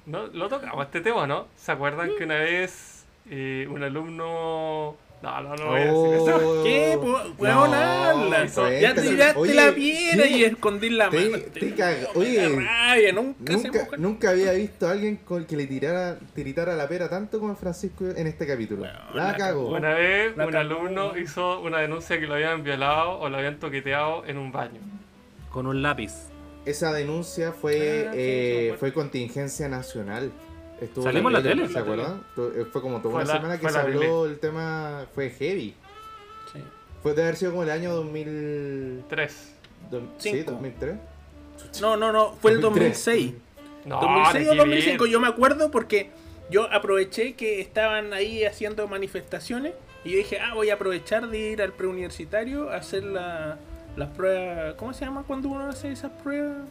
Speaker 1: ¿No? ¿Lo tocamos este tema, no? ¿Se acuerdan que una vez eh, un alumno... No, no, no voy a decir eso.
Speaker 3: Oh,
Speaker 2: ¿Qué? po- Weón, habla. Ya
Speaker 3: cuéntalo.
Speaker 2: tiraste
Speaker 3: Oye,
Speaker 2: la piedra
Speaker 3: sí,
Speaker 2: y escondí la
Speaker 3: te-
Speaker 2: mano.
Speaker 3: te caga- oye,
Speaker 2: me da rabia, nunca, se
Speaker 3: Nunca,
Speaker 2: moja.
Speaker 3: nunca había visto a alguien con que le tirara, tiritara la pera tanto como el Francisco en este capítulo.
Speaker 2: Weón,
Speaker 3: la
Speaker 2: la
Speaker 3: cagó.
Speaker 1: Una vez
Speaker 2: La
Speaker 1: un
Speaker 2: cagó.
Speaker 1: alumno hizo una denuncia que lo habían violado o lo habían toqueteado en un baño.
Speaker 4: Con un lápiz.
Speaker 3: Esa denuncia
Speaker 2: Ah,
Speaker 3: fue,
Speaker 2: sí,
Speaker 3: eh,
Speaker 2: sí, me acuerdo.
Speaker 3: fue contingencia nacional. Estuvo
Speaker 4: Salimos en la tele.
Speaker 3: ¿Se acuerdan? Tu- eh, Fue como toda
Speaker 1: Fue
Speaker 3: una
Speaker 1: la-
Speaker 3: semana que
Speaker 1: fue
Speaker 3: se
Speaker 1: la
Speaker 3: habló el tema. Fue heavy.
Speaker 2: Sí.
Speaker 3: Fue de haber sido como el año 2000.
Speaker 1: Tres.
Speaker 3: do- sí,
Speaker 2: Cinco.
Speaker 3: 2003.
Speaker 2: No, no, no, fue el
Speaker 3: 2003.
Speaker 2: 2006.
Speaker 1: No,
Speaker 2: 2006 o
Speaker 1: nada que
Speaker 2: 2005,
Speaker 1: ver.
Speaker 2: yo me acuerdo porque yo aproveché que estaban ahí haciendo manifestaciones y yo dije, ah, voy a aprovechar de ir al preuniversitario a hacer la- las pruebas, ¿cómo se llama cuando uno hace esas pruebas?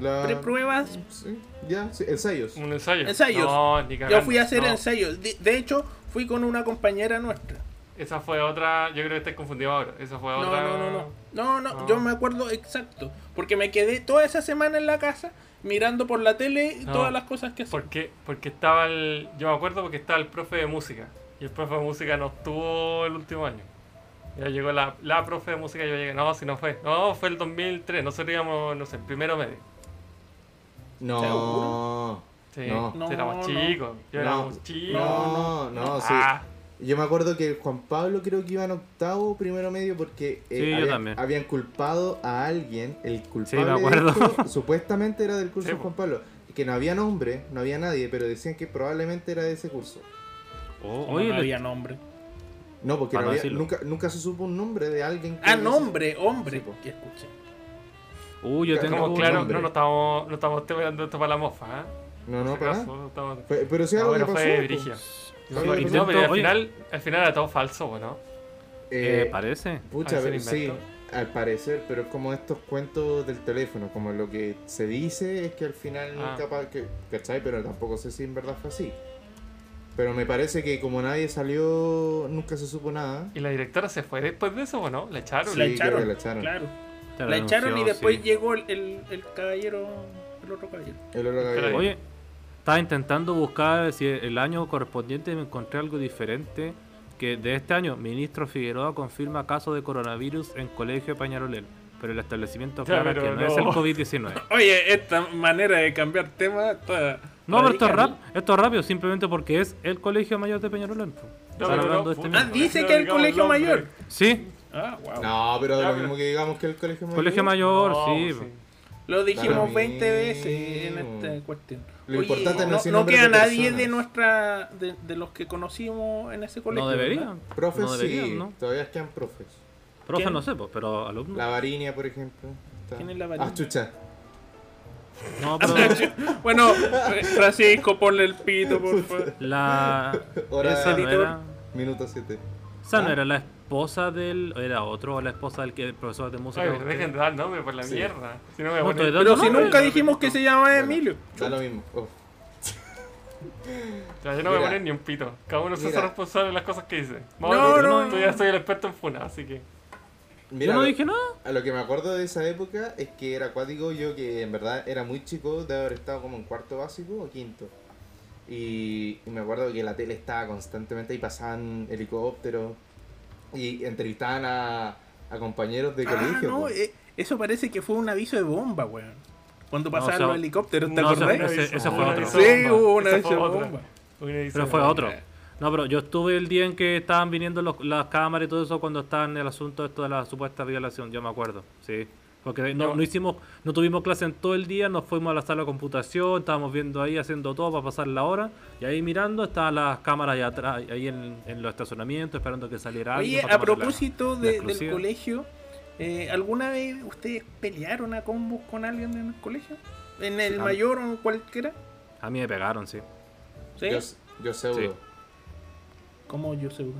Speaker 3: La-
Speaker 2: Prepruebas.
Speaker 3: Sí, ya, sí, ensayos.
Speaker 1: Un ensayo.
Speaker 2: Ensayos.
Speaker 1: No, ni cagando.
Speaker 2: Yo fui a hacer
Speaker 1: No.
Speaker 2: ensayos, de, de hecho fui con una compañera nuestra.
Speaker 1: Esa fue otra... Yo creo que estáis confundido ahora. Esa fue
Speaker 2: No,
Speaker 1: otra...
Speaker 2: no, no, no. No, no,
Speaker 1: No.
Speaker 2: yo me acuerdo exacto. Porque me quedé toda esa semana en la casa mirando por la tele
Speaker 1: No.
Speaker 2: todas las cosas que hacían.
Speaker 1: Porque, porque estaba el. Yo me acuerdo porque estaba el profe de música. Y el profe de música no estuvo el último año. Ya llegó la, la profe de música. Yo llegué, no, si no fue. No, fue el 2003. Nosotros íbamos, no sé, en primero medio.
Speaker 3: No.
Speaker 2: ¿Seguro?
Speaker 1: Sí,
Speaker 3: No.
Speaker 1: sí, éramos
Speaker 2: No, no.
Speaker 1: chicos. Yo
Speaker 3: No,
Speaker 1: éramos chicos.
Speaker 3: no, no, sí.
Speaker 1: Ah,
Speaker 3: Yo me acuerdo que Juan Pablo creo que iba en octavo, primero medio, porque eh,
Speaker 4: Sí, yo
Speaker 3: habían-
Speaker 4: también.
Speaker 3: habían culpado a alguien. El culpable
Speaker 4: me
Speaker 3: de
Speaker 4: acuerdo.
Speaker 3: esto, supuestamente era del curso
Speaker 1: Sí,
Speaker 3: de Juan
Speaker 1: po.
Speaker 3: Pablo. Que no había nombre, no había nadie, pero decían que probablemente era de ese curso.
Speaker 4: Oh,
Speaker 2: Como
Speaker 4: oye,
Speaker 2: no
Speaker 4: le-
Speaker 2: había nombre.
Speaker 3: No, porque
Speaker 4: Para
Speaker 3: no
Speaker 4: no
Speaker 3: había-
Speaker 4: decirlo.
Speaker 3: nunca, nunca se supo un nombre de alguien. que
Speaker 2: Ah,
Speaker 3: hubiese-
Speaker 2: nombre, hombre.
Speaker 3: Sí, po.
Speaker 2: que escuché.
Speaker 4: Uy, yo
Speaker 3: Claro,
Speaker 4: tengo
Speaker 1: como
Speaker 4: un-
Speaker 1: claro,
Speaker 3: nombre.
Speaker 1: no, no estamos, no estamos terminando esto para la mofa. ¿eh?
Speaker 3: No,
Speaker 1: Por
Speaker 3: no,
Speaker 1: si
Speaker 3: para
Speaker 1: acaso,
Speaker 3: nada.
Speaker 1: no estamos-
Speaker 3: Fue- Pero sí
Speaker 1: Ah,
Speaker 3: algo
Speaker 1: bueno,
Speaker 3: que pasó. pues.
Speaker 1: fue
Speaker 3: po.
Speaker 1: brígido.
Speaker 3: Sí, algo
Speaker 4: Fue
Speaker 3: que
Speaker 1: Y
Speaker 4: brígido.
Speaker 1: no,
Speaker 3: pasó.
Speaker 1: pero al
Speaker 4: oye.
Speaker 1: final, al final era todo falso, ¿o ¿no?
Speaker 3: Eh,
Speaker 4: Eh, parece.
Speaker 3: Pucha,
Speaker 1: A ver
Speaker 3: pero-
Speaker 1: si lo
Speaker 3: sí,
Speaker 1: invento.
Speaker 3: al parecer, pero es como estos cuentos del teléfono, como lo que se dice es que al final
Speaker 1: Ah.
Speaker 3: nunca pa- que, ¿cachai? Pero tampoco sé si en verdad fue así. Pero me parece que como nadie salió, nunca se supo nada.
Speaker 1: Y la directora se fue después de eso, ¿o no? La echaron.
Speaker 3: Sí,
Speaker 2: la
Speaker 3: creo
Speaker 2: echaron,
Speaker 3: que la echaron.
Speaker 2: Claro.
Speaker 4: Te
Speaker 2: la echaron y
Speaker 4: renunció,
Speaker 2: después
Speaker 4: sí.
Speaker 2: llegó el, el- el caballero, el otro caballero.
Speaker 3: El olor a
Speaker 1: Pero
Speaker 3: gallego.
Speaker 4: Oye, estaba intentando buscar si el año correspondiente y me encontré algo diferente que de este año. Ministro Figueroa confirma caso de coronavirus en colegio de Pañarolén. Pero el establecimiento
Speaker 1: Ya,
Speaker 4: aclara
Speaker 1: pero
Speaker 4: que no,
Speaker 1: no.
Speaker 4: es el COVID-19.
Speaker 2: Oye, esta manera de cambiar tema está...
Speaker 4: eh, No, pero esto es,
Speaker 2: radical.
Speaker 4: rap, esto es rápido, simplemente porque es el colegio mayor de Peñarolén. po.
Speaker 1: No,
Speaker 4: Están
Speaker 1: pero
Speaker 4: hablando
Speaker 1: no,
Speaker 4: de este
Speaker 1: puta.
Speaker 2: Ah,
Speaker 4: mismo.
Speaker 2: dice
Speaker 1: No
Speaker 2: que el
Speaker 1: digamos
Speaker 2: colegio
Speaker 1: nombre.
Speaker 2: mayor.
Speaker 4: Sí,
Speaker 2: Ah, wow.
Speaker 3: No, pero
Speaker 1: Ya,
Speaker 3: lo
Speaker 1: pero-
Speaker 3: mismo que digamos que el colegio mayor.
Speaker 4: colegio mayor,
Speaker 1: No, pues
Speaker 4: sí.
Speaker 1: sí.
Speaker 4: po.
Speaker 2: Lo dijimos
Speaker 3: Claro.
Speaker 2: 20 veces en esta cuestión.
Speaker 3: Lo importante no es el
Speaker 2: no
Speaker 3: nombre
Speaker 2: queda
Speaker 3: de
Speaker 2: nadie
Speaker 3: personas.
Speaker 2: de nuestra de, de los que conocimos en ese colegio.
Speaker 4: No
Speaker 2: ¿verdad?
Speaker 4: deberían.
Speaker 3: Profes
Speaker 4: no deberían,
Speaker 3: sí,
Speaker 4: ¿no?
Speaker 3: todavía quedan profes.
Speaker 4: Profe,
Speaker 2: ¿Quién?
Speaker 4: no sé, po, pero alumnos.
Speaker 3: La varinia, por ejemplo. está.
Speaker 2: ¿Quién es la Varinia?
Speaker 3: Ah, chucha.
Speaker 4: No, pero
Speaker 2: Bueno, Francisco, ponle el pito, por favor.
Speaker 4: la.
Speaker 3: Hora
Speaker 4: Esa no
Speaker 2: editor.
Speaker 4: era.
Speaker 3: Minuto 7.
Speaker 4: Esa no
Speaker 3: ¿Ah?
Speaker 4: era la esposa del. o Era otro, o la esposa del que el profesor de música.
Speaker 1: Oye,
Speaker 4: que-
Speaker 1: dejen de dar nombre por la
Speaker 3: Sí.
Speaker 1: mierda. Si no me
Speaker 4: No,
Speaker 1: voy a
Speaker 4: estoy
Speaker 1: poner-
Speaker 4: dando
Speaker 2: Pero si
Speaker 4: nombre.
Speaker 2: nunca dijimos que se llamaba Emilio.
Speaker 3: Da lo mismo. Oh.
Speaker 1: O sea, yo no me voy a
Speaker 3: Mira.
Speaker 1: poner ni un pito. Cada uno se hace
Speaker 3: Mira.
Speaker 1: responsable de las cosas que dice.
Speaker 2: No,
Speaker 1: yo
Speaker 2: no.
Speaker 1: Tú ya soy el experto en funa, así que.
Speaker 3: Mira,
Speaker 4: Yo no
Speaker 3: lo-
Speaker 4: dije nada.
Speaker 3: A lo que me acuerdo de esa época es que era acuático yo que en verdad era muy chico, de haber estado como en cuarto básico o quinto. Y, y me acuerdo que la tele estaba constantemente y pasaban helicópteros y entrevistaban a, a compañeros de
Speaker 2: Ah,
Speaker 3: colegio.
Speaker 2: no,
Speaker 3: po.
Speaker 2: eh, eso parece que fue un aviso de bomba, weón. Cuando
Speaker 4: No,
Speaker 2: pasaban
Speaker 4: o sea,
Speaker 2: los helicópteros, ¿te
Speaker 4: no, o sea,
Speaker 2: acordás?
Speaker 4: ese- ese fue
Speaker 1: Una
Speaker 4: otro.
Speaker 1: hizo
Speaker 2: Sí,
Speaker 1: bomba.
Speaker 2: hubo una
Speaker 1: Esa
Speaker 2: vez
Speaker 1: fue
Speaker 2: de
Speaker 1: otra.
Speaker 2: bomba.
Speaker 1: Una hizo
Speaker 4: Pero fue
Speaker 1: bomba.
Speaker 4: otro. No, pero yo estuve el día en que estaban viniendo los- las cámaras y todo eso cuando estaban en el asunto esto de la supuesta violación, yo me acuerdo, sí. Porque no,
Speaker 1: No.
Speaker 4: no hicimos, no tuvimos clase en todo el día, nos fuimos a la sala de computación, estábamos viendo ahí, haciendo todo para pasar la hora, y ahí mirando estaban las cámaras allá atrás, ahí en, en los estacionamientos, esperando que saliera alguien.
Speaker 2: Oye,
Speaker 4: para
Speaker 2: a
Speaker 4: tomarla.
Speaker 2: propósito
Speaker 4: la
Speaker 2: de- del
Speaker 4: exclusiva.
Speaker 2: colegio, eh, ¿alguna vez ustedes pelearon a combos con alguien en el colegio? ¿En el
Speaker 4: Sí, a-
Speaker 2: mayor o en cualquiera?
Speaker 4: A mí me pegaron, sí.
Speaker 2: ¿Sí?
Speaker 3: Yo, yo pseudo.
Speaker 4: Sí.
Speaker 2: ¿Cómo yo seguro?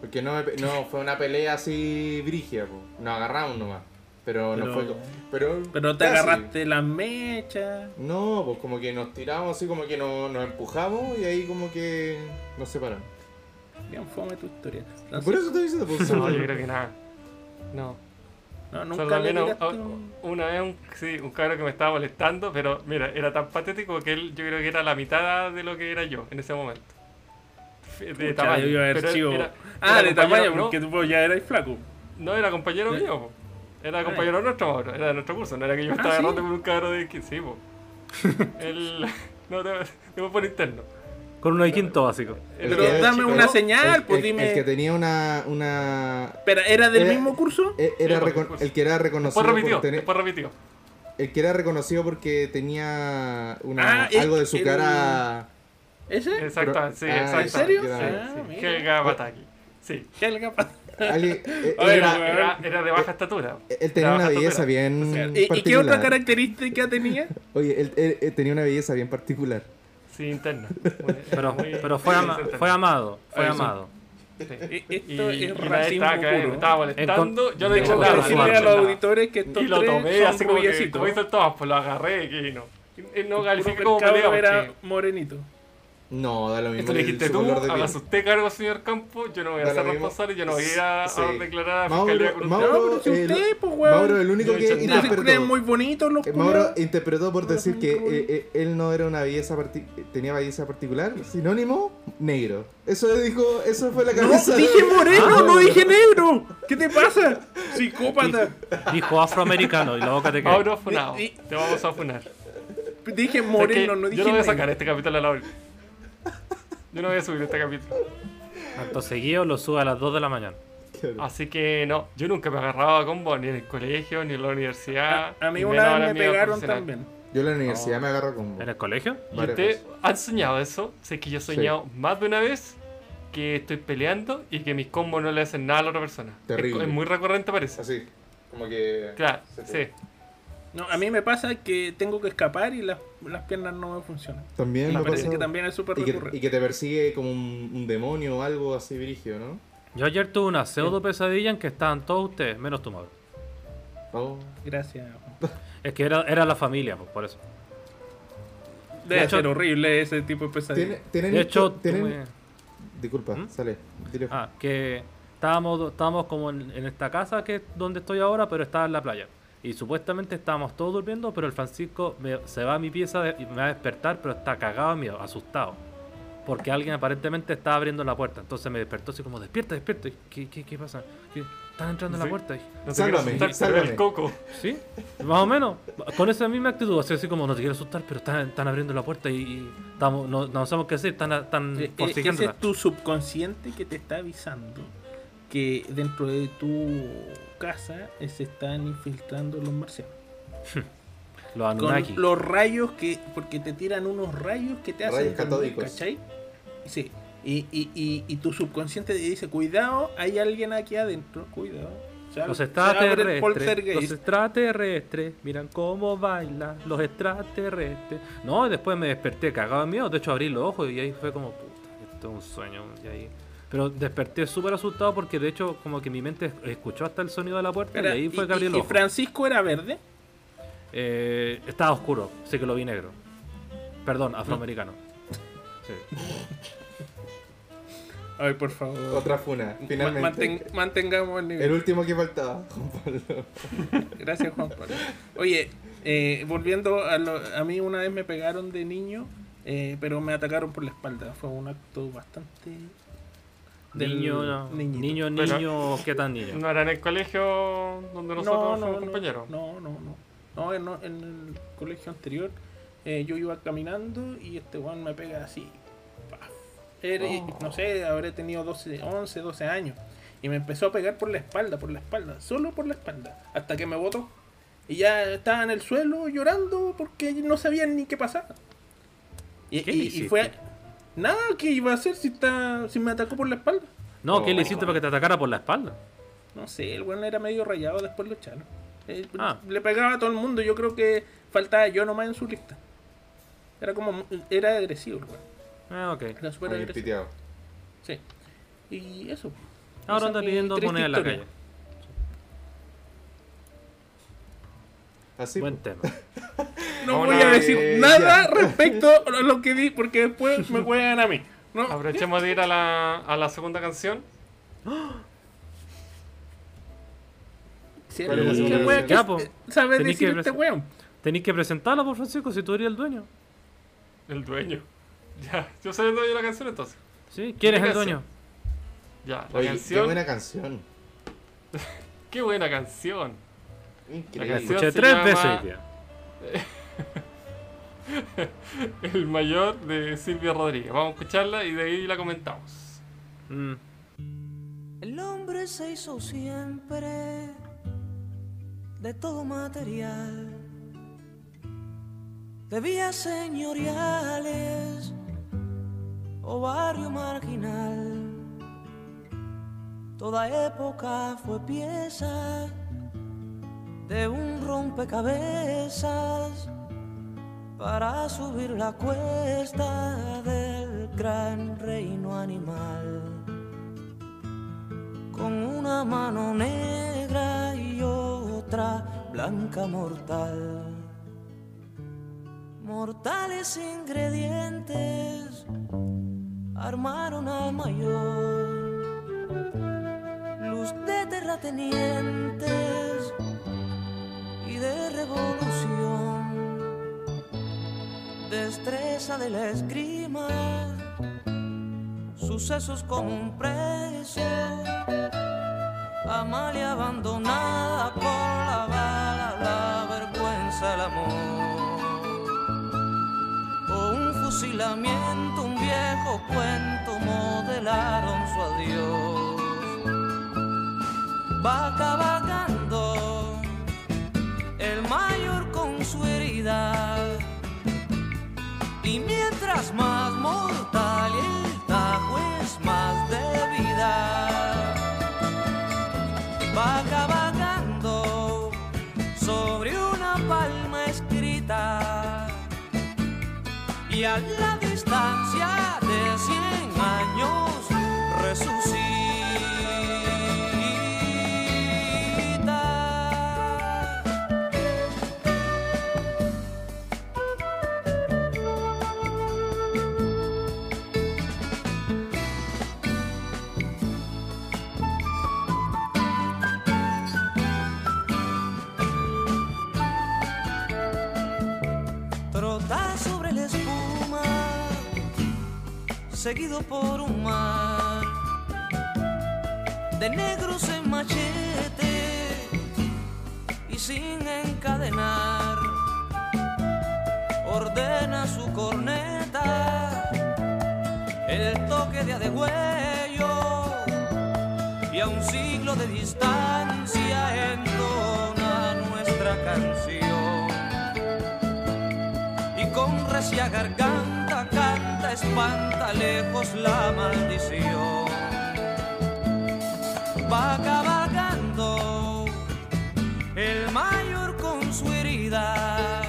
Speaker 3: Porque no, me pe- no fue una pelea así brígida, po. nos agarramos nomás. Pero,
Speaker 2: Pero-
Speaker 3: no fue. co- Pero,
Speaker 2: Pero te
Speaker 3: casi.
Speaker 2: agarraste las mechas.
Speaker 3: No, pues como que nos tiramos así, como que nos, nos empujamos y ahí como que nos separamos.
Speaker 2: Bien fome tu historia.
Speaker 3: Por eso te diciendo, pues.
Speaker 1: No, yo creo que nada. No.
Speaker 2: No,
Speaker 1: O sea,
Speaker 2: nunca le
Speaker 1: también
Speaker 2: tiraste
Speaker 1: a- a-
Speaker 2: un-
Speaker 1: una vez un, sí, un cabro que me estaba molestando, pero mira, era tan patético que él yo creo que era la mitad de lo que era yo en ese momento. F- De
Speaker 2: Pucha,
Speaker 1: tamaño.
Speaker 2: debió haber
Speaker 1: pero él
Speaker 2: sido-
Speaker 1: era-
Speaker 2: Ah,
Speaker 1: era compañero,
Speaker 2: de tamaño,
Speaker 1: ¿no?
Speaker 2: porque tú ya eras flaco.
Speaker 1: No, era compañero
Speaker 2: Ya.
Speaker 1: mío. po. Era compañero nuestro, ahora, era de nuestro curso. No era que yo me
Speaker 2: Ah,
Speaker 1: estaba
Speaker 2: ¿sí?
Speaker 1: agarrando con un cabro de 15. Sí, po. Él. No, te, te voy por interno.
Speaker 4: Con uno de quinto básico.
Speaker 1: El
Speaker 2: Pero
Speaker 1: que-
Speaker 2: dame una señal,
Speaker 3: el-
Speaker 2: pues,
Speaker 3: el-
Speaker 2: dime.
Speaker 3: El que tenía una. una
Speaker 2: Pero, ¿era del
Speaker 3: Era-
Speaker 2: mismo curso?
Speaker 3: e- era
Speaker 1: Sí, pues,
Speaker 3: recon-
Speaker 1: pues.
Speaker 3: el que era reconocido
Speaker 1: Después repitió,
Speaker 3: por tener,
Speaker 1: después repitió.
Speaker 3: el que era reconocido porque tenía una,
Speaker 2: Ah, el-
Speaker 3: algo de su
Speaker 2: el-
Speaker 3: cara
Speaker 2: ¿Ese?
Speaker 1: Exactamente, sí,
Speaker 3: Ah, ¿en
Speaker 1: exactamente.
Speaker 2: serio?
Speaker 1: Sí,
Speaker 2: Ah,
Speaker 1: sí.
Speaker 2: mira.
Speaker 1: Helga Bataki. Sí.
Speaker 2: Helga pa-
Speaker 3: alguien- eh,
Speaker 2: Oye,
Speaker 3: era- e-,
Speaker 2: weón.
Speaker 1: Era, era de baja estatura.
Speaker 3: él tenía una
Speaker 1: Trabaja
Speaker 3: belleza
Speaker 1: afuera.
Speaker 3: bien
Speaker 2: ¿Y, y qué otra
Speaker 3: particular.
Speaker 2: característica tenía?
Speaker 3: Oye, él, él- él tenía una belleza bien particular.
Speaker 1: Sí, interna.
Speaker 4: Pero, pero fue, ama- fue amado, fue
Speaker 2: Ahí sí.
Speaker 4: amado.
Speaker 2: E-
Speaker 1: Y,
Speaker 2: Esto
Speaker 1: y
Speaker 2: es
Speaker 1: una vez
Speaker 2: racismo
Speaker 1: estaba, acá, me
Speaker 2: puro.
Speaker 1: estaba molestando, yo no dije
Speaker 4: Encon-
Speaker 2: Tengo que
Speaker 1: nada. no
Speaker 2: decirle
Speaker 1: dije
Speaker 2: a los
Speaker 1: nada.
Speaker 2: auditores que estos
Speaker 1: Y lo
Speaker 2: tres
Speaker 1: tomé
Speaker 2: son
Speaker 1: así como que,
Speaker 2: rubiecitos.
Speaker 1: como hizo el Tomás, pues lo agarré y no. Y No
Speaker 2: Puro
Speaker 1: califica como
Speaker 2: pescado
Speaker 1: pelea
Speaker 2: era
Speaker 1: porque...
Speaker 2: morenito.
Speaker 3: No, da lo mismo.
Speaker 1: Esto le
Speaker 3: el-
Speaker 1: dijiste
Speaker 3: su
Speaker 1: tú,
Speaker 3: color de piel.
Speaker 1: hágase usted cargo, señor Campo, yo no voy a
Speaker 3: Da
Speaker 1: ser
Speaker 3: lo mismo.
Speaker 1: responsable, yo no voy a ir a, a
Speaker 3: Sí.
Speaker 1: declarar a la fiscalía con
Speaker 3: Mauro,
Speaker 1: usted.
Speaker 2: No,
Speaker 3: Mauro,
Speaker 2: pero si
Speaker 3: el-
Speaker 2: usted, pues, weón.
Speaker 3: Mauro, el único
Speaker 1: No
Speaker 3: que
Speaker 1: he hecho
Speaker 2: Y no
Speaker 1: nada.
Speaker 2: se creen
Speaker 3: interpretó.
Speaker 2: muy bonitos los
Speaker 3: Eh, Mauro
Speaker 2: culiados.
Speaker 3: interpretó por
Speaker 2: Mauro
Speaker 3: decir que
Speaker 2: Franco.
Speaker 3: eh, eh, él no era una belleza parti- eh, tenía belleza particular, sinónimo negro. Eso dijo, eso fue la
Speaker 2: No,
Speaker 3: cabeza.
Speaker 2: dije moreno,
Speaker 3: Ah,
Speaker 2: no dije negro. ¿Qué te pasa? Psicópata.
Speaker 4: Dijo afroamericano y la boca te
Speaker 1: Mauro
Speaker 4: quedó.
Speaker 1: funado,
Speaker 2: Di-
Speaker 1: te vamos a funar. Porque
Speaker 2: Dije moreno, no dije
Speaker 1: yo no voy a
Speaker 2: negro.
Speaker 1: sacar este capítulo a la hora. Yo no voy a subir este capítulo.
Speaker 4: Acto seguido lo sube a las 2 de la mañana.
Speaker 3: claro.
Speaker 1: Así que no, yo nunca me agarraba con vos, ni en el colegio, ni en la universidad.
Speaker 2: A mí
Speaker 1: ni
Speaker 2: una
Speaker 1: menos
Speaker 2: vez
Speaker 1: la
Speaker 2: me
Speaker 1: mía
Speaker 2: pegaron
Speaker 1: profesional.
Speaker 2: también.
Speaker 3: Yo en la universidad me agarro con
Speaker 4: ¿En el colegio?
Speaker 1: ¿Y
Speaker 3: varias
Speaker 1: ustedes
Speaker 3: veces.
Speaker 1: han soñado eso? Sé que yo he
Speaker 3: Sí.
Speaker 1: soñado más de una vez que estoy peleando y que mis combos no le hacen nada a la otra persona. Es-
Speaker 3: Terrible.
Speaker 1: Es, muy recurrente parece.
Speaker 3: Así, como que
Speaker 1: Claro,
Speaker 3: se
Speaker 1: sí.
Speaker 3: te-
Speaker 2: No, a mí me pasa que tengo que escapar y las, las piernas no me funcionan.
Speaker 3: también
Speaker 2: Me
Speaker 3: me
Speaker 2: parece
Speaker 3: pasó.
Speaker 2: que también es súper
Speaker 3: Y que, y
Speaker 2: recurrente.
Speaker 3: que te persigue como un, un demonio o algo así virigio, ¿no?
Speaker 4: Yo ayer tuve una pseudo pesadilla en que estaban todos ustedes, menos tu Mauro.
Speaker 3: Oh.
Speaker 2: Gracias.
Speaker 4: Es que era, era la familia, pues, por eso.
Speaker 2: Debe
Speaker 4: hecho-
Speaker 2: ser horrible ese tipo de pesadilla.
Speaker 3: Tiene- tienen
Speaker 4: De hecho,
Speaker 3: tienen-
Speaker 4: tuve-
Speaker 3: disculpa,
Speaker 4: ¿Mm?
Speaker 3: sale. dile.
Speaker 4: ah, que estábamos, estábamos como en, en esta casa que es donde estoy ahora, pero estaba en la playa. Y supuestamente estábamos todos durmiendo, pero el Francisco me- se va a mi pieza de- y me va a despertar, pero está cagado de miedo, asustado. Porque alguien aparentemente estaba abriendo la puerta. Entonces me despertó así como, despierta, despierta. Y, ¿Qué, qué, qué pasa? ¿Qué- ¿Están entrando en
Speaker 1: Sí.
Speaker 4: la puerta? Y-
Speaker 1: No te quiero
Speaker 3: Sálvame,
Speaker 1: asustar, pero
Speaker 3: sálvame.
Speaker 1: el coco.
Speaker 4: Sí, más o menos. Con esa misma actitud, así, así como no te quiero asustar, pero están, están abriendo la puerta y, y estamos, no, no sabemos qué hacer, están, están
Speaker 2: Eh, eh, Ese
Speaker 4: forcejeándola.
Speaker 2: es tu subconsciente que te está avisando que dentro de tu casa eh, se están infiltrando los marcianos.
Speaker 4: Los
Speaker 2: Con
Speaker 4: Anunnaki.
Speaker 2: los rayos que. Porque te tiran unos rayos que te
Speaker 3: Rayos
Speaker 2: hacen. dormir,
Speaker 3: catódicos.
Speaker 2: ¿Cachai? Sí. Y, y, y, y tu subconsciente te dice: Cuidado, hay alguien aquí adentro. Cuidado. Se abre-
Speaker 4: Los
Speaker 2: se abre el
Speaker 4: extraterrestres,
Speaker 2: poltergeist.
Speaker 4: los extraterrestres, miran cómo bailan los extraterrestres. No, y después me desperté cagado de miedo, de hecho abrí los ojos y ahí fue como, puta, esto es un sueño. Y ahí... Pero desperté súper asustado porque de hecho como que mi mente escuchó hasta el sonido de la puerta
Speaker 2: Espera,
Speaker 4: y ahí fue
Speaker 2: y-
Speaker 4: que abrí
Speaker 2: y-
Speaker 4: los
Speaker 2: y
Speaker 4: ojos.
Speaker 2: Francisco era verde.
Speaker 4: Eh, estaba oscuro, sé que lo vi negro. Perdón, afroamericano. Sí.
Speaker 2: Ay, por favor.
Speaker 3: Otra funa,
Speaker 2: Ma-
Speaker 3: finalmente.
Speaker 2: manten- mantengamos el nivel.
Speaker 3: El último que faltaba, Juan Pablo.
Speaker 2: Gracias, Juan Pablo. Oye, eh, volviendo a lo- a mí una vez me pegaron de niño, eh, pero me atacaron por la espalda. Fue un acto bastante... del
Speaker 4: Niño, no.
Speaker 2: Mm, niñito.
Speaker 4: niño,
Speaker 1: Pero-
Speaker 4: niño, ¿qué tan niño?
Speaker 1: No era en el colegio donde nosotros fuimos compañeros.
Speaker 2: No, no, no. No, en, no- en el colegio anterior eh, yo iba caminando y este weón me pega así. paf. Era- y- No sé, habré tenido 12, 11, 12 años. Y me empezó a pegar por la espalda, por la espalda, solo por la espalda, hasta que me botó. Y ya estaba en el suelo llorando porque no sabían ni qué pasaba. Y,
Speaker 4: ¿Qué
Speaker 2: y-
Speaker 4: le
Speaker 2: y
Speaker 4: hiciste?
Speaker 2: fue... Nada, ¿qué iba a hacer si, está, si me atacó por la espalda?
Speaker 4: No, ¿qué
Speaker 3: Oh.
Speaker 4: le hiciste para que te atacara por la espalda?
Speaker 2: No sé, el weón era medio rayado, después lo echaron. Eh,
Speaker 4: Ah.
Speaker 2: Le pegaba a todo el mundo, yo creo que faltaba yo nomás en su lista. Era como, era agresivo el weón.
Speaker 4: Ah, ok.
Speaker 2: Era súper
Speaker 3: Muy
Speaker 2: agresivo.
Speaker 3: piteado.
Speaker 2: Sí. Y eso. Esa
Speaker 4: Ahora anda
Speaker 2: es mi
Speaker 4: pidiendo
Speaker 2: triste
Speaker 4: poner en la
Speaker 2: historia.
Speaker 4: calle.
Speaker 3: Así. pues.
Speaker 4: Buen tema.
Speaker 2: No
Speaker 1: Ahora,
Speaker 2: voy a decir
Speaker 3: eh,
Speaker 2: nada
Speaker 3: ya.
Speaker 2: respecto a lo que di, porque después me juegan a mí. No,
Speaker 1: Aprovechemos de ir a la, a la segunda canción.
Speaker 2: Sí,
Speaker 3: ¿Cuál
Speaker 4: es la
Speaker 2: ¿qué
Speaker 4: segunda
Speaker 2: weón
Speaker 4: versión? Ya, po.
Speaker 2: que- ¿Sabes
Speaker 4: Tenés
Speaker 2: decir
Speaker 4: que
Speaker 2: este
Speaker 4: presen-
Speaker 2: weón?
Speaker 4: Tenéis que presentarla, por Francisco, si tú eres el dueño.
Speaker 1: El dueño. Ya, yo soy el dueño de la canción entonces.
Speaker 4: ¿Sí? ¿Quién es el
Speaker 1: canción?
Speaker 4: dueño?
Speaker 1: Ya, la
Speaker 3: Oye,
Speaker 1: canción.
Speaker 3: qué buena canción.
Speaker 1: qué buena canción. La
Speaker 3: Increíble.
Speaker 1: canción-
Speaker 4: Escuché
Speaker 1: se
Speaker 4: tres
Speaker 1: llama-
Speaker 4: veces hoy día.
Speaker 1: El mayor de Silvia Rodríguez. Vamos a escucharla y de ahí la comentamos.
Speaker 4: Mm.
Speaker 6: El hombre se hizo siempre de todo material, de vías señoriales o barrio marginal. Toda época fue pieza de un rompecabezas para subir la cuesta del gran reino animal con una mano negra y otra blanca mortal. Mortales ingredientes armaron al mayor. Luz de terratenientes y de revolución. Destreza de la esgrima sucesos como un preso. Amalia abandonada por la bala, la vergüenza, el amor. O un fusilamiento, un viejo cuento, modelaron su adiós. Vaca vagando, el mayor con su herida. Y mientras más mortal el tajo es más de vida. Vaga vagando sobre una palma escrita. Y a la distancia de cien años resucita. trota sobre la espuma, seguido por un mar de negros en machete y sin encadenar, ordena su corneta, el toque de adegüello y a un siglo de distancia entona nuestra canción y con recia garganta canta, espanta lejos la maldición. Va cabalgando el mayor con su herida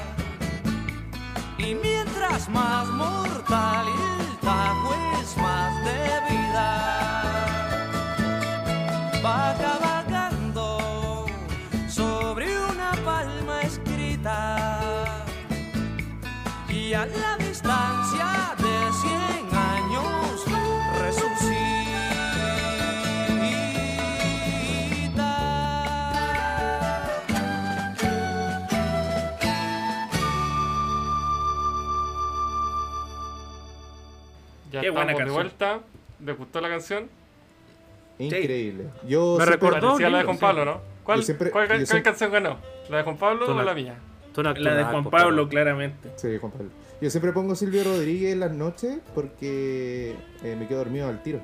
Speaker 6: y mientras más mortal el tajo es más de vida va cabalgando sobre una palma escrita y a la distancia de cien años resucita.
Speaker 1: Ya
Speaker 2: Qué buena
Speaker 1: estamos de
Speaker 2: canción.
Speaker 1: vuelta. ¿Les gustó la canción?
Speaker 3: Increíble. Yo
Speaker 4: Me
Speaker 3: siempre-
Speaker 4: recordó-
Speaker 1: Parecía la de
Speaker 4: lindo,
Speaker 1: Juan
Speaker 4: sí.
Speaker 1: Pablo, ¿no? ¿Cuál,
Speaker 3: Yo siempre-
Speaker 1: cuál-
Speaker 3: yo
Speaker 1: cuál
Speaker 3: siempre-
Speaker 1: canción ganó? ¿La de Juan Pablo
Speaker 4: Tú
Speaker 1: o
Speaker 4: la-
Speaker 1: la mía?
Speaker 4: Tú no
Speaker 2: La de
Speaker 3: Ah,
Speaker 4: actuabas,
Speaker 2: Juan
Speaker 4: po,
Speaker 3: pues,
Speaker 2: Pablo,
Speaker 4: cabrón.
Speaker 2: claramente.
Speaker 3: Sí, Juan Pablo. Yo siempre pongo Silvio Rodríguez en las noches porque eh, me quedo dormido al tiro.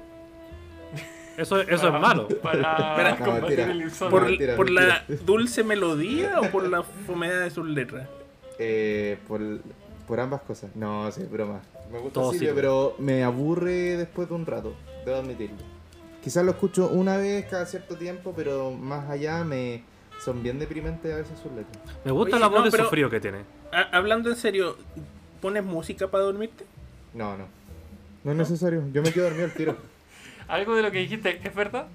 Speaker 4: Eso, eso
Speaker 2: Ah.
Speaker 4: es malo.
Speaker 1: Para,
Speaker 2: Para
Speaker 1: combatir
Speaker 3: combatir
Speaker 1: el
Speaker 3: el
Speaker 1: insomnio.
Speaker 2: ¿Por,
Speaker 3: mentira,
Speaker 2: por la
Speaker 3: mentira.
Speaker 2: dulce melodía o por la fumedad de sus letras?
Speaker 3: Eh, por, por ambas cosas. No, sí, broma. Me gusta
Speaker 4: Todo
Speaker 3: Silvio,
Speaker 4: sirve.
Speaker 3: pero me aburre después de un rato, debo admitirlo. Quizás lo escucho una vez cada cierto tiempo, pero más allá me son bien deprimentes a veces sus letras.
Speaker 4: Me gusta
Speaker 2: Oye,
Speaker 4: la voz
Speaker 2: no,
Speaker 4: de
Speaker 2: pero-
Speaker 4: sufrido que tiene.
Speaker 2: Ha- Ah, hablando en serio, ¿pones música para dormirte?
Speaker 3: No, no. No es necesario. Yo me quedo dormido al tiro.
Speaker 1: Algo de lo que dijiste, ¿es verdad?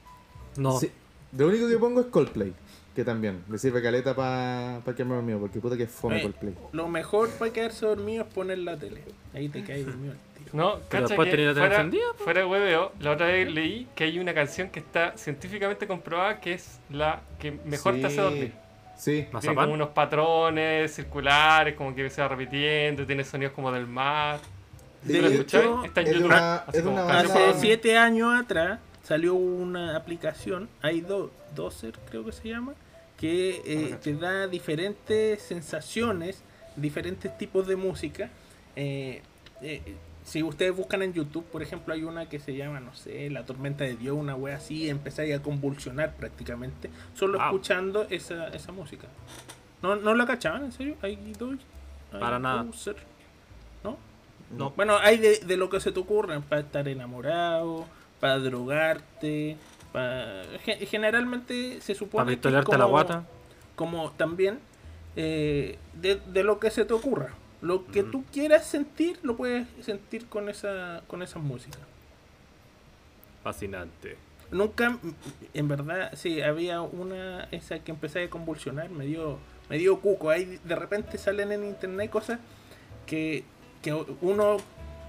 Speaker 2: Oh.
Speaker 4: No.
Speaker 3: Sí. Lo único que pongo es Coldplay, que también me sirve caleta para pa quedarme dormido, porque puta que es fome
Speaker 2: Eh,
Speaker 3: Coldplay.
Speaker 2: Lo mejor para quedarse dormido es poner la tele. Ahí te caes dormido al tiro.
Speaker 1: No,
Speaker 4: Pero
Speaker 1: cacha
Speaker 4: después
Speaker 1: que
Speaker 4: tenía la tele
Speaker 1: fuera,
Speaker 4: encendida,
Speaker 1: fuera de hueveo, la otra vez leí que hay una canción que está científicamente comprobada que es la que mejor te hace
Speaker 3: Sí.
Speaker 1: dormir.
Speaker 3: Sí,
Speaker 1: Tiene
Speaker 4: Mazapán.
Speaker 1: como unos patrones circulares, como que se va repitiendo, tiene sonidos como del mar.
Speaker 3: De
Speaker 1: ¿Tú lo escucháis?
Speaker 3: hecho,
Speaker 1: Está en
Speaker 3: es de
Speaker 1: YouTube.
Speaker 3: una-
Speaker 1: así
Speaker 3: es de
Speaker 1: como
Speaker 3: una
Speaker 1: canción
Speaker 3: banda-
Speaker 1: para
Speaker 2: Hace
Speaker 3: Ahora-
Speaker 1: dormir.
Speaker 2: siete años atrás salió una aplicación, hay do, Dozer creo que se llama, que eh, te da diferentes sensaciones, diferentes tipos de música. Eh, eh, si ustedes buscan en YouTube, por ejemplo, hay una que se llama, no sé, La Tormenta de Dios, una wea así, empezáis a convulsionar prácticamente, solo
Speaker 4: Wow.
Speaker 2: escuchando esa, esa música. ¿No, ¿No la cachaban, en serio? Hay Dozer. hay
Speaker 4: Para nada.
Speaker 2: Dozer. ¿No?
Speaker 4: No.
Speaker 2: Bueno, hay de, de lo que se te ocurra, para estar enamorado, para drogarte, para... Generalmente se supone...
Speaker 4: Para
Speaker 2: que es
Speaker 4: pistolearte la
Speaker 2: como-
Speaker 4: guata.
Speaker 2: Como también eh, de, de lo que se te ocurra. Lo que tú quieras sentir, lo puedes sentir con esa, con esa música.
Speaker 4: Fascinante.
Speaker 2: Nunca, en verdad, sí, había una, esa que empecé a convulsionar, me dio, me dio cuco. Ahí de repente salen en internet cosas que, que uno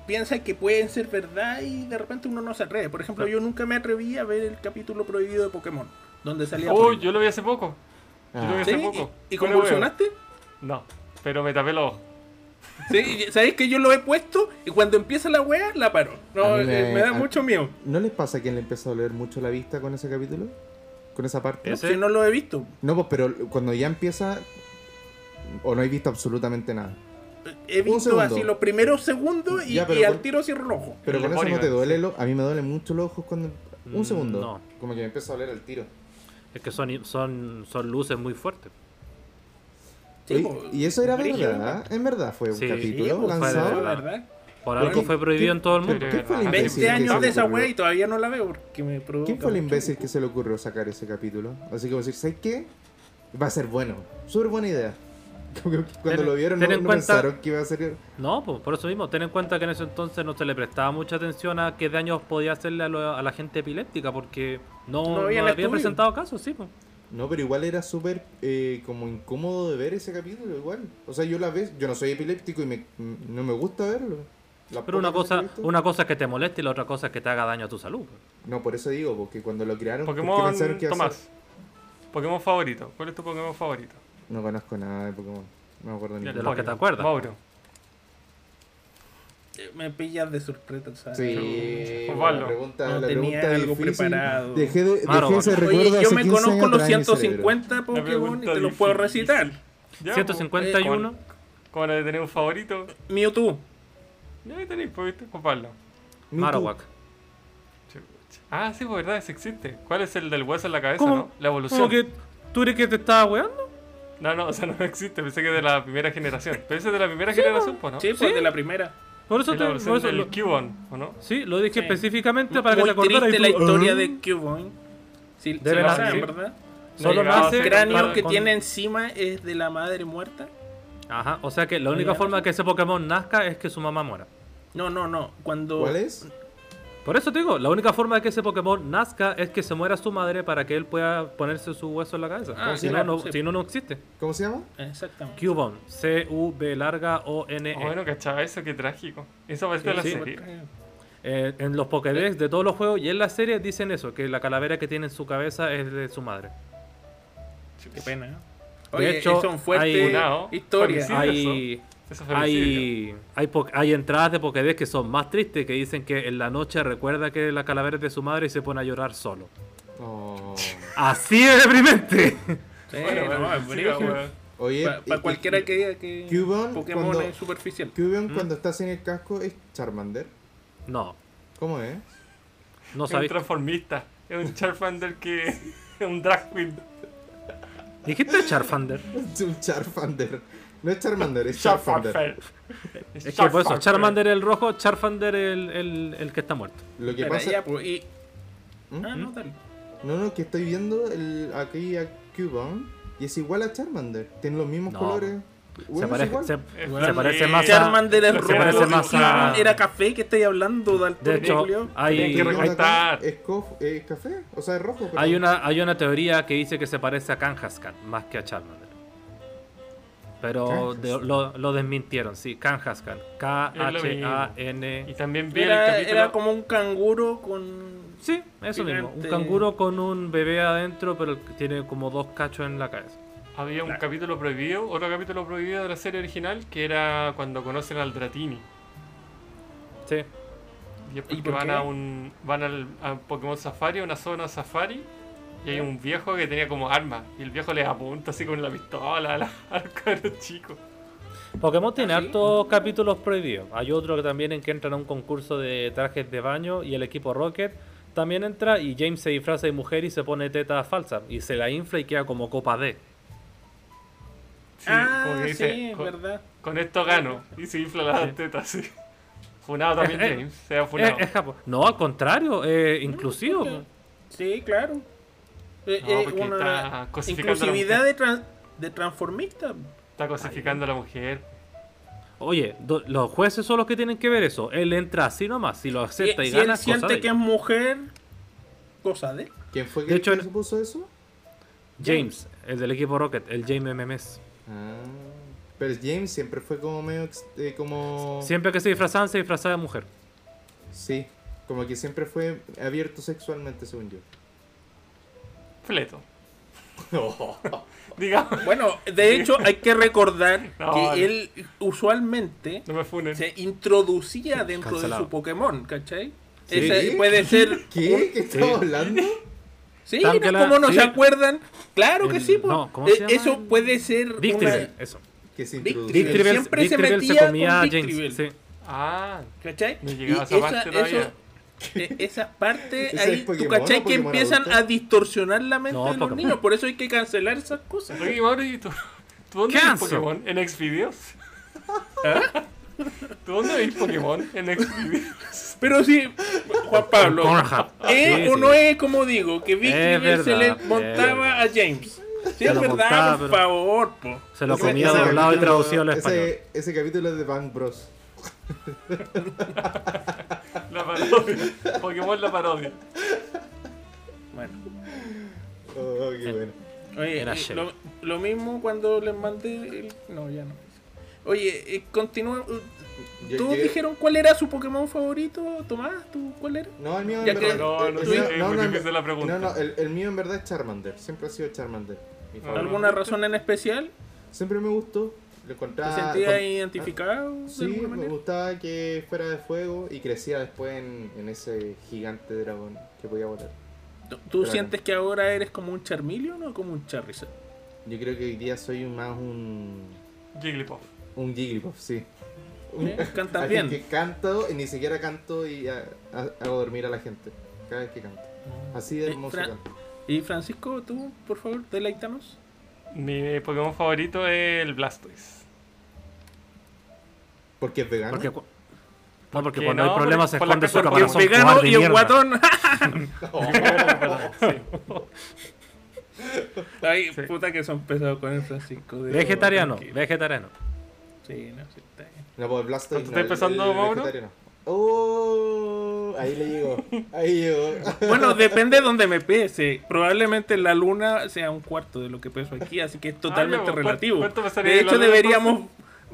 Speaker 2: piensa que pueden ser verdad y de repente uno no se atreve. Por
Speaker 1: Ah.
Speaker 2: ejemplo, yo nunca me atreví a ver el capítulo prohibido de Pokémon, donde salía...
Speaker 1: Oh,
Speaker 2: Pikachu.
Speaker 1: yo lo vi hace poco. Yo lo vi
Speaker 3: Ah.
Speaker 1: hace
Speaker 2: ¿Sí?
Speaker 1: poco.
Speaker 2: ¿Y, y
Speaker 1: Fuera de
Speaker 2: convulsionaste?
Speaker 1: huevo. No, pero me tapé los ojos.
Speaker 2: Sí, ¿sabes que yo lo he puesto y cuando empieza la wea la paro? No,
Speaker 3: A mí
Speaker 2: eh, me,
Speaker 3: me-
Speaker 2: da
Speaker 3: a-
Speaker 2: mucho miedo.
Speaker 3: ¿No les pasa que le empezó a doler mucho la vista con ese capítulo? ¿Con esa parte?
Speaker 4: ¿Ese?
Speaker 2: Si no lo he visto.
Speaker 3: No, pues pero cuando ya empieza o no he visto absolutamente nada.
Speaker 2: He visto
Speaker 3: segundo.
Speaker 2: así los primeros segundos y,
Speaker 3: Ya, pero
Speaker 2: y al
Speaker 3: por-
Speaker 2: tiro cierro el ojo.
Speaker 3: Pero
Speaker 1: El
Speaker 3: con eso
Speaker 1: lemónido,
Speaker 3: no te duele,
Speaker 1: sí.
Speaker 3: lo- a mí me duelen mucho los ojos cuando...
Speaker 4: Mm,
Speaker 3: Un segundo.
Speaker 4: no.
Speaker 3: Como que me empieza a doler al tiro.
Speaker 4: Es que son, son, son luces muy fuertes.
Speaker 2: Sí,
Speaker 3: Oye,
Speaker 2: po,
Speaker 3: y eso era
Speaker 2: brígido.
Speaker 3: verdad, ¿eh? en verdad fue un
Speaker 4: Sí,
Speaker 2: Sí,
Speaker 3: capítulo
Speaker 2: po, fue de
Speaker 3: lanzado.
Speaker 4: verdad.
Speaker 2: verdad.
Speaker 4: Por
Speaker 2: Bueno,
Speaker 4: algo fue prohibido en todo el mundo.
Speaker 1: Sí,
Speaker 3: ¿Quién fue el
Speaker 1: Ah,
Speaker 3: imbécil?
Speaker 2: 20
Speaker 3: que se
Speaker 2: años
Speaker 3: le
Speaker 2: de esa
Speaker 3: ocurrió?
Speaker 2: wea y todavía no la veo porque me provoca.
Speaker 3: ¿Quién fue el
Speaker 2: mucho.
Speaker 3: imbécil que se le ocurrió sacar ese capítulo? Así como decir, ¿sabes qué? Va a ser bueno. Súper buena idea. Como que Cuando
Speaker 4: Ten-
Speaker 3: lo vieron no,
Speaker 4: ten en
Speaker 3: no
Speaker 4: cuenta-
Speaker 3: pensaron que iba a ser...
Speaker 4: No, pues, por eso mismo. Ten en cuenta que en ese entonces no se le prestaba mucha atención a qué daños podía hacerle a, lo- a la gente epiléptica porque no,
Speaker 2: No
Speaker 4: no,
Speaker 2: había
Speaker 4: había,
Speaker 2: el estudio.
Speaker 4: presentado casos, sí. pues.
Speaker 3: No, pero igual era súper eh, como incómodo de ver ese capítulo, igual. O sea, yo la ves, yo no soy epiléptico y me, no me gusta verlo. Las
Speaker 4: Pero una
Speaker 3: pocas veces que
Speaker 4: cosa,
Speaker 3: he visto-
Speaker 4: una cosa es que te moleste y la otra cosa es que te haga daño a tu salud. pues.
Speaker 3: No, por eso digo, porque cuando lo crearon... ¿por qué
Speaker 1: Pokémon
Speaker 3: pensaron que iba a ser-
Speaker 1: Tomás. Pokémon favorito. ¿Cuál es tu Pokémon favorito?
Speaker 3: No conozco nada de Pokémon. No me acuerdo ni
Speaker 1: Ya,
Speaker 4: de
Speaker 3: nada.
Speaker 4: los que
Speaker 1: Mauro.
Speaker 4: te acuerdas.
Speaker 1: Mauro.
Speaker 2: Eh, Me pillas de sorpresa, ¿sabes?
Speaker 3: Sí,
Speaker 1: Osvaldo.
Speaker 3: la pregunta,
Speaker 2: No
Speaker 3: la
Speaker 2: tenía
Speaker 3: pregunta
Speaker 2: algo
Speaker 3: difícil.
Speaker 2: preparado.
Speaker 3: Dejé, de,
Speaker 4: Maro,
Speaker 3: dejé ese
Speaker 4: Maro.
Speaker 3: recuerdo
Speaker 2: Oye, yo
Speaker 3: hace
Speaker 2: me
Speaker 3: 15
Speaker 2: conozco
Speaker 3: años
Speaker 2: los
Speaker 3: atrás en mi cerebro.
Speaker 2: 150 Pokémon y
Speaker 1: pregunta
Speaker 2: te los puedo
Speaker 1: difícil.
Speaker 2: recitar.
Speaker 1: Ya, pues,
Speaker 4: 151.
Speaker 1: ¿Cómo cómo no de tener un favorito?
Speaker 2: Mewtwo.
Speaker 1: Ya ahí tenéis, pues, ¿viste? Juan Pablo.
Speaker 3: Mewtwo.
Speaker 4: Marowak.
Speaker 1: Chucha. Ah, sí, pues verdad, ese existe. ¿Cuál es el del hueso en la cabeza,
Speaker 4: ¿Cómo?
Speaker 1: no? La evolución.
Speaker 4: ¿Cómo que tú crees que te estaba weando?
Speaker 1: No, no, o sea, no existe. Pensé que es de la primera generación. Pero ese es de la primera generación, pues, ¿no?
Speaker 2: Sí, pues de la primera.
Speaker 4: Por eso
Speaker 1: Es la
Speaker 4: te.
Speaker 1: evolución
Speaker 4: Por pues, eso,
Speaker 1: del
Speaker 4: lo-
Speaker 1: Cubon, ¿o no?
Speaker 4: sí, lo dije
Speaker 2: Sí.
Speaker 4: específicamente para que te
Speaker 2: Muy
Speaker 4: acordaras. y
Speaker 2: triste
Speaker 4: tú,
Speaker 2: la historia
Speaker 4: "Ah".
Speaker 2: de Cubone. Si, si
Speaker 4: Debe
Speaker 2: lo
Speaker 4: la-
Speaker 2: saben,
Speaker 4: sí.
Speaker 2: ¿verdad?
Speaker 4: Solo
Speaker 1: Negado,
Speaker 4: nace
Speaker 2: El
Speaker 1: sí,
Speaker 2: cráneo
Speaker 1: para-
Speaker 2: que
Speaker 4: con-
Speaker 2: tiene encima es de la madre muerta.
Speaker 4: Ajá, o sea que la única
Speaker 2: Tenía
Speaker 4: forma
Speaker 2: razón.
Speaker 4: que ese Pokémon nazca es que su mamá muera.
Speaker 2: No, no, no. Cuando.
Speaker 3: ¿Cuál es?
Speaker 4: Por eso te digo, la única forma de que ese Pokémon nazca es que se muera su madre para que él pueda ponerse su hueso en la cabeza.
Speaker 2: Ah,
Speaker 4: si,
Speaker 2: claro,
Speaker 4: no, no,
Speaker 2: sí.
Speaker 4: si no, no existe.
Speaker 3: ¿Cómo se llama?
Speaker 2: Exactamente.
Speaker 4: Cubone, C-U-B larga E. O-N-E.
Speaker 1: Ah, bueno, cachaba eso, qué trágico. Eso parece de la
Speaker 4: Sí,
Speaker 1: serie.
Speaker 2: pues,
Speaker 4: Eh, en los Pokédex de todos los juegos y en la serie dicen eso, que la calavera que tiene en su cabeza es de su madre.
Speaker 2: Qué pena. ¿eh?
Speaker 4: De
Speaker 2: Oye,
Speaker 4: hecho,
Speaker 2: son fuertes
Speaker 4: hay-
Speaker 1: Funado,
Speaker 2: historias.
Speaker 1: homicidio.
Speaker 4: hay,
Speaker 1: Eso es femicidio.
Speaker 4: Hay, hay, po- hay entradas de Pokédex que son más tristes, que dicen que en la noche recuerda que la calavera es de su madre y se pone a llorar solo.
Speaker 3: Oh.
Speaker 4: Así de deprimente.
Speaker 2: Sí,
Speaker 1: Bueno,
Speaker 2: no,
Speaker 1: bueno,
Speaker 2: es
Speaker 1: sí,
Speaker 2: brígido.
Speaker 1: weón.
Speaker 3: Oye,
Speaker 2: Pa- Para
Speaker 3: y-
Speaker 2: cualquiera
Speaker 3: y-
Speaker 2: que ¿Mm? diga que
Speaker 3: Cubone
Speaker 2: Pokémon
Speaker 3: cuando-
Speaker 2: es superficial.
Speaker 3: Cubion cuando está sin el casco es Charmander.
Speaker 4: No,
Speaker 3: ¿Cómo es?
Speaker 4: no
Speaker 1: Es un
Speaker 4: sabéis.
Speaker 1: transformista. Es un Charmander que. Es un drag queen.
Speaker 4: Dijiste Charfander.
Speaker 3: Es un Charmander. No es Charmander, es Charmander.
Speaker 1: Charfander.
Speaker 4: Es que por eso, Charmander el rojo, Charfander el, el, el que está muerto.
Speaker 3: Lo que
Speaker 2: Pero
Speaker 3: pasa.
Speaker 2: ya, pues, y-
Speaker 3: ¿Mm?
Speaker 2: Ah, no, dale.
Speaker 3: No, no, que estoy viendo el, aquí a Cubone y es igual a Charmander. Tiene los mismos
Speaker 4: No.
Speaker 3: colores. Bueno,
Speaker 4: se
Speaker 3: es
Speaker 4: parece,
Speaker 3: igual.
Speaker 4: se,
Speaker 1: Es
Speaker 4: se parece
Speaker 1: que-
Speaker 4: más a...
Speaker 2: Charmander es
Speaker 1: se
Speaker 2: rojo
Speaker 1: parece
Speaker 2: y
Speaker 4: más a-
Speaker 2: Cubone era café que estáis hablando, Dalton.
Speaker 4: De hecho,
Speaker 2: Julio.
Speaker 4: hay,
Speaker 1: Tienen que
Speaker 3: Yo acá
Speaker 1: recortar.
Speaker 3: Es, cof- es café, o sea, es rojo. pero-
Speaker 4: hay, una, hay una teoría que dice que se parece a Kangaskhan más que a Charmander. Pero
Speaker 3: Kangaskhan.
Speaker 4: de- lo, lo desmintieron, sí, Kangaskhan.
Speaker 1: Y
Speaker 4: K-H-A-N...
Speaker 1: también vi el
Speaker 2: Era,
Speaker 1: capítulo.
Speaker 2: era como un canguro con.
Speaker 4: Sí, eso mismo. Un
Speaker 2: Gigante.
Speaker 4: canguro con un bebé adentro, pero que tiene como dos cachos en la cabeza.
Speaker 1: Había un capítulo prohibido, otro capítulo prohibido de la serie original, que era cuando conocen al Dratini.
Speaker 4: Sí.
Speaker 1: Y es porque
Speaker 2: por
Speaker 1: van
Speaker 2: qué?
Speaker 1: a un. van al a Pokémon Safari, a una zona Safari, y hay un viejo que tenía como arma. Y el viejo les apunta así con la pistola a la- al cabro chico.
Speaker 4: Pokémon tiene
Speaker 2: ¿Ah, sí?
Speaker 4: hartos capítulos prohibidos. Hay otro que también en que entran a un concurso de trajes de baño y el equipo Rocket también entra y James se disfraza de mujer y se pone teta falsa y se la infla y queda como copa D.
Speaker 1: Sí,
Speaker 2: ah,
Speaker 1: como que
Speaker 2: sí,
Speaker 1: dice,
Speaker 2: es
Speaker 1: "Con-
Speaker 2: verdad.
Speaker 1: Con esto gano. Y se infla las
Speaker 4: Sí.
Speaker 1: tetas, sí. Funado también
Speaker 4: Eh, eh,
Speaker 1: James. Se ha
Speaker 2: Pues
Speaker 4: Es,
Speaker 1: funado.
Speaker 4: es Japón. No, al contrario, eh, inclusivo.
Speaker 2: Sí, claro. Eh,
Speaker 1: No,
Speaker 2: eh,
Speaker 1: porque
Speaker 2: una
Speaker 1: está cosificando a la
Speaker 2: inclusividad de, tran- de transformista.
Speaker 1: Está cosificando a la mujer.
Speaker 4: Oye, do- los jueces son los que tienen que ver eso. Él entra así nomás, si lo
Speaker 2: Si,
Speaker 4: acepta y
Speaker 2: si
Speaker 4: gana,
Speaker 2: él
Speaker 4: es cosa
Speaker 2: siente
Speaker 4: de
Speaker 2: que es mujer, cosa de.
Speaker 3: ¿Quién fue
Speaker 4: De
Speaker 3: que,
Speaker 4: hecho,
Speaker 3: que
Speaker 4: en-
Speaker 3: supuso eso?
Speaker 4: James, el del equipo Rocket, el James MMS.
Speaker 3: Ah, pero James siempre fue como medio. ex- eh,
Speaker 2: Oh.
Speaker 3: como.
Speaker 4: Siempre que se disfrazaban, se disfrazaba de mujer.
Speaker 3: Sí, como que siempre fue abierto sexualmente, según yo.
Speaker 1: Fleto. Digamos.
Speaker 2: Bueno, de hecho, hay que recordar
Speaker 1: No, no.
Speaker 2: que él usualmente
Speaker 1: No me funen.
Speaker 2: se introducía dentro
Speaker 4: Cancelado.
Speaker 2: de su Pokémon, ¿cachai?
Speaker 3: Sí.
Speaker 2: Ese puede ser.
Speaker 3: ¿Qué? ¿Qué estás hablando?
Speaker 2: Sí,
Speaker 4: Tan que
Speaker 2: ¿no?
Speaker 4: la-
Speaker 2: ¿cómo no
Speaker 4: sí.
Speaker 2: se acuerdan? Claro que
Speaker 4: El-
Speaker 2: sí, pues.
Speaker 4: no, ¿cómo se llama?
Speaker 2: Eso puede ser.
Speaker 4: Dick
Speaker 2: una-
Speaker 4: Tribble, eso.
Speaker 3: Que se
Speaker 2: Dick
Speaker 4: Dick
Speaker 3: introduce.
Speaker 2: Tribble. siempre
Speaker 4: Tribble- Dick
Speaker 2: se
Speaker 4: Tribble
Speaker 2: metía con
Speaker 4: comía a
Speaker 2: Dick
Speaker 4: James.
Speaker 2: Tribble.
Speaker 4: sí.
Speaker 1: Ah,
Speaker 2: ¿Cachai?
Speaker 1: No llegaba a esa parte todavía.
Speaker 2: e- esas partes
Speaker 3: ¿Ese
Speaker 2: ahí,
Speaker 3: es
Speaker 2: tú
Speaker 3: Pokémon
Speaker 2: cachai
Speaker 3: o
Speaker 2: que
Speaker 3: Pokémon
Speaker 2: empiezan
Speaker 3: adulto?
Speaker 2: a distorsionar la mente
Speaker 4: No,
Speaker 2: de los
Speaker 4: Pokémon.
Speaker 2: niños, por eso hay que cancelar esas cosas.
Speaker 1: Oye, Mauri, ¿tú, ¿tú dónde ves
Speaker 4: Cancel.
Speaker 1: Pokémon? ¿En Xvideos?
Speaker 2: ¿Eh?
Speaker 1: ¿Tú dónde ves Pokémon? ¿En Xvideos?
Speaker 2: Pero sí, Juan Pablo, Eh,
Speaker 4: Pornhub.
Speaker 2: ¿es
Speaker 4: Ah, Sí,
Speaker 2: o
Speaker 4: sí.
Speaker 2: no es como digo? Que Vic
Speaker 4: Es
Speaker 2: River se le
Speaker 4: verdad, es
Speaker 2: montaba a James. Sí,
Speaker 4: Se
Speaker 2: es
Speaker 4: lo
Speaker 2: verdad,
Speaker 4: montaba,
Speaker 2: por
Speaker 4: pero-
Speaker 2: favor, po.
Speaker 4: Se lo
Speaker 2: Porque
Speaker 4: comía
Speaker 2: ese-
Speaker 4: doblado y
Speaker 3: capítulo-
Speaker 4: traducido al
Speaker 3: ese-
Speaker 4: español.
Speaker 3: Ese capítulo es de Bang Bros.
Speaker 1: La parodia. Pokémon la parodia.
Speaker 2: Bueno,
Speaker 3: Oh, qué bueno.
Speaker 2: oye,
Speaker 4: Era
Speaker 2: eh,
Speaker 4: Shell.
Speaker 2: lo, lo mismo cuando les mandé el... No, ya no. Oye, eh, continúa...
Speaker 3: Yo-
Speaker 2: ¿Tú
Speaker 3: yo-
Speaker 2: dijeron cuál era su Pokémon favorito, Tomás? ¿Tú cuál era?
Speaker 3: No, el mío
Speaker 2: Ya
Speaker 3: en
Speaker 2: que-
Speaker 3: verdad.
Speaker 1: No,
Speaker 3: el-
Speaker 1: no
Speaker 3: el
Speaker 1: sé,
Speaker 3: mío-
Speaker 1: es
Speaker 3: no,
Speaker 1: muy
Speaker 3: no, en-
Speaker 1: difícil la pregunta.
Speaker 3: No, no, el, el mío en verdad es Charmander. Siempre ha sido Charmander. mi favorito.
Speaker 2: ¿Alguna razón en especial?
Speaker 3: Siempre me gustó. Lo
Speaker 2: ¿Te
Speaker 3: encontraba.
Speaker 2: sentías
Speaker 3: Ah, con- ah,
Speaker 2: identificado de
Speaker 3: Sí,
Speaker 2: alguna
Speaker 3: me
Speaker 2: manera?
Speaker 3: gustaba que fuera de fuego y crecía después en, en ese gigante dragón que podía volar.
Speaker 2: ¿Tú, tú
Speaker 3: Claro.
Speaker 2: sientes que ahora eres como un Charmeleon o como un Charizard?
Speaker 3: Yo creo que hoy día soy un- más un.
Speaker 1: Jigglypuff.
Speaker 3: un Jigglypuff, sí.
Speaker 2: ¿Eh? ¿Cantas
Speaker 3: Así
Speaker 2: bien?
Speaker 3: que canto y ni siquiera canto y ah, ah, hago dormir a la gente cada vez que canto. Así de
Speaker 2: Eh,
Speaker 3: hermoso
Speaker 2: Fran-
Speaker 3: canto.
Speaker 2: Y Francisco, tú, por favor, deleítanos.
Speaker 1: Mi Pokémon favorito es el Blastoise.
Speaker 3: Porque es vegano.
Speaker 4: Porque, cu- no, porque
Speaker 1: Porque
Speaker 4: cuando
Speaker 1: no,
Speaker 4: hay
Speaker 1: porque-
Speaker 4: problemas se
Speaker 1: por la
Speaker 4: esconde su
Speaker 1: casa-
Speaker 2: Porque
Speaker 1: Porque
Speaker 2: es
Speaker 4: caparazón
Speaker 2: vegano y
Speaker 4: cobarde
Speaker 2: un
Speaker 4: mierda.
Speaker 2: guatón.
Speaker 1: Sí.
Speaker 2: Ay,
Speaker 1: Sí.
Speaker 2: puta que son pesados con el Francisco. de-
Speaker 4: Vegetariano,
Speaker 2: Tranquilo.
Speaker 4: vegetariano.
Speaker 2: Sí, no, sí, está bien.
Speaker 3: No, pues
Speaker 2: Ah,
Speaker 3: Blastoise.
Speaker 1: ¿Cuánto estáis
Speaker 3: no, el- el
Speaker 1: pesando, Mauro?
Speaker 3: vegetariano. Oh, ahí le llegó. Ahí llegó.
Speaker 2: Bueno, depende de donde me pese. Probablemente la luna sea un cuarto de lo que peso aquí, así que es totalmente
Speaker 1: ya, pues,
Speaker 2: relativo.
Speaker 1: ¿cuánto pesaría
Speaker 2: De
Speaker 1: la
Speaker 2: hecho,
Speaker 1: luna,
Speaker 2: deberíamos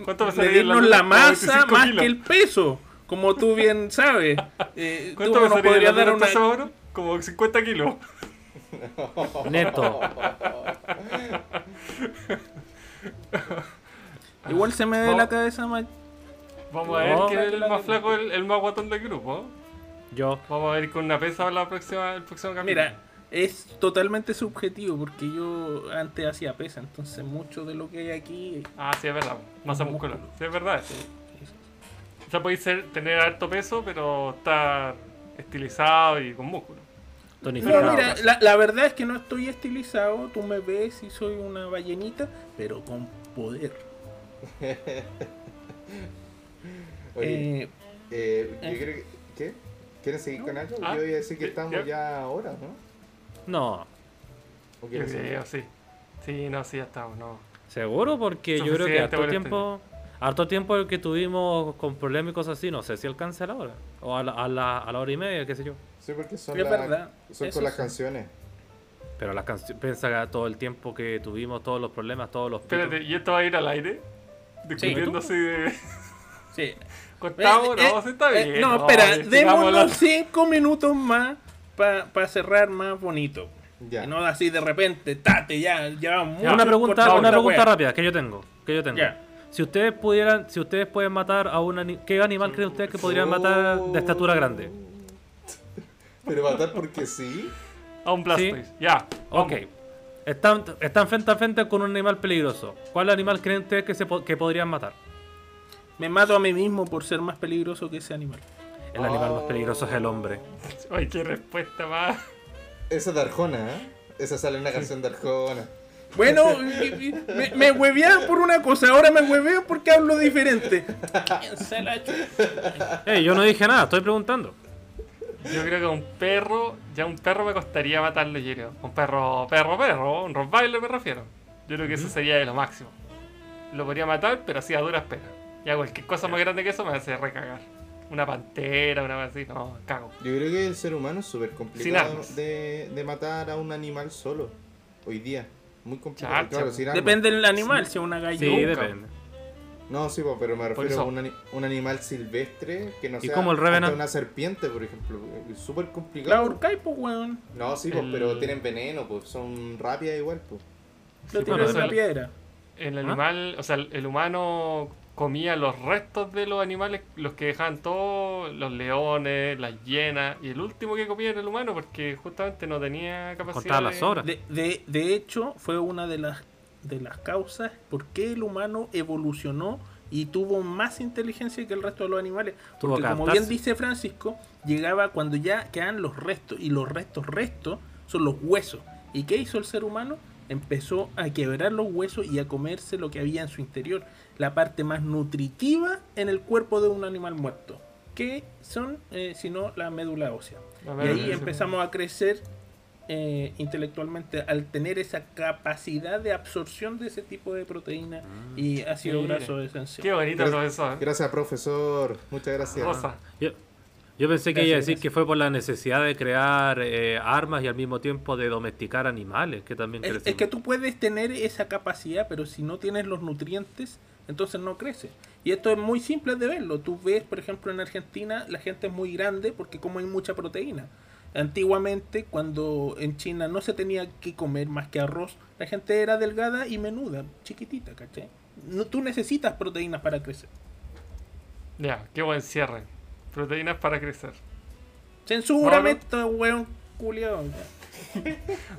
Speaker 1: ¿Cuánto me salió
Speaker 2: medirnos la masa
Speaker 1: 25
Speaker 2: más
Speaker 1: kilos.
Speaker 2: que el peso, como tú bien sabes. Eh, tú
Speaker 1: ¿Cuánto me
Speaker 2: nos
Speaker 1: salió
Speaker 2: podrías
Speaker 1: la
Speaker 2: dar
Speaker 1: luna
Speaker 2: una...
Speaker 1: hasta ahora? Como 50 kilos.
Speaker 4: Neto.
Speaker 2: Igual igual se me ve
Speaker 1: No.
Speaker 2: la cabeza más.
Speaker 1: Vamos a ver
Speaker 4: No.
Speaker 1: quién es el más flaco, el, el más guatón del grupo.
Speaker 4: Yo.
Speaker 1: Vamos a ir con una pesa la próxima, el próximo capítulo.
Speaker 2: Mira, es totalmente subjetivo porque yo antes hacía pesa, entonces mucho de lo que hay aquí.
Speaker 1: Ah, sí, es verdad. Masa muscular. Sí, es verdad. eso. O sea, podéis ser, tener alto peso, pero estar estilizado y con músculo.
Speaker 4: Tonificado.
Speaker 2: No, mira, la, la verdad es que no estoy estilizado, tú me ves y soy una ballenita, pero con poder.
Speaker 3: Oye,
Speaker 2: Eh,
Speaker 3: eh,
Speaker 2: eh.
Speaker 3: yo creo que. ¿Qué? ¿Quieres seguir con algo?
Speaker 1: Ah,
Speaker 3: Yo iba a decir que
Speaker 1: sí,
Speaker 3: estamos
Speaker 1: ya.
Speaker 3: ya ahora, ¿no?
Speaker 4: No.
Speaker 3: ¿O
Speaker 1: Yo
Speaker 3: quieres seguir?
Speaker 1: creo, sí. Sí, no, sí, ya estamos. No.
Speaker 4: Seguro, porque yo creo que
Speaker 1: Suficiente
Speaker 4: harto
Speaker 1: por este.
Speaker 4: tiempo, harto tiempo que tuvimos con problemas y cosas así, no sé si alcanza la hora. O a la, a la, a la hora y media, qué sé yo.
Speaker 3: Sí, porque son,
Speaker 2: Es
Speaker 3: las-
Speaker 2: verdad,
Speaker 3: son
Speaker 2: eso
Speaker 3: con las
Speaker 2: sí.
Speaker 3: canciones.
Speaker 4: Pero las canciones, piensa todo el tiempo que tuvimos, todos los problemas, todos los... pitos.
Speaker 1: Espérate, ¿y esto va a ir al aire? Discutiendo así de.
Speaker 2: sí.
Speaker 1: Cortamos,
Speaker 2: Eh, eh,
Speaker 1: no, sí está
Speaker 2: eh,
Speaker 1: bien.
Speaker 2: no, espera,
Speaker 1: sigamos hablando.
Speaker 2: démonos 5 minutos más para cerrar más bonito.
Speaker 3: Ya.
Speaker 2: Que No así de repente, tate, ya, ya mucho
Speaker 4: Una
Speaker 2: cortado
Speaker 4: pregunta, una
Speaker 2: la
Speaker 4: pregunta
Speaker 2: wea.
Speaker 4: rápida que yo tengo, que yo tengo.
Speaker 2: Ya.
Speaker 4: Si ustedes pudieran, si ustedes pueden matar a un animal, ¿qué animal creen ustedes que podrían matar de estatura grande?
Speaker 3: Pero matar porque sí.
Speaker 1: A un Blastoise. Ya.
Speaker 2: Oh.
Speaker 4: Ok. Están, están frente a frente con un animal peligroso. ¿Cuál animal creen ustedes que, se po- que podrían matar?
Speaker 2: Me mato a mí mismo por ser más peligroso que ese animal.
Speaker 4: El animal más peligroso es el hombre.
Speaker 1: Ay, qué respuesta más.
Speaker 3: Esa de Arjona, ¿eh? Esa sale en una canción de Arjona.
Speaker 2: Bueno, me, me hueveaban por una cosa, ahora me huevean porque hablo diferente. Se la chu-
Speaker 4: Ey, yo no dije nada, estoy preguntando.
Speaker 1: Yo creo que un perro, ya un perro me costaría matarlo, yo creo. Un perro, perro, perro, un Rottweiler me refiero. Yo creo que eso sería de lo máximo. Lo podría matar, pero así a duras penas. Ya cualquier cosa más grande que eso me hace recagar. Una pantera, una cosa así, no, cago.
Speaker 3: Yo creo que el ser humano es súper complicado
Speaker 1: armas.
Speaker 3: de, de matar a un animal solo. Hoy día. Muy complicado.
Speaker 1: Chacha.
Speaker 3: claro, sin armas.
Speaker 2: Depende del animal, si es una
Speaker 4: Sí,
Speaker 2: gallina.
Speaker 4: depende.
Speaker 3: No, sí, po, pero me
Speaker 1: Por
Speaker 3: refiero a
Speaker 1: eso.
Speaker 3: un, ani- un animal silvestre que no
Speaker 4: ¿Y
Speaker 3: sea
Speaker 4: cómo el
Speaker 3: hasta
Speaker 4: Revenant?
Speaker 3: una serpiente, por ejemplo. Es súper
Speaker 2: La
Speaker 3: complicado.
Speaker 2: ahorcáis, pues, weón.
Speaker 3: No, sí, po,
Speaker 1: El-
Speaker 3: pero tienen veneno, pues son rápidas igual, pues.
Speaker 2: Lo
Speaker 1: Sí,
Speaker 2: tiras
Speaker 1: pero
Speaker 2: en la
Speaker 1: eso-
Speaker 2: piedra.
Speaker 1: El
Speaker 4: ¿Ah?
Speaker 1: animal, o sea, el el humano comía los restos de los animales, los que dejaban todos, los leones, las hienas, y el último que comía era el humano porque justamente no tenía capacidad.
Speaker 4: Contaba
Speaker 1: de-
Speaker 4: las horas.
Speaker 2: De, de- de hecho, fue una de las, de las causas por qué el humano evolucionó y tuvo más inteligencia que el resto de los animales.
Speaker 4: Tuvo
Speaker 2: Porque
Speaker 4: que
Speaker 2: como bien
Speaker 4: adaptarse.
Speaker 2: dice Francisco, llegaba cuando ya quedan los restos y los restos restos son los huesos. ¿Y qué hizo el ser humano? Empezó a quebrar los huesos y a comerse lo que había en su interior, la parte más nutritiva en el cuerpo de un animal muerto, que son, eh, sino la médula ósea.
Speaker 1: La
Speaker 2: Y
Speaker 1: verdad,
Speaker 2: ahí
Speaker 1: sí.
Speaker 2: empezamos a crecer eh, intelectualmente al tener esa capacidad de absorción de ese tipo de proteína y ácido
Speaker 1: Mira.
Speaker 2: graso esencial.
Speaker 1: Qué bonito,
Speaker 3: Pero-
Speaker 1: profesor.
Speaker 3: Gracias, profesor. Muchas gracias.
Speaker 1: Rosa.
Speaker 4: Yo, yo pensé que iba a
Speaker 2: Gracias,
Speaker 4: decir que fue por la necesidad de crear eh, armas y al mismo tiempo de domesticar animales, que también
Speaker 2: Es,
Speaker 4: crecen.
Speaker 2: es que tú puedes tener esa capacidad, pero si no tienes los nutrientes, entonces no crece. Y esto es muy simple de verlo. Tú ves, por ejemplo, en Argentina la gente es muy grande porque como hay mucha proteína. Antiguamente, cuando en China no se tenía que comer más que arroz, la gente era delgada y menuda, chiquitita, ¿cachai? No, tú necesitas proteínas para crecer.
Speaker 1: Ya, qué buen cierre. Proteínas para crecer.
Speaker 2: Censúrame,
Speaker 1: No, no.
Speaker 2: todo weón culiado.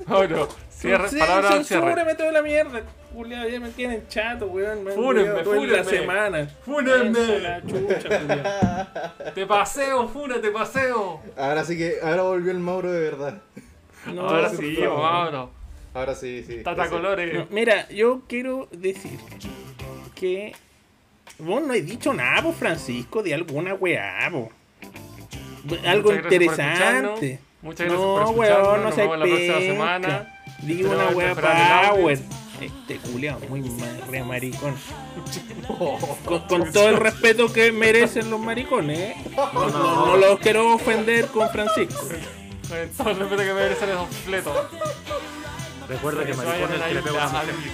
Speaker 1: Bueno, cierre,
Speaker 2: Sí,
Speaker 1: palabra al cierre.
Speaker 2: Censúrame toda la mierda, culiado. Ya me tienen chato, weón. Me han
Speaker 1: Fúrenme,
Speaker 2: culiado toda la
Speaker 1: fúrenme.
Speaker 2: semana.
Speaker 1: Fúrenme.
Speaker 2: Eso, la chucha, culiao.
Speaker 1: Te paseo, Funa, te paseo.
Speaker 3: Ahora sí que, ahora volvió el Mauro de verdad.
Speaker 2: No,
Speaker 1: Ahora
Speaker 3: sí,
Speaker 1: sí,
Speaker 3: por favor.
Speaker 1: vámonos.
Speaker 3: Ahora sí, sí.
Speaker 1: Tata
Speaker 3: ese.
Speaker 1: colores.
Speaker 2: no, mira, yo quiero decir que vos no he dicho nada, vos, Francisco, de alguna weá, vos. Algo
Speaker 1: Muchas gracias por
Speaker 2: interesante.
Speaker 1: escucharnos. Muchas gracias
Speaker 2: no,
Speaker 1: por escucharnos.
Speaker 2: weón, no
Speaker 1: Nos
Speaker 2: se
Speaker 1: vemos la próxima semana.
Speaker 2: Di
Speaker 1: Espero
Speaker 2: una
Speaker 1: haber
Speaker 2: weá
Speaker 1: mejorado el audio.
Speaker 2: power. Este culiao, muy ma- re maricón. Con, con todo el respeto que merecen los maricones, ¿eh? No, no, no los quiero ofender con Francisco.
Speaker 1: Con todo el respeto que merecen esos fletos.
Speaker 4: Recuerda que
Speaker 1: se vayan
Speaker 4: Este maricón es
Speaker 1: a la
Speaker 4: el que le pega
Speaker 1: isla
Speaker 4: a
Speaker 1: a
Speaker 4: la mujer.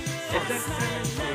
Speaker 1: vivir.